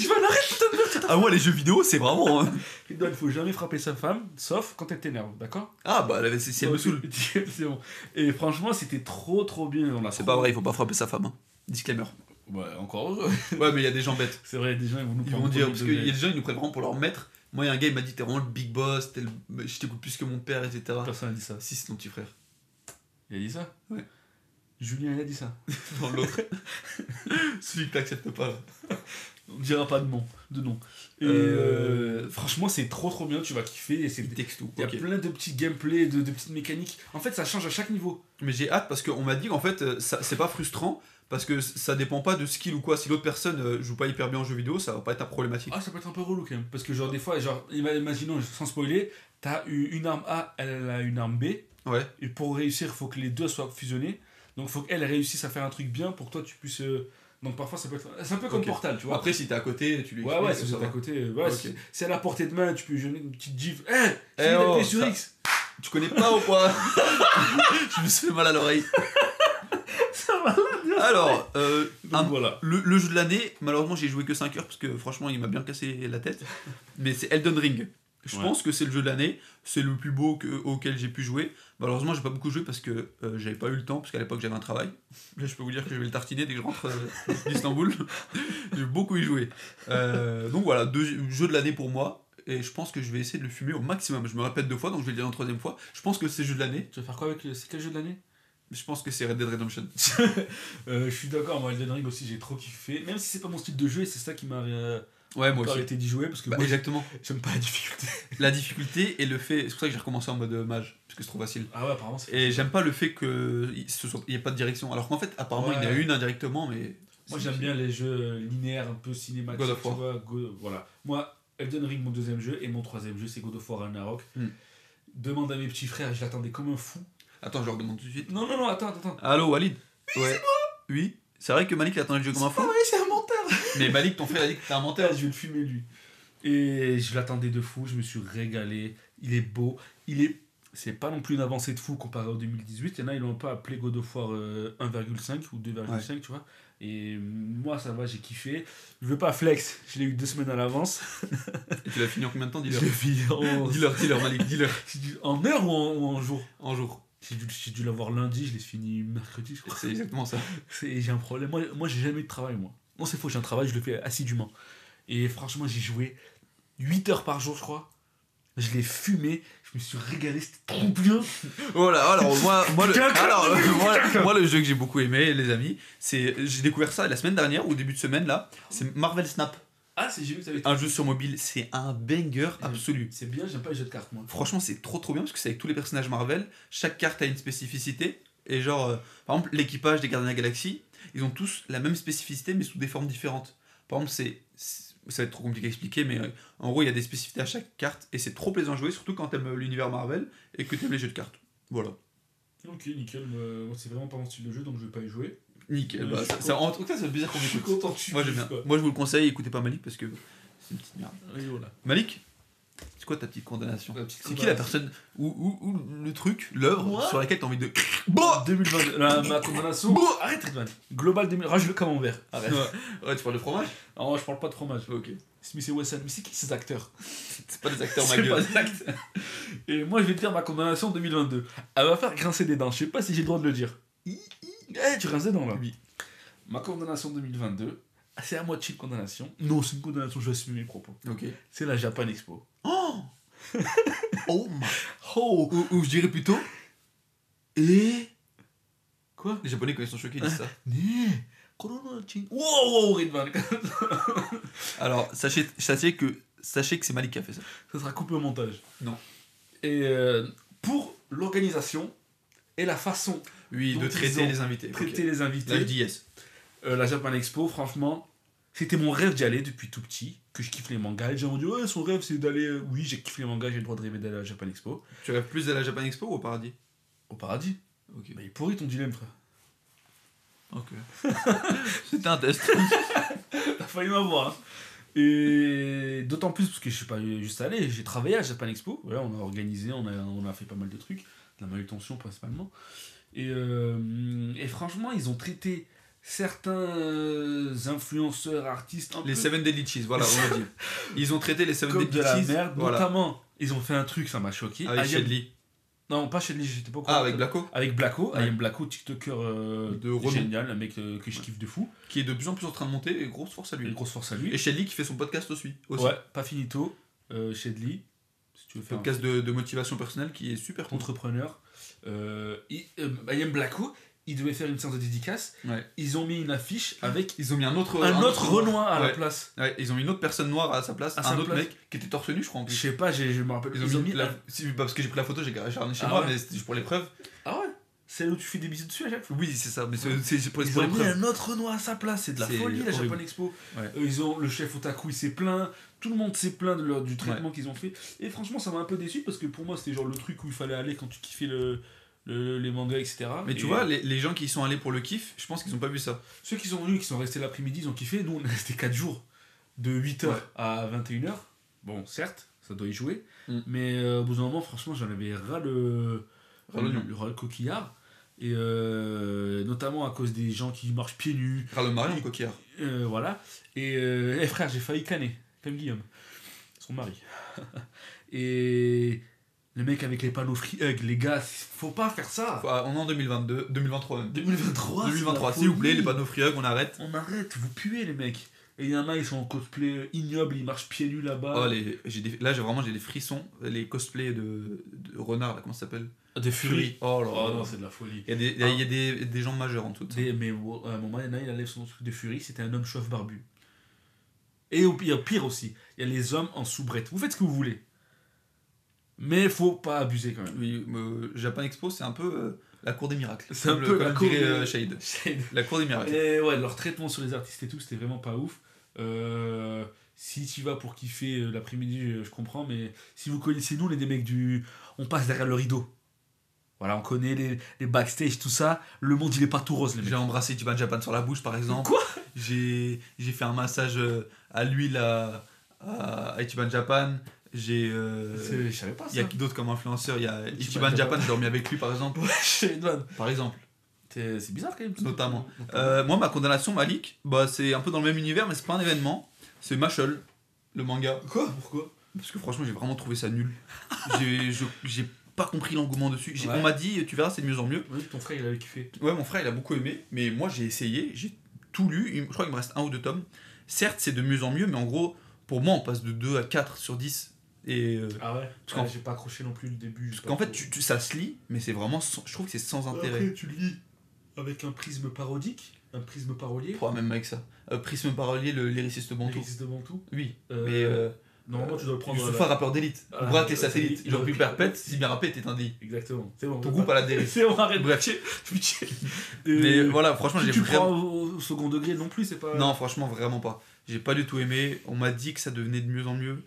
Speaker 2: Tu vas l'arrêter.
Speaker 3: Ah ouais, les jeux vidéo, c'est vraiment. hein.
Speaker 2: Edouard, il faut jamais frapper sa femme, sauf quand elle t'énerve, d'accord
Speaker 3: Ah bah, la- c'est- si elle me saoule.
Speaker 2: C'est bon. Et franchement, c'était trop trop bien. On l'a
Speaker 3: C'est
Speaker 2: trop-
Speaker 3: pas vrai, il faut pas frapper sa femme. hein. Disclaimer.
Speaker 2: Ouais, encore heureux.
Speaker 3: Ouais, mais il y a des gens bêtes.
Speaker 2: C'est vrai, des gens ils vont nous
Speaker 3: Ils
Speaker 2: prendre
Speaker 3: vont dire,
Speaker 2: pour
Speaker 3: parce
Speaker 2: des
Speaker 3: qu'il y a
Speaker 2: données.
Speaker 3: des gens, ils nous prennent vraiment pour leur maître. Moi, il y a un gars, il m'a dit, t'es vraiment le big boss, t'es le- je t'écoute plus que mon père, etc.
Speaker 2: Personne n'a dit ça.
Speaker 3: Si, c'est ton petit frère.
Speaker 2: Il a dit ça
Speaker 3: Ouais.
Speaker 2: Julien, il a dit ça.
Speaker 3: Dans l'autre. Celui que t'acceptes pas.
Speaker 2: On dira pas de nom. De nom. Et
Speaker 3: Euh,
Speaker 2: euh, franchement, c'est trop trop bien. Tu vas kiffer. et c'est-
Speaker 3: Il texte tout.
Speaker 2: Il y a
Speaker 3: ok.
Speaker 2: plein de petits gameplay, de, de petites mécaniques. En fait, ça change à chaque niveau.
Speaker 3: Mais j'ai hâte parce qu'on m'a dit qu'en fait, euh, ça- c'est pas frustrant parce que ça dépend pas de skill ou quoi. Si l'autre personne euh, joue pas hyper bien en jeu vidéo, ça va pas être un problématique.
Speaker 2: Ah, ça peut être un peu relou quand même. Parce que, genre, des fois, genre, ima- imaginons, sans spoiler, t'as eu une arme A, elle a une arme B.
Speaker 3: Ouais.
Speaker 2: Et pour réussir, il faut que les deux soient fusionnés. Donc, il faut qu'elle réussisse à faire un truc bien pour que toi, tu puisses. euh, Donc, parfois, ça peut être. C'est un peu comme
Speaker 3: Ok.
Speaker 2: Portal, tu vois.
Speaker 3: Après, si t'es à côté, tu lui
Speaker 2: ouais, ouais,
Speaker 3: expliques,
Speaker 2: si vous
Speaker 3: ça
Speaker 2: êtes à
Speaker 3: va.
Speaker 2: côté. euh, ouais,
Speaker 3: Ok.
Speaker 2: si- Si elle est à la portée de main, tu peux jeter Eh, une petite gif. Hé
Speaker 3: Eh oh,
Speaker 2: sur
Speaker 3: ça-
Speaker 2: X
Speaker 3: Tu connais pas ou quoi Je me suis fait mal à l'oreille.
Speaker 2: Ça va.
Speaker 3: Alors, euh,
Speaker 2: Donc
Speaker 3: un-
Speaker 2: voilà.
Speaker 3: le, le jeu de l'année, malheureusement, j'ai joué que 5 heures parce que franchement, il m'a bien cassé la tête. Mais c'est Elden Ring. Je
Speaker 2: Ouais.
Speaker 3: pense que c'est le jeu de l'année. C'est le plus beau que- auquel j'ai pu jouer. Malheureusement, j'ai pas beaucoup joué parce que euh, j'avais pas eu le temps, parce qu'à l'époque j'avais un travail. Là, je peux vous dire que je vais le tartiner dès que je rentre euh, d'Istanbul. j'ai beaucoup y joué. Euh, donc voilà, deux jeux de l'année pour moi. Et je pense que je vais essayer de le fumer au maximum. Je me répète deux fois, donc je vais le dire une troisième fois. Je pense que c'est le jeu de l'année.
Speaker 2: Tu vas faire quoi avec le. C'est quel jeu de l'année
Speaker 3: Je pense que c'est Red Dead Redemption.
Speaker 2: Euh, Je suis d'accord, moi, Elden Ring aussi, j'ai trop kiffé. Même si c'est pas mon style de jeu, et c'est ça qui m'a euh,
Speaker 3: Ouais, moi
Speaker 2: pas
Speaker 3: aussi.
Speaker 2: arrêté d'y jouer, parce que
Speaker 3: Bah,
Speaker 2: moi,
Speaker 3: exactement.
Speaker 2: j'aime pas la difficulté.
Speaker 3: La difficulté et le fait. C'est pour ça que j'ai recommencé en mode euh, mage, parce que c'est trop facile.
Speaker 2: Ah ouais, apparemment, c'est.
Speaker 3: Et j'aime pas le fait qu'il n'y ait pas de direction. Alors qu'en fait, apparemment, il y en a
Speaker 2: Ouais.
Speaker 3: une indirectement, mais.
Speaker 2: Moi, j'aime bien les jeux linéaires, un peu cinématiques.
Speaker 3: God of
Speaker 2: tu
Speaker 3: War.
Speaker 2: vois, God- Voilà. Moi, Elden Ring, mon deuxième jeu, et mon troisième jeu, c'est God of War Ragnarok.
Speaker 3: Hmm.
Speaker 2: Demande à mes petits frères, je l'attendais comme un fou.
Speaker 3: Attends, je leur demande tout de suite.
Speaker 2: Non, non, non, attends, attends.
Speaker 3: Allô, Walid Oui, c'est moi Oui C'est vrai que Malik il attendait le jeu comme un
Speaker 2: Ah
Speaker 3: fou.
Speaker 2: ouais, c'est un menteur
Speaker 3: Mais Malik, ton frère, il a dit que t'es un menteur.
Speaker 2: je vais le fumer lui. Et je l'attendais de fou, je me suis régalé. Il est beau, il est. C'est pas non plus une avancée de fou comparé au 2018. Il y en a, ils l'ont pas appelé God of War euh, 1,5 ou 2,5, tu vois. Et moi, ça va, j'ai kiffé. Je veux pas flex, je l'ai eu deux semaines à l'avance.
Speaker 3: Et tu l'as fini en combien de temps,
Speaker 2: Je
Speaker 3: dis-leur
Speaker 2: l'ai fini en,
Speaker 3: Dis-leur, dis-leur, Malik, dis-leur.
Speaker 2: j'ai dû- en heure ou en, ou en jour
Speaker 3: En jour.
Speaker 2: J'ai dû, j'ai dû l'avoir lundi, je l'ai fini mercredi, je crois.
Speaker 3: C'est exactement ça.
Speaker 2: C'est- J'ai un problème. Moi, moi j'ai jamais eu de travail, moi. Non, c'est faux, j'ai un travail, je le fais assidûment. Et franchement, j'ai joué 8 heures par jour, je crois. Je l'ai fumé, je me suis régalé, c'était trop bien.
Speaker 3: Voilà, alors moi, moi, le,
Speaker 2: Quelqu'un
Speaker 3: alors,
Speaker 2: de-
Speaker 3: moi, moi, le jeu que j'ai beaucoup aimé, les amis, c'est. J'ai découvert ça la semaine dernière, ou au début de semaine, là. C'est Marvel Snap.
Speaker 2: Ah, c'est j'ai vu que t'avais
Speaker 3: Un jeu sur mobile, c'est un banger
Speaker 2: Mm.
Speaker 3: absolu.
Speaker 2: C'est bien, j'aime pas les jeux de cartes, moi.
Speaker 3: Franchement, c'est trop trop bien parce que c'est avec tous les personnages Marvel. Chaque carte a une spécificité. Et genre, euh, par exemple, l'équipage des Gardiens de la Galaxie, ils ont tous la même spécificité mais sous des formes différentes. Par exemple, c'est. c'est- Ça va être trop compliqué à expliquer, mais euh, en gros, il y a des spécificités à chaque carte et c'est trop plaisant à jouer, surtout quand t'aimes euh, l'univers Marvel et que t'aimes les jeux de cartes. Voilà.
Speaker 2: Ok, nickel, moi, moi, c'est vraiment pas mon style de jeu, donc je vais pas y jouer.
Speaker 3: Nickel.
Speaker 2: Ouais,
Speaker 3: bah,
Speaker 2: je suis
Speaker 3: ça, ça- en tout cas, c'est bizarre qu'on
Speaker 2: Je suis
Speaker 3: écoute.
Speaker 2: content que tu
Speaker 3: Moi, j'aime
Speaker 2: kiffes,
Speaker 3: bien.
Speaker 2: quoi.
Speaker 3: Moi, je vous le conseille, écoutez pas Malik parce que c'est une petite merde.
Speaker 2: Et voilà.
Speaker 3: Malik, c'est quoi ta petite condamnation
Speaker 2: La petite
Speaker 3: C'est qui la
Speaker 2: condamnation.
Speaker 3: personne ou, ou- ou le truc, l'œuvre
Speaker 2: Moi
Speaker 3: sur laquelle t'as envie de. Bah
Speaker 2: 2022, la, ma condamnation.
Speaker 3: Bon.
Speaker 2: Arrête, Ridvan. Global 2000. Rajoute le camembert.
Speaker 3: ouais.
Speaker 2: Arrête.
Speaker 3: Ouais, tu parles de fromage
Speaker 2: Non, je parle pas de fromage.
Speaker 3: Ok.
Speaker 2: Smith et Wesson, mais c'est qui ces acteurs
Speaker 3: C'est pas des acteurs, ma
Speaker 2: C'est
Speaker 3: gueule.
Speaker 2: pas exact. Et moi, je vais te dire ma condamnation 2022. Elle va faire grincer des dents. Je sais pas si j'ai le droit de le dire. Hi, hi. Eh, tu grinces des dents là.
Speaker 3: Oui.
Speaker 2: Ma condamnation 2022, c'est à moitié une condamnation. Non, c'est une condamnation, je vais assumer mes propos.
Speaker 3: Ok.
Speaker 2: C'est la Japan Expo.
Speaker 3: Oh Oh my.
Speaker 2: Oh
Speaker 3: Ou, ou je dirais plutôt. Et.
Speaker 2: Quoi
Speaker 3: Les japonais, quand ils sont choqués, ils disent ça.
Speaker 2: Né Corona-chin. Wow, wow, Ridvan.
Speaker 3: Alors, sachez, sachez que. Sachez que c'est Malik qui a fait ça.
Speaker 2: Ça sera coupé au montage.
Speaker 3: Non.
Speaker 2: Et euh, pour l'organisation et la façon
Speaker 3: Oui,
Speaker 2: de traiter les
Speaker 3: invités.
Speaker 2: de traiter les invités.
Speaker 3: dis yes.
Speaker 2: Euh, la Japan Expo, franchement, c'était mon rêve d'y aller depuis tout petit, que je kiffe les mangas. Et j'ai envie de dire, ouais, son rêve c'est d'aller. euh, Oui, j'ai kiffé les mangas, j'ai le droit de rêver d'aller à la Japan Expo.
Speaker 3: Tu rêves plus à la Japan Expo ou au paradis
Speaker 2: Au paradis.
Speaker 3: Ok.
Speaker 2: Mais il est pourri ton dilemme, frère.
Speaker 3: Ok. C'était un test.
Speaker 2: T'as failli m'avoir. hein. Et d'autant plus parce que je suis pas juste allé, j'ai travaillé à Japan Expo. Voilà, on a organisé, on a, on a fait pas mal de trucs, de la manutention principalement. Et, euh, et franchement, ils ont traité certains euh, influenceurs, artistes, un
Speaker 3: Les
Speaker 2: peu
Speaker 3: 7 Deadly Cheese, voilà, on l'a dit. Ils ont traité les 7
Speaker 2: comme
Speaker 3: Deadly
Speaker 2: de la
Speaker 3: Cheese.
Speaker 2: merde.
Speaker 3: voilà. Ah,
Speaker 2: Notamment, ils ont fait un truc, ça m'a choqué.
Speaker 3: Avec
Speaker 2: I am
Speaker 3: Shedley.
Speaker 2: Non, pas chez lui, j'étais pas au courant.
Speaker 3: Ah, avec Blacko.
Speaker 2: Avec Blacko,
Speaker 3: Ouais.
Speaker 2: I am Blacko, TikToker euh,
Speaker 3: De renom.
Speaker 2: génial, un mec euh, que je kiffe de fou.
Speaker 3: qui est de plus en plus en train de monter, et grosse force à
Speaker 2: Une
Speaker 3: lui.
Speaker 2: grosse force à lui.
Speaker 3: Et Shelly qui fait son podcast aussi. aussi.
Speaker 2: Mm. ouais, pas finito. Euh, Shedley, si tu veux faire
Speaker 3: Podcast de, de motivation personnelle qui est super
Speaker 2: un
Speaker 3: cool.
Speaker 2: entrepreneur. Euh, il- euh, I am Blacko, il devait faire une séance de dédicace.
Speaker 3: Ouais.
Speaker 2: Ils ont mis une affiche avec
Speaker 3: Ils ont mis un autre.
Speaker 2: un, autre Renoir à la
Speaker 3: Ouais.
Speaker 2: place.
Speaker 3: Ouais, ils ont mis une autre personne noire à sa place,
Speaker 2: À
Speaker 3: un
Speaker 2: sa
Speaker 3: autre
Speaker 2: place.
Speaker 3: mec qui était torse nu, je crois. En
Speaker 2: Je
Speaker 3: plus.
Speaker 2: sais pas, j'ai- je me rappelle.
Speaker 3: Ils ont mis. la- si, bah, parce que j'ai pris la photo, j'ai garé Charles chez
Speaker 2: Ah
Speaker 3: moi,
Speaker 2: ouais.
Speaker 3: mais c'était juste pour l'épreuve.
Speaker 2: Ah ouais Celle où tu fais des bisous dessus à chaque fois.
Speaker 3: Oui, c'est ça, mais c'est c'est pour,
Speaker 2: Ils
Speaker 3: pour
Speaker 2: ont mis
Speaker 3: l'épreuve.
Speaker 2: un autre Renoir à sa place, c'est de la
Speaker 3: C'est
Speaker 2: folie la
Speaker 3: horrible.
Speaker 2: Japan Expo.
Speaker 3: Ouais.
Speaker 2: Euh, ils ont, le chef Otaku il s'est plaint, tout le monde s'est plaint de leur, du traitement qu'ils ont fait. Et franchement, ça m'a un peu déçu parce que pour moi, c'était genre le truc où il fallait aller quand tu kiffais le, le- les mangas, etc.
Speaker 3: Mais tu
Speaker 2: Et euh,
Speaker 3: vois, les, les gens qui y sont allés pour le kiff, je pense qu'ils ont pas vu ça.
Speaker 2: ceux qui sont venus, qui sont restés l'après-midi, ils ont kiffé. Nous, on est restés 4 jours, de 8h
Speaker 3: Ouais.
Speaker 2: à 21h. Bon, certes, ça ça doit y jouer.
Speaker 3: Mm.
Speaker 2: Mais euh, au bout d'un moment, franchement, j'en avais ras le,
Speaker 3: Ras l'oignon.
Speaker 2: le- ras le coquillard. Et euh, notamment à cause des gens qui marchent pieds nus.
Speaker 3: Ras le Marion Coquillard.
Speaker 2: euh, voilà. Et euh, eh, frère, j'ai failli canner, comme Guillaume, son mari. et le mec avec les panneaux free hug, les gars, faut pas faire ça.
Speaker 3: Faut- Ah, On est en 2022, 2023 même.
Speaker 2: 2023, c'est la
Speaker 3: 2023, s'il vous plaît,
Speaker 2: folie.
Speaker 3: les panneaux Free Hug, on arrête.
Speaker 2: On arrête, vous puez les mecs. Et il y en a, ils sont en cosplay ignoble, ils marchent pieds nus là-bas.
Speaker 3: Oh, les, j'ai des- là, j'ai vraiment j'ai des frissons. Les cosplays de, de renard, là, comment ça s'appelle
Speaker 2: des
Speaker 3: Oh là
Speaker 2: Oh
Speaker 3: là.
Speaker 2: non, c'est de la folie.
Speaker 3: Il y a, des, il y a- il y a des, des gens majeurs en tout. ça.
Speaker 2: Des- mais wow, à un moment, il y en a, il enlève son truc de Fury, c'était un homme chauve barbu. Et au pire, pire aussi, il y a les hommes en soubrette. Vous faites ce que vous voulez. Mais faut pas abuser quand même.
Speaker 3: Oui, euh, Japan Expo, c'est un peu euh, la cour des miracles.
Speaker 2: C'est un
Speaker 3: Comme le-
Speaker 2: peu
Speaker 3: comme
Speaker 2: la
Speaker 3: le
Speaker 2: cour
Speaker 3: dirait,
Speaker 2: des-
Speaker 3: euh, Shade. La cour des miracles.
Speaker 2: Et ouais, leur traitement sur les artistes et tout, c'était vraiment pas ouf. Euh, si tu vas pour kiffer euh, l'après-midi, euh, je comprends, mais si vous connaissez nous, on est des mecs du. On passe derrière le rideau. Voilà, on connaît les, les backstage, tout ça. Le monde, il est pas tout rose, les
Speaker 3: J'ai
Speaker 2: mecs.
Speaker 3: embrassé Japan Japan sur la bouche, par exemple.
Speaker 2: Quoi
Speaker 3: J'ai j'ai fait un massage euh, à l'huile à, à, à Ichiban Japan. J'ai. euh,
Speaker 2: C'est- Je savais pas
Speaker 3: il y
Speaker 2: ça.
Speaker 3: a qui d'autre comme influenceur Il y a
Speaker 2: Ichiban
Speaker 3: Ichiban Japan, j'ai dormi avec lui, par exemple.
Speaker 2: Ouais, j'ai une vanne.
Speaker 3: Par exemple.
Speaker 2: T'es- C'est bizarre quand même. ça.
Speaker 3: Notamment. Euh, moi, ma condamnation, Malik, bah, c'est un peu dans le même univers, mais c'est pas un événement. C'est Machel, le manga.
Speaker 2: Quoi Pourquoi
Speaker 3: Parce que franchement, j'ai vraiment trouvé ça nul. J'ai je- j'ai pas compris l'engouement dessus. J'ai-
Speaker 2: Ouais.
Speaker 3: On m'a dit, tu verras, c'est de mieux en mieux.
Speaker 2: Oui, ton frère, il avait kiffé.
Speaker 3: Ouais, mon frère, il a beaucoup aimé, mais moi, j'ai essayé, j'ai tout lu. Il- Je crois qu'il me reste un ou deux tomes. Certes, c'est de mieux en mieux, mais en gros, pour moi, on passe de 2 à 4 sur 10. Et. euh,
Speaker 2: Ah ouais Parce
Speaker 3: Parce qu'en-
Speaker 2: j'ai pas accroché non plus le début.
Speaker 3: parce qu'en fait, tu, tu- ça se lit, mais c'est vraiment. sans- je trouve que c'est sans intérêt.
Speaker 2: tu lis avec un prisme parodique, un prisme parolier.
Speaker 3: Pourquoi même avec ça Euh, Prisme parolier, le lyriciste bantou.
Speaker 2: de Bantou.
Speaker 3: Oui,
Speaker 2: Euh,
Speaker 3: mais. euh,
Speaker 2: Normalement, tu dois le prendre.
Speaker 3: Youssoupha,
Speaker 2: voilà.
Speaker 3: rappeur d'élite.
Speaker 2: Ah,
Speaker 3: On braque les
Speaker 2: euh,
Speaker 3: satellites.
Speaker 2: c'est-
Speaker 3: J'aurais pu perpète si mes rappels étaient un délit.
Speaker 2: Exactement. C'est bon.
Speaker 3: Ton groupe à la dérive.
Speaker 2: C'est bon, arrête.
Speaker 3: Bref.
Speaker 2: Pitié.
Speaker 3: Mais
Speaker 2: Euh,
Speaker 3: voilà, franchement,
Speaker 2: tu-
Speaker 3: j'ai
Speaker 2: tu prends
Speaker 3: vraiment.
Speaker 2: au, au second degré non plus, c'est pas.
Speaker 3: Non, franchement, vraiment pas. J'ai pas du tout aimé. On m'a dit que ça devenait de mieux en mieux.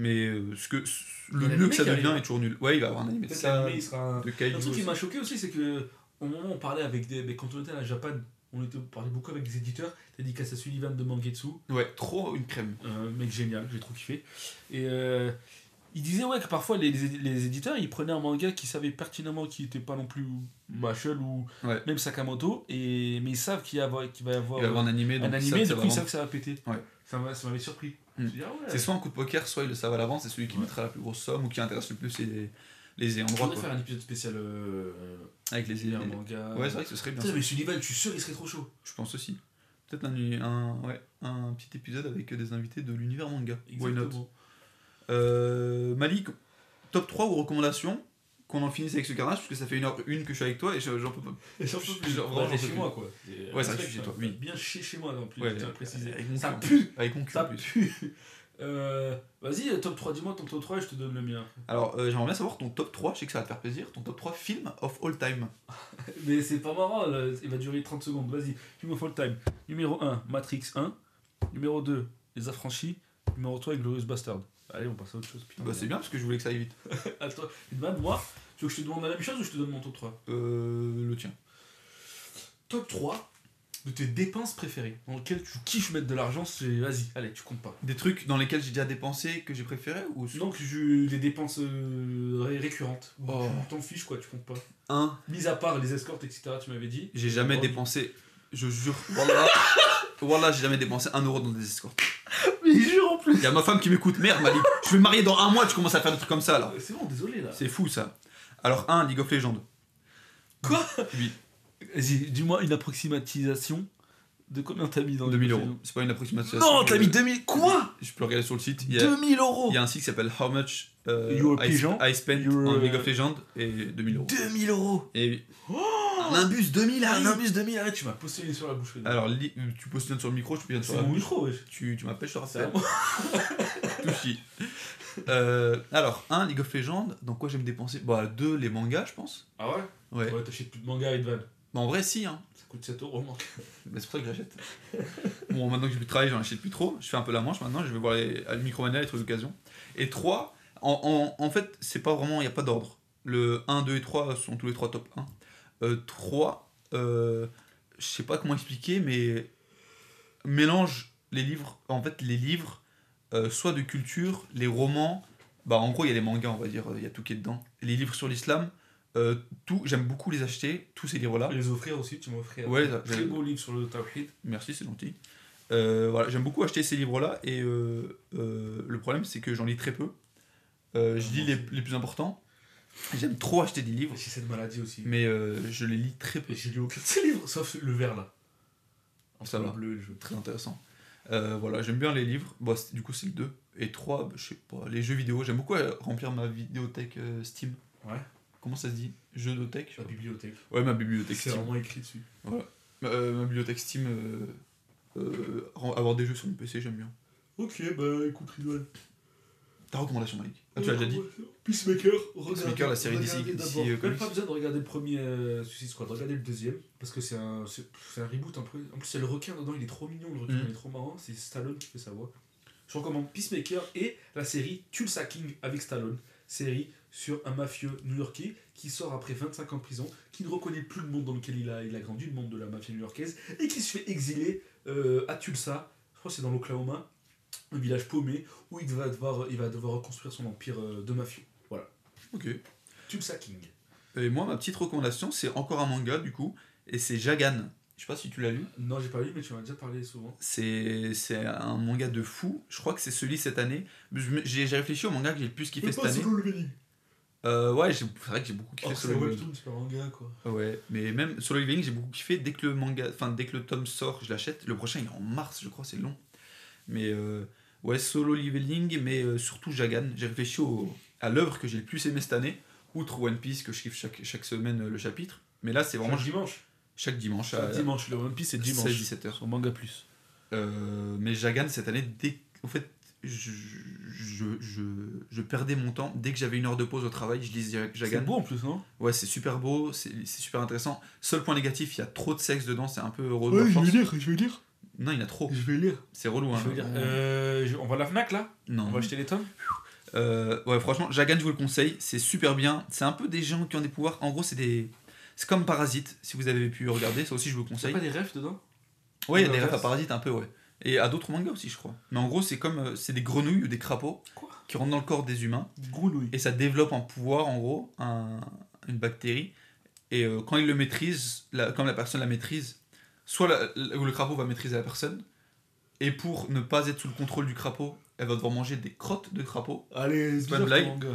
Speaker 3: Mais euh, ce que, ce- le
Speaker 2: Il y a
Speaker 3: mieux
Speaker 2: un
Speaker 3: que ça
Speaker 2: animé qui
Speaker 3: devient
Speaker 2: arrive.
Speaker 3: est toujours nul. Ouais, il va y avoir un animé de
Speaker 2: Peut-être
Speaker 3: ça.
Speaker 2: l'animé, il sera un-
Speaker 3: De Kaiju.
Speaker 2: Un truc qui
Speaker 3: aussi.
Speaker 2: m'a choqué aussi, c'est que au moment où on parlait avec des. mais Quand on était à la Japan, on, était, on parlait beaucoup avec des éditeurs. T'as dit Kassa Sullivan de Mangetsu,
Speaker 3: Ouais, trop une crème.
Speaker 2: un mec génial, j'ai trop kiffé. Et euh, il disait ouais que parfois les, les- les éditeurs ils prenaient un manga qui savait pertinemment qu'il était pas non plus Machel ou
Speaker 3: Ouais.
Speaker 2: même Sakamoto, et, mais ils savent qu'il y a- qu'il va y
Speaker 3: Il
Speaker 2: avoir.
Speaker 3: va y avoir un animé.
Speaker 2: un
Speaker 3: donc ça,
Speaker 2: animé,
Speaker 3: ça
Speaker 2: du coup,
Speaker 3: va
Speaker 2: ils
Speaker 3: vraiment-
Speaker 2: savent que ça va péter.
Speaker 3: Ouais.
Speaker 2: Ça m'a- ça m'avait surpris.
Speaker 3: Mm.
Speaker 2: Je me suis dit, ah ouais.
Speaker 3: C'est soit un coup de poker, soit ils le savent à l'avance. C'est celui qui
Speaker 2: Ouais.
Speaker 3: mettra la plus grosse somme ou qui intéresse le plus les, les
Speaker 2: On
Speaker 3: endroits.
Speaker 2: pourrait
Speaker 3: Quoi.
Speaker 2: faire un épisode spécial euh,
Speaker 3: Avec les
Speaker 2: lié à un
Speaker 3: Ouais,
Speaker 2: manga.
Speaker 3: c'est vrai que ce serait bien.
Speaker 2: Putain, mais Sullivan, je suis sûr, il serait trop chaud.
Speaker 3: Je pense aussi. Peut-être un, un, ouais, un petit épisode avec des invités de l'univers manga. Why not Euh, Malik, top 3 ou recommandations qu'on en finisse avec ce carnage, parce que ça fait une heure une que je suis avec toi et je- j'en peux pas.
Speaker 2: Et j'en peux plus.
Speaker 3: Genre,
Speaker 2: Ouais,
Speaker 3: vraiment,
Speaker 2: t'es
Speaker 3: j'en
Speaker 2: chez
Speaker 3: peux
Speaker 2: moi, quoi. Et, euh,
Speaker 3: Ouais, c'est vrai que
Speaker 2: respect,
Speaker 3: je suis chez
Speaker 2: ça.
Speaker 3: toi, oui.
Speaker 2: Bien chez chez moi, en plus,
Speaker 3: Ouais,
Speaker 2: je tiens à préciser.
Speaker 3: Avec mon
Speaker 2: Ça
Speaker 3: cul,
Speaker 2: pue
Speaker 3: Avec mon cul,
Speaker 2: Ça
Speaker 3: en plus.
Speaker 2: pue Euh, Vas-y, top 3, dis-moi ton top 3 et je te donne le mien.
Speaker 3: Alors, euh, j'aimerais bien savoir ton top 3, je sais que ça va te faire plaisir, ton top 3 film of all time.
Speaker 2: Mais c'est pas marrant, là, il va durer 30 secondes. Vas-y, tu me full time. Numéro 1, Matrix 1. Numéro 2, Les Affranchis. Numéro 3, Glorious Bastard. Allez, on passe à autre chose. Putain,
Speaker 3: Bah, c'est bien parce que je voulais que ça aille vite.
Speaker 2: Attends, demande moi, Ah, tu veux que je te demande la même chose ou je te donne mon top 3
Speaker 3: Euh, le tien.
Speaker 2: Top 3 de tes dépenses préférées, dans lesquelles tu kiffes mettre de l'argent, c'est vas-y, allez, tu comptes pas.
Speaker 3: Des trucs dans lesquels j'ai déjà dépensé que j'ai préféré ou
Speaker 2: Donc je- des dépenses euh, ré- récurrentes, où
Speaker 3: Oh.
Speaker 2: tu t'en fiches quoi, tu comptes pas.
Speaker 3: Un,
Speaker 2: Mis à part les escortes, etc., tu m'avais dit.
Speaker 3: j'ai jamais
Speaker 2: Oh.
Speaker 3: dépensé, je jure, voilà, voilà, j'ai jamais dépensé un euro dans des escortes.
Speaker 2: Mais jure en plus
Speaker 3: Il y a ma femme qui m'écoute, merde, Malik, je vais me marier dans un mois, tu commences à faire des trucs comme ça là.
Speaker 2: Ah, C'est bon, désolé là.
Speaker 3: C'est fou ça. Alors, un, League of Legends.
Speaker 2: Quoi
Speaker 3: Oui.
Speaker 2: Vas-y, dis-moi une approximatisation de combien t'as mis dans
Speaker 3: 2000 euros. C'est pas une approximation.
Speaker 2: Non, t'as
Speaker 3: Je-
Speaker 2: mis 2000 Quoi
Speaker 3: Je peux regarder sur le site. Il y a,
Speaker 2: 2000 euros
Speaker 3: il y a un site qui s'appelle How Much euh,
Speaker 2: You're a
Speaker 3: I,
Speaker 2: pigeon. euh,
Speaker 3: I Spent
Speaker 2: You're
Speaker 3: on
Speaker 2: a-
Speaker 3: League of Legends et 2000 euros.
Speaker 2: 2000 euros
Speaker 3: Et
Speaker 2: Oh
Speaker 3: un imbus 2000
Speaker 2: Un
Speaker 3: arrive.
Speaker 2: indice 2000, arrête, tu m'as postillé sur la bouche. Fred.
Speaker 3: Alors, li- tu positionnes sur le micro, je positionne sur
Speaker 2: c'est
Speaker 3: la
Speaker 2: mon
Speaker 3: bouche.
Speaker 2: micro, wesh.
Speaker 3: Tu, tu m'appelles, je te
Speaker 2: C'est à
Speaker 3: rappelle.
Speaker 2: moi.
Speaker 3: Touchy. Euh, alors, un League of Legends, dans quoi j'aime dépenser Bah, deux, les mangas, je pense.
Speaker 2: Ah ouais
Speaker 3: Ouais.
Speaker 2: Ouais, t'achètes plus de manga et de vannes.
Speaker 3: Bah, en vrai, si, hein.
Speaker 2: Ça coûte 7 euros, mec.
Speaker 3: Bah, c'est pour ça que j'achète. bon, maintenant que j'ai plus de travail, j'en achète plus trop. Je fais un peu la manche maintenant, je vais voir les, à le Micromania les trucs d'occasion. Et 3, en, en, en fait, c'est pas vraiment, il n'y a pas d'ordre. Le 1, 2 et 3 sont tous les 3 top 1. 3, euh, je sais pas comment expliquer, mais mélange les livres, en fait, les livres, euh, soit de culture, les romans, Bah, en gros, il y a les mangas, on va dire, il y a tout qui est dedans. Les livres sur l'islam, euh, tout, j'aime beaucoup les acheter, tous ces livres-là.
Speaker 2: Les offrir aussi, tu m'as offert
Speaker 3: Ah. Ouais,
Speaker 2: un
Speaker 3: ça,
Speaker 2: très
Speaker 3: j'ai-
Speaker 2: beau livre sur le Tawhid.
Speaker 3: Merci, c'est gentil. Euh, voilà, j'aime beaucoup acheter ces livres-là et euh, euh, le problème c'est que j'en lis très peu. Euh,
Speaker 2: Ah,
Speaker 3: je lis les, les plus importants. J'aime trop acheter des livres,
Speaker 2: J'ai cette maladie aussi.
Speaker 3: mais euh, je les lis très peu.
Speaker 2: Et J'ai lu aucun de ces livres, sauf le vert là. Entre
Speaker 3: Ah, Ça
Speaker 2: le
Speaker 3: va.
Speaker 2: bleu et le jaune.
Speaker 3: Très intéressant. Euh, voilà, j'aime bien les livres. Bon, c'est- du coup, c'est le 2. Et 3, je sais pas, les jeux vidéo. J'aime beaucoup euh, remplir ma vidéothèque euh, Steam.
Speaker 2: Ouais.
Speaker 3: Comment ça se dit Jeux de tech
Speaker 2: La bibliothèque.
Speaker 3: Ouais, ma bibliothèque
Speaker 2: C'est
Speaker 3: Steam.
Speaker 2: vraiment écrit dessus.
Speaker 3: Euh, ma bibliothèque Steam. euh, euh, ren- avoir des jeux sur mon PC, j'aime bien.
Speaker 2: Ok, bah écoute, Ridwan.
Speaker 3: Ta recommandation, Mike Ah, tu l'as déjà dit
Speaker 2: Peacemaker, regardez.
Speaker 3: Peacemaker, la série
Speaker 2: regardez
Speaker 3: DC,
Speaker 2: d'abord.
Speaker 3: euh,
Speaker 2: Même
Speaker 3: comics.
Speaker 2: pas besoin de regarder le premier euh, Suicide Squad, regardez le deuxième, parce que c'est un, c'est c'est un reboot un peu. En plus, il y a le requin dedans, il est trop mignon, le requin,
Speaker 3: Mhm.
Speaker 2: il est trop marrant, c'est Stallone qui fait sa voix. Je recommande Peacemaker et la série Tulsa King avec Stallone, série sur un mafieux new-yorkais qui sort après 25 ans de prison, qui ne reconnaît plus le monde dans lequel il a, il a grandi, le monde de la mafia new-yorkaise, et qui se fait exiler euh, à Tulsa, je crois que c'est dans l'Oklahoma, un village paumé, où il va devoir, il va devoir reconstruire son empire euh, de mafieux.
Speaker 3: Ok.
Speaker 2: Tulsa King.
Speaker 3: Et moi, ma petite recommandation, c'est encore un manga, du coup, et c'est Jagan. Je sais pas si tu l'as lu.
Speaker 2: Non, j'ai pas lu, mais tu m'en as déjà parlé souvent.
Speaker 3: C'est c'est un manga de fou. Je crois que c'est celui cette année. Je me- J'ai j'ai réfléchi au manga que j'ai le plus kiffé cette année.
Speaker 2: leveling.
Speaker 3: Euh, ouais, j'ai- c'est vrai que j'ai beaucoup kiffé
Speaker 2: Oh, c'est
Speaker 3: Solo Leveling.
Speaker 2: webtoon, c'est pas un manga quoi.
Speaker 3: Ouais, mais même Solo Leveling, j'ai beaucoup kiffé. Dès que le manga, enfin dès que le tome sort, je l'achète. Le prochain, il est en mars, je crois, c'est long. Mais euh, ouais, Solo Leveling, mais euh, surtout Jagan. J'ai réfléchi au- à l'œuvre que j'ai le plus aimé cette année, outre One Piece que je kiffe chaque, chaque semaine euh, le chapitre. Mais là, c'est vraiment
Speaker 2: Chaque dimanche.
Speaker 3: chaque dimanche
Speaker 2: Chaque
Speaker 3: à
Speaker 2: dimanche, le One Piece c'est dimanche.
Speaker 3: 16-17 heures.
Speaker 2: Sur Manga Plus.
Speaker 3: Euh, mais Jagan, cette année, dès... en fait, je, je, je, je perdais mon temps. Dès que j'avais une heure de pause au travail, je lisais
Speaker 2: C'est
Speaker 3: Jagan.
Speaker 2: beau en plus, non
Speaker 3: Ouais, c'est super beau, c'est c'est super intéressant. Seul point négatif, il y a trop de sexe dedans, c'est un peu relou. à force.
Speaker 2: lire, je vais lire.
Speaker 3: Non, il y en a trop.
Speaker 2: Je vais lire.
Speaker 3: C'est relou. Hein,
Speaker 2: je vais lire.
Speaker 3: On-
Speaker 2: Euh, je- on va à la Fnac là On
Speaker 3: Non.
Speaker 2: va acheter les tomes
Speaker 3: Euh, ouais, franchement, Jagan, je vous le conseille, c'est super bien. C'est un peu des gens qui ont des pouvoirs. En gros, c'est des. C'est comme Parasite, si vous avez pu regarder, ça aussi je vous le
Speaker 2: T'as
Speaker 3: conseille.
Speaker 2: pas des rêves dedans
Speaker 3: Ouais, il y a
Speaker 2: des
Speaker 3: des refs à
Speaker 2: restes.
Speaker 3: Parasite un peu, ouais. Et à d'autres mangas aussi, je crois. Mais en gros, c'est comme. euh, c'est des grenouilles ou des crapauds
Speaker 2: Quoi
Speaker 3: qui rentrent dans le corps des humains.
Speaker 2: Grenouille.
Speaker 3: et ça développe un pouvoir en gros, un- une bactérie. Et euh, quand il le maîtrise, la- quand la personne la maîtrise, soit la- la- ou le crapaud va maîtriser la personne, et pour ne pas être sous le contrôle du crapaud, elle va devoir manger des crottes de crapaud.
Speaker 2: Allez,
Speaker 3: pas une
Speaker 2: bizarre,
Speaker 3: blague.
Speaker 2: ton manga.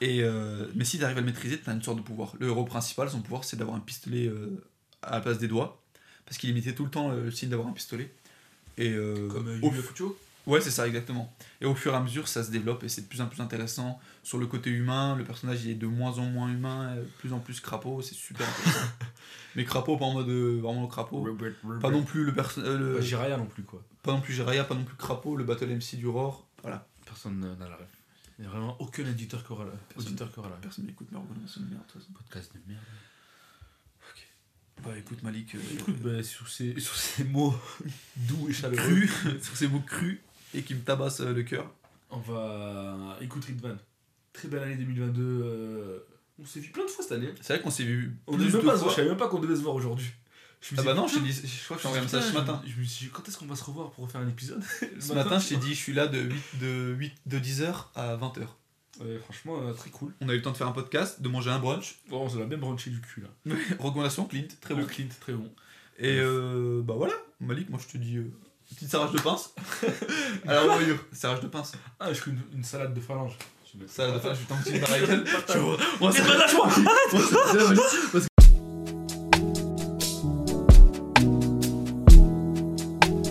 Speaker 3: Et, euh, mais si tu arrives à le maîtriser, tu as une sorte de pouvoir. Le héros principal, son pouvoir, c'est d'avoir un pistolet euh, à la place des doigts, parce qu'il imitait tout le temps euh, le signe d'avoir un pistolet. Et euh,
Speaker 2: Comme euh,
Speaker 3: au
Speaker 2: Yu Yu
Speaker 3: fu-
Speaker 2: Hakusho
Speaker 3: Ouais, c'est ça, exactement. Et au fur et à mesure, ça se développe et c'est de plus en plus intéressant. Sur le côté humain, le personnage il est de moins en moins humain, euh, de plus en plus crapaud, c'est super intéressant. Mais crapaud, pas en mode euh, vraiment crapaud.
Speaker 2: Robert, Robert.
Speaker 3: Pas non plus le perso- euh, le-
Speaker 2: Bah, Jiraiya non plus quoi.
Speaker 3: pas non plus Jiraiya, pas non plus crapaud, le Battle MC du Roar. Voilà,
Speaker 2: Personne euh, n'a la rêve. Il n'y a vraiment aucun éditeur qui aura la.
Speaker 3: Personne.
Speaker 2: Auditeur qui aura la. rêve.
Speaker 3: personne n'écoute mes recommandations de merde. de toute façon.
Speaker 2: Podcast de merde.
Speaker 3: Bah écoute Malik, euh,
Speaker 2: Écoute, bah, sur, ces, sur ces mots doux et chaleureux.
Speaker 3: cru, sur ces mots crus et qui me tabassent euh, le cœur.
Speaker 2: On va écouter Ridvan. Très belle année 2022. euh, On s'est vu plein de fois cette année.
Speaker 3: C'est vrai qu'on s'est vu
Speaker 2: On
Speaker 3: plus
Speaker 2: devait même
Speaker 3: de
Speaker 2: pas se voir.
Speaker 3: fois.
Speaker 2: Je savais même pas qu'on devait se voir aujourd'hui. Je me
Speaker 3: Ah
Speaker 2: suis
Speaker 3: bah
Speaker 2: dit,
Speaker 3: non, je, t'ai
Speaker 2: putain,
Speaker 3: dit- je crois que j'ai envoyé un
Speaker 2: putain,
Speaker 3: message ce
Speaker 2: je me-
Speaker 3: matin.
Speaker 2: Je me suis dit, quand est-ce qu'on va se revoir pour refaire un épisode
Speaker 3: Ce matin, je t'ai dit, je suis là de 8, de 8 de 10h à 20h.
Speaker 2: Ouais, franchement, euh, très cool.
Speaker 3: On a eu le temps de faire un podcast, de manger un brunch.
Speaker 2: Bon, on se l'a même branché du cul là.
Speaker 3: Recommandation Clint, très
Speaker 2: Le
Speaker 3: bon.
Speaker 2: Clint, très bon.
Speaker 3: Et euh, bah voilà, Malik, moi je te dis euh, petite serrage de pince. à la revoyure, serrage de pince.
Speaker 2: Ah, je fais une, une salade de phalange. Je vais mettre
Speaker 3: Ça, de fin, je vais t'en dire par la gueule.
Speaker 2: Patate.
Speaker 3: Tu vois, on va
Speaker 2: Eh ben,
Speaker 3: s'arrêter.
Speaker 2: lâche-moi
Speaker 3: On va s'arrêter.
Speaker 4: Blah, blah, blah, blah, blah, blah,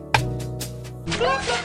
Speaker 4: blah, blah, blah, blah, blah,